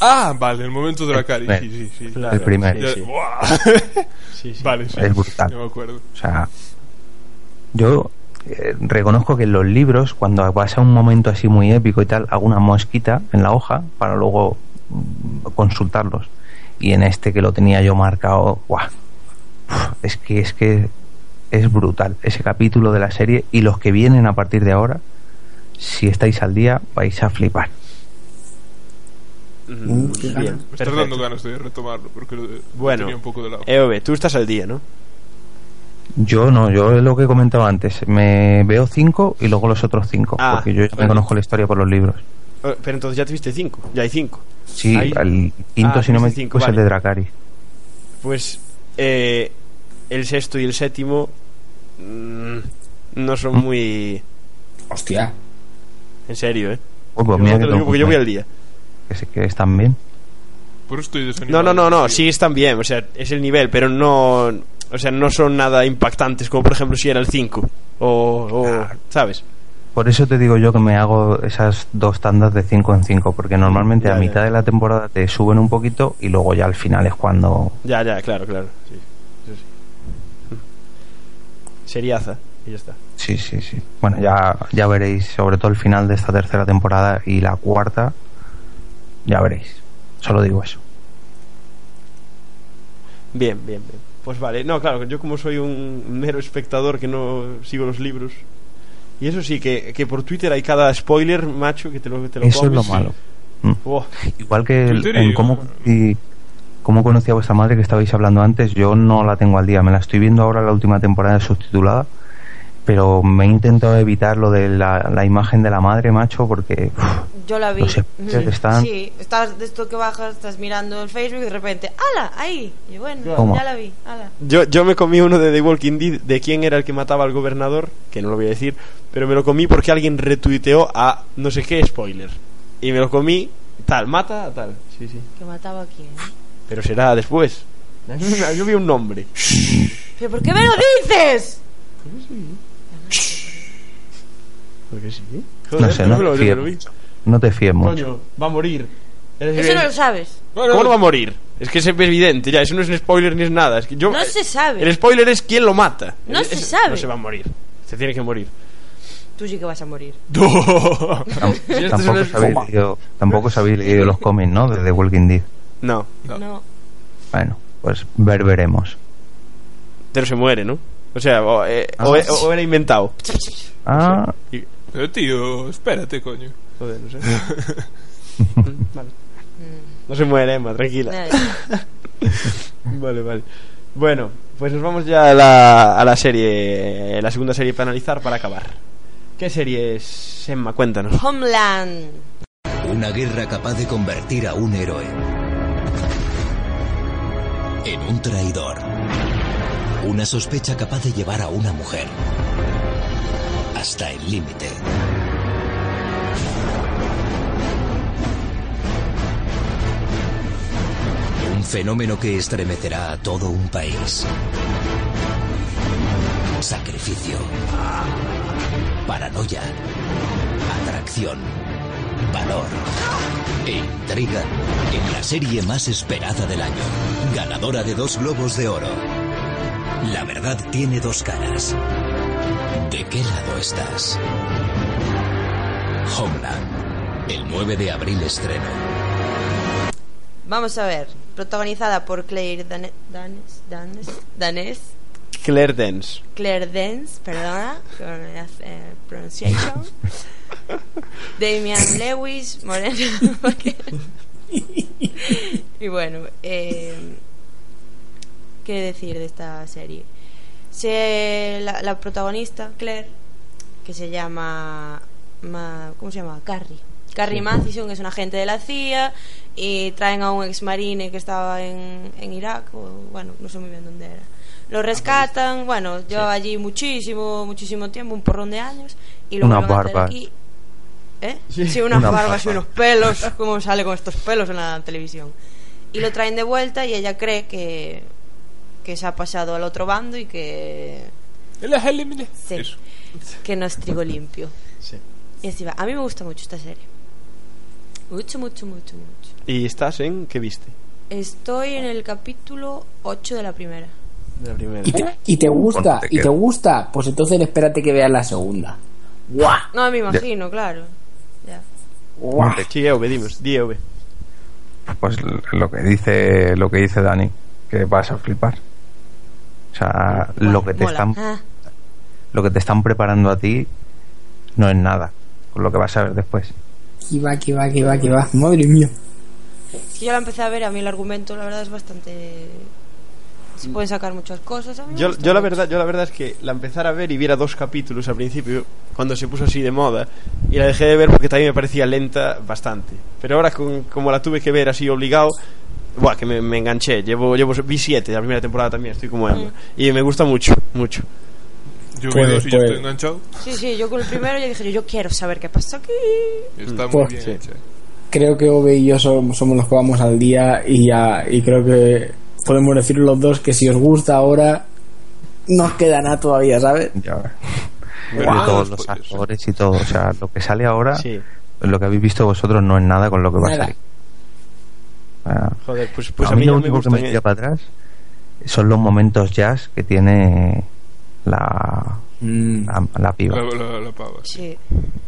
F: Ah, vale, el momento Dracaris.
G: primer.
F: Sí, sí, sí.
G: Claro, El primer.
F: Ya-
G: sí, sí.
F: ¡Buah!
C: Sí, sí.
F: Vale, sí.
G: Es brutal.
F: Ya me acuerdo.
G: O sea, yo eh, reconozco que en los libros, cuando pasa un momento así muy épico y tal, hago una mosquita en la hoja para luego mm, consultarlos. Y en este que lo tenía yo marcado, ¡guau! Uf, Es que es que es brutal ese capítulo de la serie y los que vienen a partir de ahora, si estáis al día, vais a flipar.
C: Mm,
E: qué ganas.
C: Bien,
F: Me Uh, estás
C: perfecto.
F: dando ganas de retomarlo porque lo, lo
C: Bueno, eh,
F: tenía un poco de lado.
C: Eove, tú estás al día, ¿no?
G: Yo no, yo es lo que comentaba antes, me veo cinco y luego los otros cinco,
C: Ah,
G: porque yo ya me
C: vale.
G: conozco la historia por los libros.
C: Eh, Pero entonces ya tuviste cinco, ya hay cinco.
G: Sí,
C: Ahí-
G: el quinto,
C: Ah,
G: si no me
C: tuviste cinco,
G: equivoco, es el
C: vale.
G: de Dracaris.
C: Pues eh, el sexto y el séptimo mm, no son muy...
E: Hostia.
C: En serio, ¿eh?
G: Oh, pues
C: Yo
G: mira
C: te
G: que
C: lo digo porque yo voy al día.
G: Que, se- que están bien.
F: Por eso estoy
C: No,
F: desanimado.
C: no, no, no,
F: Sí.
C: sí están bien, o sea, es el nivel, pero no, o sea, no son nada impactantes como por ejemplo si era el 5 o, o- ¿sabes?
G: Por eso te digo yo que me hago esas dos tandas de 5 en 5, porque normalmente a
C: Ya, ya.
G: mitad de la temporada te suben un poquito y luego ya al final es cuando...
C: Ya, ya, claro, claro. Sí. Eso sí. Seriaza. Y ya está.
G: Sí, sí, sí. Bueno, ya, ya veréis, sobre todo el final de esta tercera temporada y la cuarta, ya veréis. Solo digo eso.
C: Bien, bien, bien. Pues vale, no, claro, yo como soy un mero espectador que no sigo los libros. Y eso sí, que, que por Twitter hay cada spoiler, macho, que te lo, te lo
G: Eso es lo
C: comes.
G: malo. Mm.
C: Buah.
G: Igual que el-
C: Twitter y-
G: en cómo, y cómo conocí a vuestra madre que estabais hablando antes, yo no la tengo al día. Me la estoy viendo ahora la última temporada subtitulada, pero me he intentado evitar lo de la, la imagen de la madre, macho, porque uf,
D: Yo la vi.
G: Los spoilers
D: Ujú.
G: están-
D: Sí, estás de esto que bajas, estás mirando el Facebook y de repente, ¡ala! Ahí. Y bueno,
C: Toma.
D: ya la vi, ¡ala!
C: Yo, yo me comí uno de The Walking Dead, de quién era el que mataba al gobernador, que no lo voy a decir, pero me lo comí porque alguien retuiteó a no sé qué spoiler. Y me lo comí, tal, mata a tal. Sí, sí.
D: Que mataba a quién.
C: Pero será después. Yo vi un nombre.
D: ¿Pero por qué me lo dices?
C: Porque sí.
G: no sé, no,
C: me lo-
G: te
C: me
G: fíes-
C: lo vi.
G: no te fíes mucho.
C: Coño, va a morir.
D: Eso no lo sabes.
C: ¿Cómo no va a morir? Es que es evidente, ya, eso no es un spoiler ni es nada. Es que yo, eh,
D: No se sabe.
C: El spoiler es quién lo mata.
D: No
C: Es-
D: se
C: es-
D: sabe.
C: No se va a morir. Se tiene que morir.
D: Tú sí que vas a morir.
G: Tam-
C: Si esto este es
G: tampoco,
C: un
G: os habéis
C: spoiler-
G: leído, tampoco os habéis leído los cómics, ¿no? De The Walking Dead.
C: No.
D: No.
G: Bueno, pues ver veremos.
C: Pero se muere, ¿no? O sea, o, eh, o-
F: Ah.
C: o era inventado.
G: Ah,
F: Pero Eh, tío, espérate, coño.
C: Joder, no sé. No se muere, Emma, tranquila. vale, vale. Bueno, pues nos vamos ya a la, a la serie, la segunda serie para analizar para acabar. ¿Qué serie es, Emma? Cuéntanos.
D: Homeland.
B: Una guerra capaz de convertir a un héroe en un traidor. Una sospecha capaz de llevar a una mujer hasta el límite. Un fenómeno que estremecerá a todo un país. Sacrificio. Paranoia. Atracción. Valor e intriga en la serie más esperada del año, ganadora de dos globos de oro. La verdad tiene dos caras. ¿De qué lado estás? Homeland, el 9 de abril estreno.
D: Vamos a ver. Protagonizada por Claire Dane- Danes. Danes. Danes.
C: Claire Dance.
D: Claire Danes, perdona. Con la eh, pronunciation. Damian Lewis, Moreno. y bueno, eh, ¿qué decir de esta serie? Se, la, la protagonista, Claire, que se llama. Ma- ¿Cómo se llama? Carrie. Carrie Mathison es un agente de la CIA y traen a un ex marine que estaba en, en Irak, o bueno, no sé muy bien dónde era. Lo rescatan, bueno, yo allí muchísimo, muchísimo tiempo, un porrón de años, y lo
G: Una
D: vuelven a traer
G: barba.
D: aquí. ¿Eh?
G: Sí.
D: Sí, unas
G: Una
D: barbas y
G: barba.
D: unos pelos, como sale con estos pelos en la televisión. Y lo traen de vuelta y ella cree que, que se ha pasado al otro bando y que, Sí. que no es trigo limpio.
C: Sí.
D: Y así va. A mí me gusta mucho esta serie. Mucho, mucho, mucho, mucho.
C: ¿Y estás en qué viste?
D: Estoy en el capítulo 8 de la primera.
C: De la primera.
E: Y te, y te gusta, y te gusta, pues entonces espérate que veas la segunda. ¡Guau!
D: No, me imagino, claro. Ya.
G: Guau.
C: Sí, EV, dimos. Di EV.
G: Pues lo que dice, lo que dice Dani, que vas a flipar. O sea, lo que te
D: Mola.
G: están
D: Ah,
G: lo que te están preparando a ti no es nada con lo que vas a ver después.
E: Que va, que va, que va, que va. Madre mía.
D: es que yo la empecé a ver, a mí el argumento, la verdad, es bastante. Se pueden sacar muchas cosas. a mí me
C: Yo,
D: gusta
C: yo la
D: mucho.
C: verdad, yo la verdad es que la empezara a ver y viera dos capítulos al principio, cuando se puso así de moda, y la dejé de ver porque también me parecía lenta bastante. Pero ahora con- como la tuve que ver así obligado, buah, que me, me enganché. Llevo, llevo vi siete la primera temporada también, estoy como Emma. Y me gusta mucho, mucho.
F: Yo
C: Puede,
F: vi dos y ya
C: puede.
F: estoy enganchado.
D: Sí, sí, yo con el primero ya dije, yo, yo quiero saber qué pasó aquí.
F: Está muy
E: Pues,
F: bien
E: sí.
F: hecha.
E: Creo que Ove y yo somos, somos los que vamos al día y ya, y creo que podemos decir los dos que si os gusta ahora, no os queda nada todavía, ¿sabes?
G: Ya. de todos los actores y todo. O sea, lo que sale ahora, lo que habéis visto vosotros no es nada con lo que Pues va a
C: Nada.
G: salir. Ah.
C: Joder, pues, pues
G: a, mí lo único que me tira para atrás son los momentos jazz que tiene la,
E: Mm.
G: la, la piba.
D: Sí.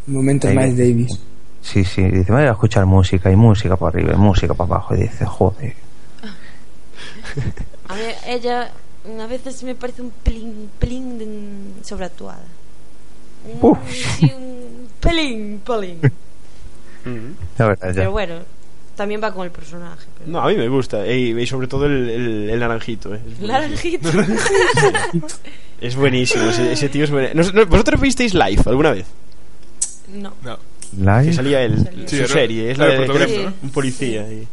E: Momentos
G: Davis.
E: más Davis.
G: Sí, sí, dice, me voy a escuchar música y música para arriba y música para abajo. Y dice, joder.
D: A ver, ella mm, a veces me parece un pelín, pelín de- mm, sobreactuada. Mm, sí, un pelín, pelín.
C: Mm-hmm.
G: La verdad, ya.
D: Pero bueno, también va con el personaje. pero-
C: No, a mí me gusta. Y, y sobre todo el, el- el naranjito. eh. Es
D: Naranjito.
C: Es buenísimo, ese, ese tío es buen- ¿Nos- nos- ¿Vosotros visteis live alguna vez?
D: No.
G: Live.
C: Que salía él,
F: Sí,
C: su
F: era-
C: serie, es
F: era
C: la
F: el
C: de
F: protagonista,
C: era
F: ¿no?
C: un policía. y-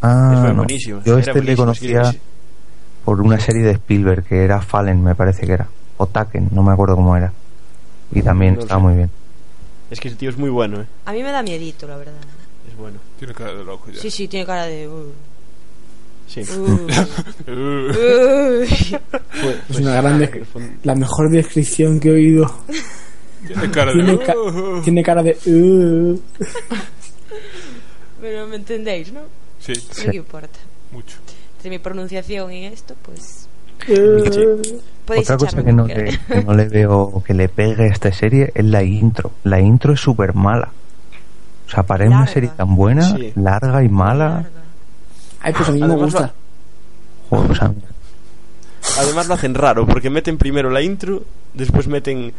G: Ah,
C: Es
G: no.
C: buenísimo,
G: Yo
C: era
G: este le
C: buenísimo,
G: conocía
C: sí,
G: por una serie de Spielberg que era Fallen, me parece que era. O Taken, no me acuerdo cómo era. Y también
C: No lo
G: estaba
C: sé.
G: muy bien.
C: Es que ese tío es muy bueno, eh.
D: A mí me da miedito, la verdad.
C: es bueno.
F: Tiene cara de loco ya.
D: Sí, sí, tiene cara de... uh,
C: Sí.
D: uh.
F: Uh.
C: Pues-
E: es una gran descri- la mejor descripción que he oído.
F: Tiene cara de
E: Tiene,
F: loco.
E: ca- tiene cara de. "Uh".
D: Pero me entendéis, ¿no?
F: Sí.
D: No me importa.
F: Mucho.
D: Entre mi pronunciación y esto, pues...
G: Eh. Sí.
D: Podéis
G: Otra cosa
D: echarme
G: que no,
D: cualquiera.
G: le, que no le veo que le pegue a esta serie es la intro. La intro es súper mala. O sea, para una serie tan buena,
E: Sí.
G: larga y mala.
E: Ay, pues a mí me
C: Además,
E: gusta.
G: joder, o sea,
C: Además lo hacen raro, porque meten primero la intro, después meten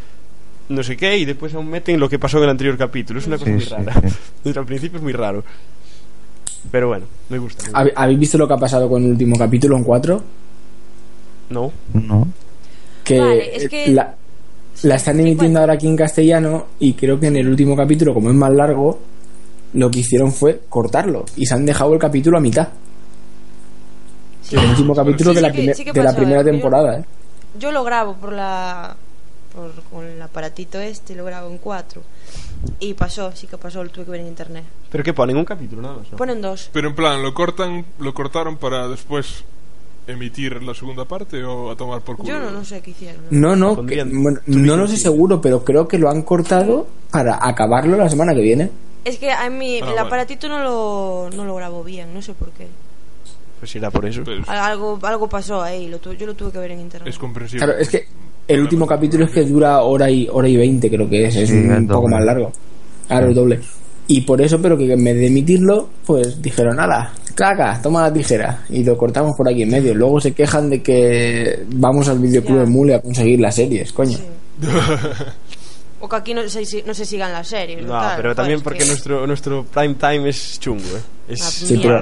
C: no sé qué, y después aún meten lo que pasó en el anterior capítulo. Es una cosa
E: Sí,
C: muy
E: sí,
C: rara. Desde al principio es muy raro. Pero bueno, me gusta. me gusta.
E: ¿Habe- ¿Habéis visto lo que ha pasado con el último capítulo en 4?
C: No.
G: No.
E: Que,
D: Vale, es que-
E: la, la están emitiendo ahora aquí en castellano y creo que en el último capítulo, como es más largo, lo que hicieron fue cortarlo y se han dejado el capítulo a mitad. el último capítulo
D: Ah, Sí,
E: de, la,
D: sí que-
E: primer-
D: sí que
E: de la
D: pasó,
E: primera
D: eh, pero-
E: temporada, ¿eh?
D: Yo lo grabo por la por, con el aparatito este, lo grabo en cuatro. Y pasó, sí que pasó, lo tuve que ver en internet.
C: Pero que ponen un capítulo nada más. ¿no?
D: Ponen dos.
F: Pero en plan, ¿lo cortan, lo cortaron para después emitir la segunda parte o a tomar por culo?
D: Yo no, no sé qué hicieron.
E: No, no, que- bueno, no lo sé seguro, pero creo que lo han cortado para acabarlo la semana que viene.
D: Es que a mí
E: Ah,
D: el
E: vale.
D: aparatito no lo, no lo grabo bien, no sé por qué.
C: Pues será por eso.
D: Al- Algo, algo pasó ahí, lo tu- yo lo tuve que ver en internet.
F: Es comprensible.
E: Claro, es que el último capítulo es que dura hora y hora y veinte, creo que es, es
G: Sí, el
E: un poco
G: doble.
E: más largo. Claro, el doble. Y por eso, pero que en vez de emitirlo, pues dijeron, nada, caca, toma la tijera. Y lo cortamos por aquí en medio. Luego se quejan de que vamos al videoclub de Mule a conseguir las series, coño.
D: O que aquí no se, si- no se sigan las series.
C: No,
D: o tal,
C: pero
D: joder,
C: también
D: es
C: porque
D: que- Ah,
C: nuestro, nuestro prime time es chungo, eh. Es...
E: Sí, pero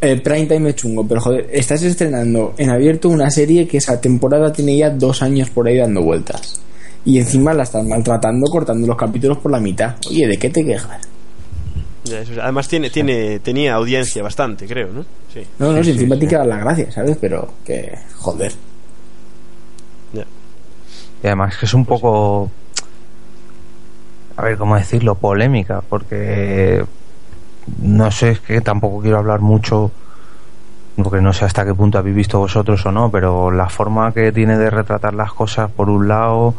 E: el prime time es chungo, pero joder, estás estrenando en abierto una serie que esa temporada tiene ya dos años por ahí dando vueltas. Y encima la estás maltratando cortando los capítulos por la mitad. Oye, ¿de qué te quejas?
C: Ya, eso es. Además tiene, tiene, tenía audiencia bastante, creo, ¿no? Sí.
E: No, no, si encima tiene que dar las gracias, ¿sabes? Pero que, joder.
G: Y además que es un poco... A ver, ¿cómo decirlo? Polémica, porque... No sé, es que tampoco quiero hablar mucho, porque no sé hasta qué punto habéis visto vosotros o no, pero la forma que tiene de retratar las cosas, por un lado,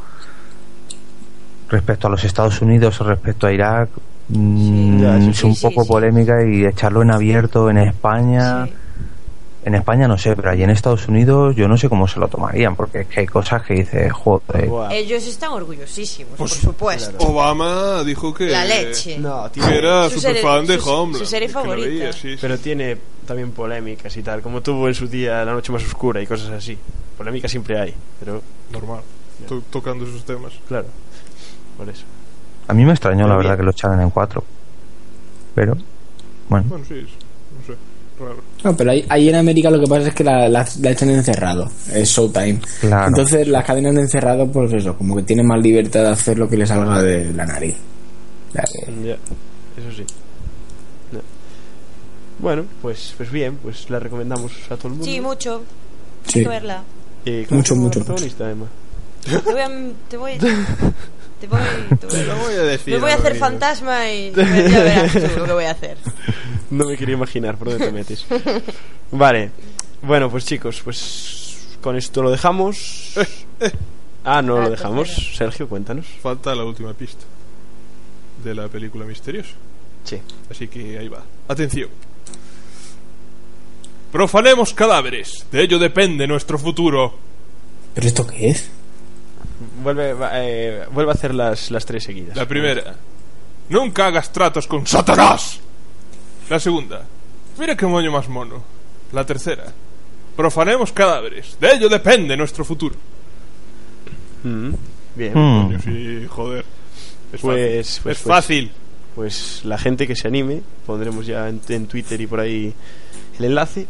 G: respecto a los Estados Unidos o respecto a Irak, mm,
C: Ya, sí,
G: es
C: sí,
G: un
C: sí,
G: poco
C: sí.
G: polémica y echarlo en abierto en España... En España no sé, pero allí en Estados Unidos yo no sé cómo se lo tomarían, porque es que hay cosas que dices, joder,
D: Ellos están
C: Pues
D: orgullosísimos, por supuesto.
F: Obama dijo que.
D: La leche.
C: No, tío.
F: que era
D: Su
F: súper
D: serie-
F: fan de
D: su-
F: Homeland.
D: su serie
F: que la
D: favorita.
F: veía, sí, sí.
C: Pero tiene también polémicas y tal, como tuvo en su día La Noche Más Oscura y cosas así. Polémicas siempre hay, pero...
F: Normal. To- tocando esos temas.
C: Claro. Por eso.
G: a mí me extrañó la verdad que lo echaran en cuatro. Pero, bueno,
F: Bueno, sí, es- no sé. Raro.
E: No, pero ahí, ahí en América lo que pasa es que la, la, la echan encerrado. Es Showtime.
G: Claro.
E: Entonces las cadenas de encerrado, pues eso, como que tienen más libertad de hacer lo que les salga de la nariz. La-
C: Ya, eso sí. No. Bueno, pues, pues bien, pues la recomendamos a todo el mundo.
D: Sí, mucho.
E: Sí.
D: Hay que verla.
C: Eh,
E: Mucho, mucho,
C: protagonista, Emma?
D: Te voy a... Te voy, te voy, te voy-
C: Lo voy a decir
D: Me voy a
C: ahora
D: hacer
C: mismo.
D: fantasma y ya verás tú lo que voy a hacer.
C: No me quería imaginar por dónde te metes. Vale. Bueno, pues chicos, pues con esto lo dejamos. Ah, no lo
D: Ah,
C: dejamos. Sergio, cuéntanos.
F: Falta la última pista de la película misteriosa.
C: Sí.
F: Así que ahí va. Atención. Profanemos cadáveres. De ello depende nuestro futuro.
E: ¿Pero esto qué es?
C: Vuelve, va, eh, vuelve a hacer las, las tres seguidas.
F: La primera. Nunca hagas tratos con Satanás. La segunda. Mira qué moño más mono. La tercera. Profanemos cadáveres. De ello depende nuestro futuro.
C: Mm,
G: Hmm.
C: bien.
F: Mm. Coño, sí, joder.
C: pues,
F: Es fácil.
C: pues-
F: es
C: pues-
F: fácil.
C: Pues la gente que se anime, pondremos ya en, en Twitter y por ahí el enlace.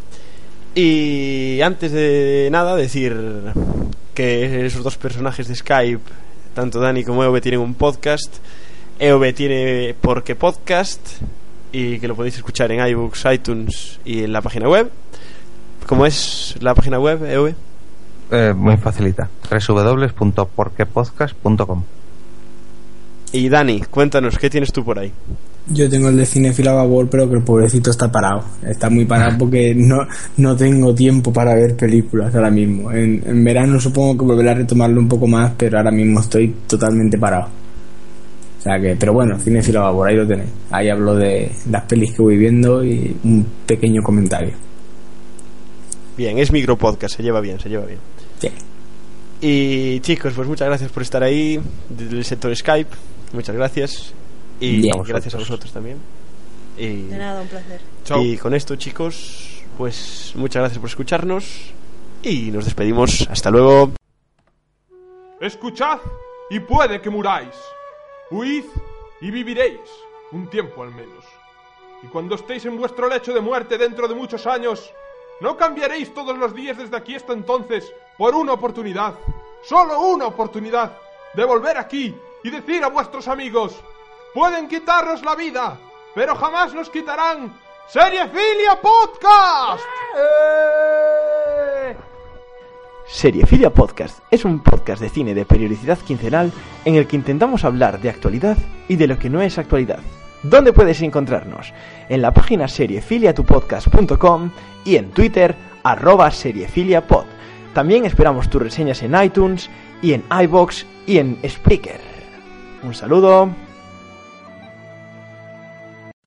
C: Y antes de nada, decir que esos dos personajes de Skype, tanto Dani como EOB, tienen un podcast. EOB tiene Porque Podcast y que lo podéis escuchar en iBooks, iTunes y en la página web. ¿Cómo es la página web, EOB?
G: Eh, muy facilita. www.porquepodcast.com
C: Y Dani, cuéntanos, ¿qué tienes tú por ahí?
E: Yo tengo el de Cinefila a favor, pero que el pobrecito está parado. Está muy parado porque no, no tengo tiempo para ver películas ahora mismo. En, en verano supongo que volveré a retomarlo un poco más, pero ahora mismo estoy totalmente parado. O sea que, pero bueno, Cinefila a favor, ahí lo tenéis. Ahí hablo de las pelis que voy viendo y un pequeño comentario.
C: Bien, es micropodcast, se lleva bien, se lleva bien. Y chicos, pues muchas gracias por estar ahí del sector Skype. Muchas gracias. Y
E: Bien. A vosotros.
C: gracias a vosotros también. Y,
D: De nada, un placer.
C: y con esto, chicos, pues muchas gracias por escucharnos. Y nos despedimos. Hasta luego.
F: Escuchad y puede que muráis. Huid y viviréis, un tiempo al menos. Y cuando estéis en vuestro lecho de muerte dentro de muchos años, no cambiaréis todos los días desde aquí hasta entonces por una oportunidad, solo una oportunidad, de volver aquí y decir a vuestros amigos, pueden quitarnos la vida, pero jamás nos quitarán Seriefilia Podcast.
A: Seriefilia Podcast es un podcast de cine de periodicidad quincenal en el que intentamos hablar de actualidad y de lo que no es actualidad. ¿Dónde puedes encontrarnos? En la página seriefiliatupodcast.com y en Twitter, arroba seriefiliapod. También esperamos tus reseñas en iTunes y en iBox y en Spreaker. Un saludo.